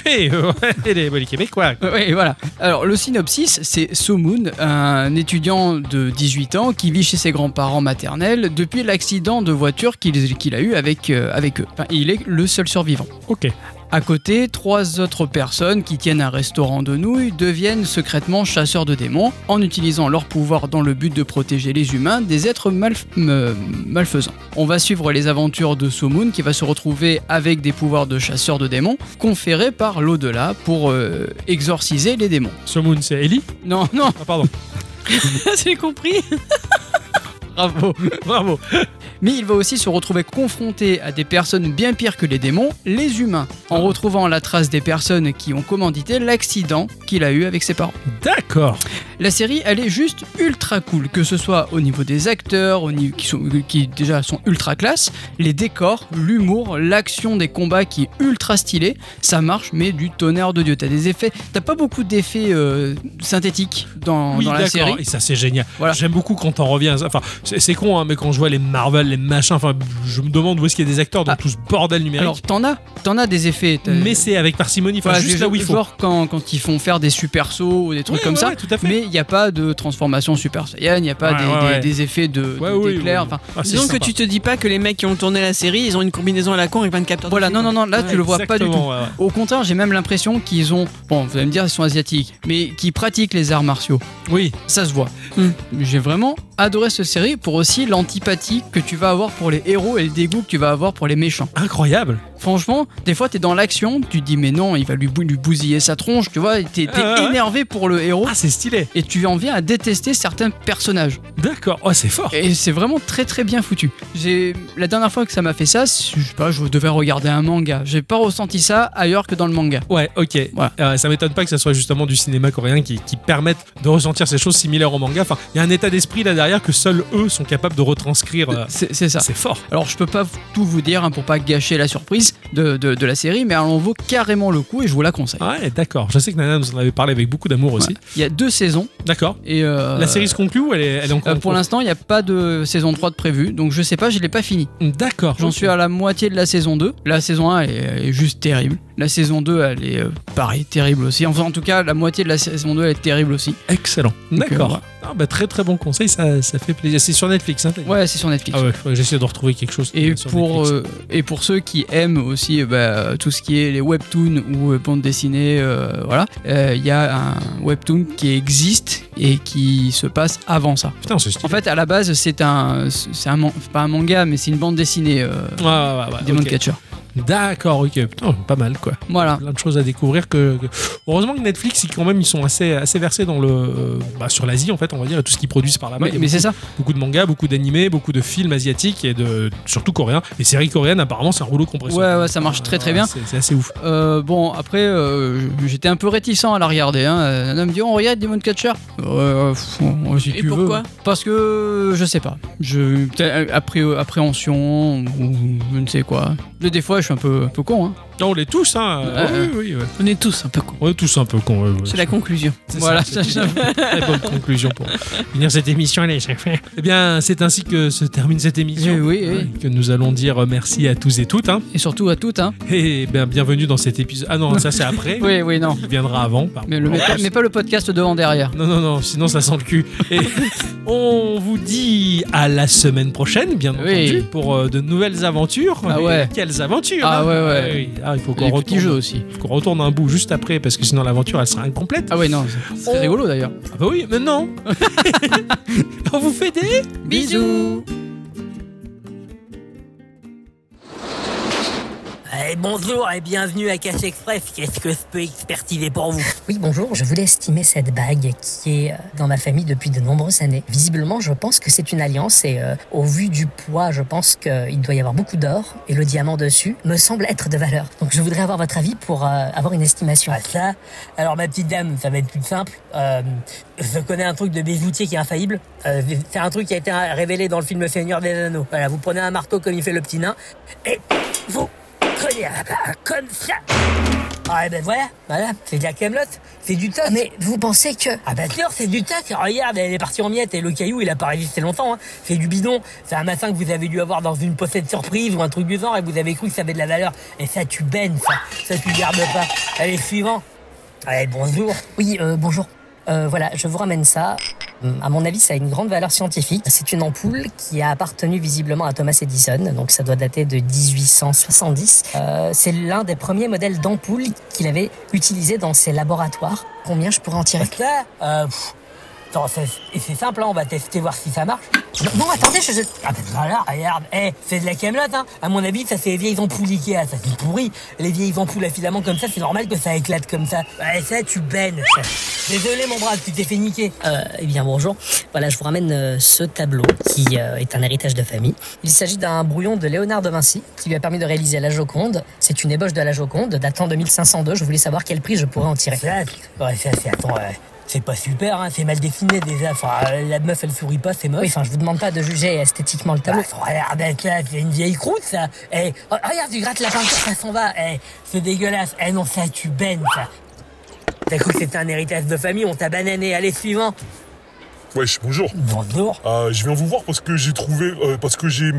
Speaker 1: ouais, ouais, les, les Québécois.
Speaker 2: Oui, voilà. Alors, le synopsis, c'est Somoon, un étudiant de 18 ans qui vit chez ses grands-parents maternels depuis l'accident de voiture qu'il qu'il a eu avec, euh, avec eux. Enfin, il est le seul survivant.
Speaker 1: Ok.
Speaker 2: À côté, trois autres personnes qui tiennent un restaurant de nouilles deviennent secrètement chasseurs de démons en utilisant leur pouvoir dans le but de protéger les humains des êtres malf- me- malfaisants. On va suivre les aventures de Somoon qui va se retrouver avec des pouvoirs de chasseur de démons conférés par l'au-delà pour euh, exorciser les démons.
Speaker 1: Somoon, c'est Ellie
Speaker 2: Non, non,
Speaker 1: Ah, pardon.
Speaker 3: J'ai compris.
Speaker 2: bravo.
Speaker 1: Bravo.
Speaker 2: Mais il va aussi se retrouver confronté à des personnes bien pires que les démons, les humains, en retrouvant la trace des personnes qui ont commandité l'accident qu'il a eu avec ses parents.
Speaker 1: D'accord.
Speaker 2: La série, elle est juste ultra cool, que ce soit au niveau des acteurs, au niveau, qui, sont, qui déjà sont ultra classe, les décors, l'humour, l'action des combats qui est ultra stylé, ça marche, mais du tonnerre de Dieu. T'as des effets, t'as pas beaucoup d'effets euh, synthétiques dans,
Speaker 1: Oui,
Speaker 2: dans la
Speaker 1: d'accord.
Speaker 2: série.
Speaker 1: Et ça, c'est génial.
Speaker 2: Voilà.
Speaker 1: J'aime beaucoup quand on revient à ça. Enfin, c'est c'est con, hein, mais quand je vois les Marvel, les machins, enfin, je me demande où est-ce qu'il y a des acteurs dans
Speaker 2: Ah.
Speaker 1: tout ce bordel numérique.
Speaker 2: Alors t'en as, t'en as des effets. t'as-
Speaker 1: mais c'est avec parcimonie, enfin,
Speaker 2: voilà,
Speaker 1: juste là où il faut.
Speaker 2: Genre quand, quand ils font faire des super sauts ou des trucs
Speaker 1: Ouais,
Speaker 2: comme
Speaker 1: ouais,
Speaker 2: ça,
Speaker 1: ouais, tout à fait.
Speaker 2: mais il n'y a pas de transformation super saiyan, il n'y a pas
Speaker 1: Ouais,
Speaker 2: des,
Speaker 1: ouais,
Speaker 2: des-
Speaker 1: ouais.
Speaker 2: des effets de, de-
Speaker 1: Ouais, oui,
Speaker 2: d'éclairs,
Speaker 1: oui.
Speaker 2: enfin,
Speaker 1: Ah, c'est
Speaker 3: Disons que
Speaker 1: sympa.
Speaker 3: tu te dis pas que les mecs qui ont tourné la série, ils ont une combinaison à la con avec 24 capteurs. de
Speaker 2: Voilà, non,
Speaker 3: films.
Speaker 2: non, non, là
Speaker 3: Ouais.
Speaker 2: tu le vois pas du tout.
Speaker 1: Exactement, ouais, ouais.
Speaker 2: Au contraire, j'ai même l'impression qu'ils ont, bon, vous allez me dire, ils sont asiatiques, mais qui pratiquent les arts martiaux.
Speaker 1: Oui,
Speaker 2: Ça se voit.
Speaker 1: Hmm.
Speaker 2: J'ai vraiment adoré cette série pour aussi l'antipathie que tu vas avoir pour les héros et le dégoût que tu vas avoir pour les méchants.
Speaker 1: incroyable.
Speaker 2: Franchement, des fois, t'es dans l'action, tu te dis, mais non, il va lui, bou- lui bousiller sa tronche, tu vois, t'es t'es
Speaker 1: Ah ouais.
Speaker 2: énervé pour le héros.
Speaker 1: Ah, c'est stylé.
Speaker 2: Et tu en viens à détester certains personnages.
Speaker 1: D'accord. Oh, c'est fort.
Speaker 2: Et c'est vraiment très très bien foutu. J'ai la dernière fois que ça m'a fait ça, je sais pas, je devais regarder un manga. J'ai pas ressenti ça ailleurs que dans le manga.
Speaker 1: Ouais, ok.
Speaker 2: Voilà.
Speaker 1: Euh, ça m'étonne pas que ça soit justement du cinéma coréen qui, qui permette de ressentir ces choses similaires au manga. Enfin, il y a un état d'esprit là derrière que seuls eux sont capables de retranscrire. euh,
Speaker 2: C'est c'est ça.
Speaker 1: C'est fort.
Speaker 2: Alors je peux pas tout vous dire hein, pour pas gâcher la surprise de, de- de la série, mais elle en vaut carrément le coup et je vous la conseille.
Speaker 1: Ah Ouais, d'accord. Je sais que Nana nous en avait parlé avec beaucoup d'amour aussi.
Speaker 2: Ouais. Il y a deux saisons
Speaker 1: D'accord.
Speaker 2: et euh,
Speaker 1: La série se conclut ou elle est, elle est encore
Speaker 2: euh, pour l'instant il n'y a pas de saison 3 de prévu, donc je sais pas, je l'ai pas fini.
Speaker 1: D'accord.
Speaker 2: J'en suis à la moitié de la saison 2. La saison 1 elle est, elle est juste terrible. La saison 2 elle est euh, pareil, terrible aussi. Enfin en tout cas la moitié de la saison 2 elle est terrible aussi.
Speaker 1: Excellent.
Speaker 2: Donc,
Speaker 1: D'accord.
Speaker 2: euh,
Speaker 1: Ah, bah, très très bon conseil, ça, ça fait plaisir. C'est sur Netflix. Hein, t'as dit
Speaker 2: Ouais c'est sur Netflix.
Speaker 1: Ah ouais, faudrait que j'essaie de retrouver quelque chose.
Speaker 2: Et
Speaker 1: sur
Speaker 2: pour,
Speaker 1: Netflix.
Speaker 2: euh, et pour ceux qui aiment aussi euh, bah, tout ce qui est les webtoons ou euh, bandes dessinées, euh, voilà, euh, il y a un webtoon qui existe et qui se passe avant ça.
Speaker 1: Putain, c'est stylé.
Speaker 2: En fait, à la base, c'est un, c'est un, man- pas un manga, mais c'est une bande dessinée euh,
Speaker 1: Ouais, ouais, ouais, ouais,
Speaker 2: Demon
Speaker 1: ok.
Speaker 2: Catcher.
Speaker 1: D'accord, ok. Putain, pas mal quoi.
Speaker 2: Voilà.
Speaker 1: plein de choses à découvrir que, que- heureusement que Netflix ils, quand même ils sont assez assez versés dans le euh, bah, sur l'Asie en fait on va dire et tout ce qu'ils produisent par là-bas
Speaker 2: Mais,
Speaker 1: Il y a
Speaker 2: mais c'est ça.
Speaker 1: beaucoup, beaucoup de mangas beaucoup d'animés beaucoup de films asiatiques et de surtout coréens les séries coréennes apparemment c'est un rouleau compresseur
Speaker 2: Ouais, ouais, ça marche très, très bien.
Speaker 1: c'est c'est assez ouf
Speaker 2: Euh, bon, après, euh, j'étais un peu réticent à la regarder. Hein. Un homme me dit On regarde Demon Catcher euh, pff, ouais, si
Speaker 3: Et
Speaker 2: tu
Speaker 3: pourquoi
Speaker 2: veux. Parce que je sais pas. Je, peut-être, euh, appré- euh, appréhension ou je ne sais quoi. Mais des fois, je suis un peu, un peu con. Hein.
Speaker 1: non, on est tous hein
Speaker 2: Euh,
Speaker 1: oui, oui, oui, ouais.
Speaker 3: On est tous un peu cons.
Speaker 1: on est tous un peu cons ouais, ouais.
Speaker 3: C'est la conclusion.
Speaker 1: C'est
Speaker 2: Voilà,
Speaker 1: ça, c'est une très bonne conclusion pour finir cette émission. Allez, j'ai fait. Eh bien, c'est ainsi que se termine cette émission.
Speaker 2: Eh oui, eh oui.
Speaker 1: Ouais, Que nous allons dire merci à tous et toutes. hein.
Speaker 2: Et surtout à toutes. Hein.
Speaker 1: Et eh bien, bienvenue dans cet épisode. Ah non, ça c'est après.
Speaker 2: Oui, oui, non.
Speaker 1: Il viendra avant. pardon.
Speaker 2: Mais, le, mais, pas, mais pas le podcast devant derrière.
Speaker 1: Non, non, non, sinon ça sent le cul. Et on vous dit à la semaine prochaine, bien
Speaker 2: Oui.
Speaker 1: entendu, pour euh, de nouvelles aventures.
Speaker 2: Ah
Speaker 1: Mais
Speaker 2: ouais.
Speaker 1: Quelles aventures
Speaker 2: Ah
Speaker 1: hein.
Speaker 2: ouais, ouais.
Speaker 1: oui. Ah, il faut qu'on
Speaker 2: Les petits
Speaker 1: retourne,
Speaker 2: jeux aussi.
Speaker 1: faut qu'on retourne un bout juste après, parce que sinon l'aventure elle sera incomplète.
Speaker 2: Ah ouais, non. c'est-
Speaker 3: Oh.
Speaker 2: C'est rigolo d'ailleurs.
Speaker 1: Ah bah oui, mais non On vous fait des...
Speaker 3: Bisous.
Speaker 9: et bonjour et bienvenue à Cache Express. Qu'est-ce que je peux expertiser pour vous
Speaker 10: Oui, bonjour, je voulais estimer cette bague qui est euh, dans ma famille depuis de nombreuses années. Visiblement, je pense que c'est une alliance et euh, au vu du poids, je pense qu'il doit y avoir beaucoup d'or et le diamant dessus me semble être de valeur. Donc je voudrais avoir votre avis pour euh, avoir une estimation.
Speaker 9: Ah ça Alors ma petite dame, ça va être plus simple. Euh, je connais un truc de bijoutier qui est infaillible. Euh, c'est un truc qui a été révélé dans le film Seigneur des Anneaux. Voilà, vous prenez un marteau comme il fait le petit nain et vous prenez un- comme ça. Ah et ben voilà, voilà, c'est de la camelote, c'est du toc.
Speaker 10: Mais vous pensez que...
Speaker 9: Ah bah sûr, c'est du tac, regarde, elle est partie en miettes et le caillou il a pas résisté longtemps, hein. c'est du bidon, c'est un massin que vous avez dû avoir dans une pochette surprise ou un truc du genre et vous avez cru que ça avait de la valeur. Et ça tu baignes ça, ça tu gardes pas. Allez suivant. Allez bonjour.
Speaker 10: Oui, euh, bonjour. Euh, voilà, je vous ramène ça. Hum, À mon avis, ça a une grande valeur scientifique. C'est une ampoule qui a appartenu visiblement à Thomas Edison, donc ça doit dater de 1870. Euh, c'est l'un des premiers modèles d'ampoule qu'il avait utilisé dans ses laboratoires. Combien je pourrais en tirer
Speaker 9: Ça, euh, pff, attends, c'est, et c'est simple, hein, on va tester voir si ça marche.
Speaker 10: Non, attendez, je... je-
Speaker 9: Ah bah voilà, regarde, eh, c'est de la camelote, hein. À mon avis, ça c'est les vieilles ampoules Ikea, ça c'est pourri. Les vieilles ampoules à filament comme ça, c'est normal que ça éclate comme ça. Ouais, ça tu baignes. Désolé mon bras, tu t'es fait niquer.
Speaker 10: Euh, eh bien, bonjour. Voilà, je vous ramène euh, ce tableau qui euh, est un héritage de famille. Il s'agit d'un brouillon de Léonard de Vinci qui lui a permis de réaliser la Joconde. C'est une ébauche de la Joconde datant de 1502. Je voulais savoir quel prix je pourrais en tirer.
Speaker 9: Ça, ouais, ça, c'est, attends, euh, c'est pas super, hein, c'est mal dessiné déjà. Enfin, euh, la meuf, elle sourit pas, c'est moche.
Speaker 10: Oui, enfin, je vous demande pas de juger esthétiquement le
Speaker 9: Bah,
Speaker 10: tableau.
Speaker 9: regarde, ça, c'est une vieille croûte, ça. Eh, oh, regarde, tu grattes la peinture, ça s'en va. Eh, c'est dégueulasse. Eh non, ça, tu baignes, ça. T'as cru que c'était un héritage de famille, on t'a banané. Allez, suivant.
Speaker 11: Wesh, bonjour.
Speaker 9: Bonjour.
Speaker 11: Euh, je viens vous voir parce que j'ai trouvé, euh, parce que j'ai,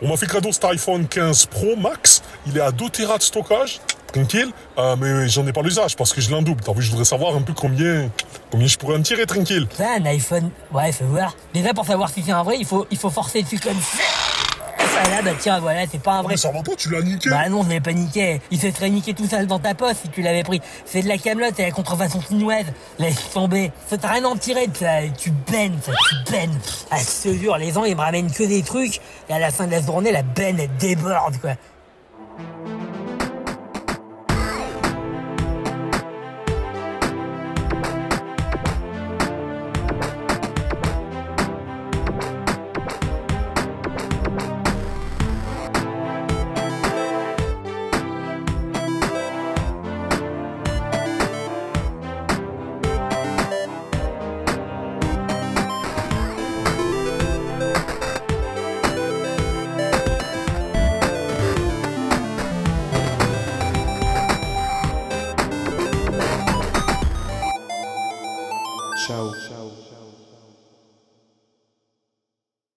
Speaker 11: on m'a fait cadeau cet iPhone 15 Pro Max. Il est à 2 Tera de stockage, tranquille. Euh, mais j'en ai pas l'usage parce que je l'ai en double. T'as vu, je voudrais savoir un peu combien, combien je pourrais en tirer, tranquille.
Speaker 9: Ça, un iPhone. Ouais, faut voir. Déjà, pour savoir si c'est un vrai, il faut, il faut forcer dessus comme ça. Ah là, bah tiens, voilà, c'est pas un vrai.
Speaker 11: Mais ça va pas, tu l'as niqué.
Speaker 9: Bah non, je l'ai paniqué. Il se serait niqué tout seul dans ta poche si tu l'avais pris. C'est de la camelote et la contrefaçon chinoise. Laisse tomber. Ça t'a rien à en tirer de ça. Tu bennes, ça, tu Ah, bennes. À ce jour, les gens, ils me ramènent que des trucs. Et à la fin de la journée, la benne, elle déborde, quoi.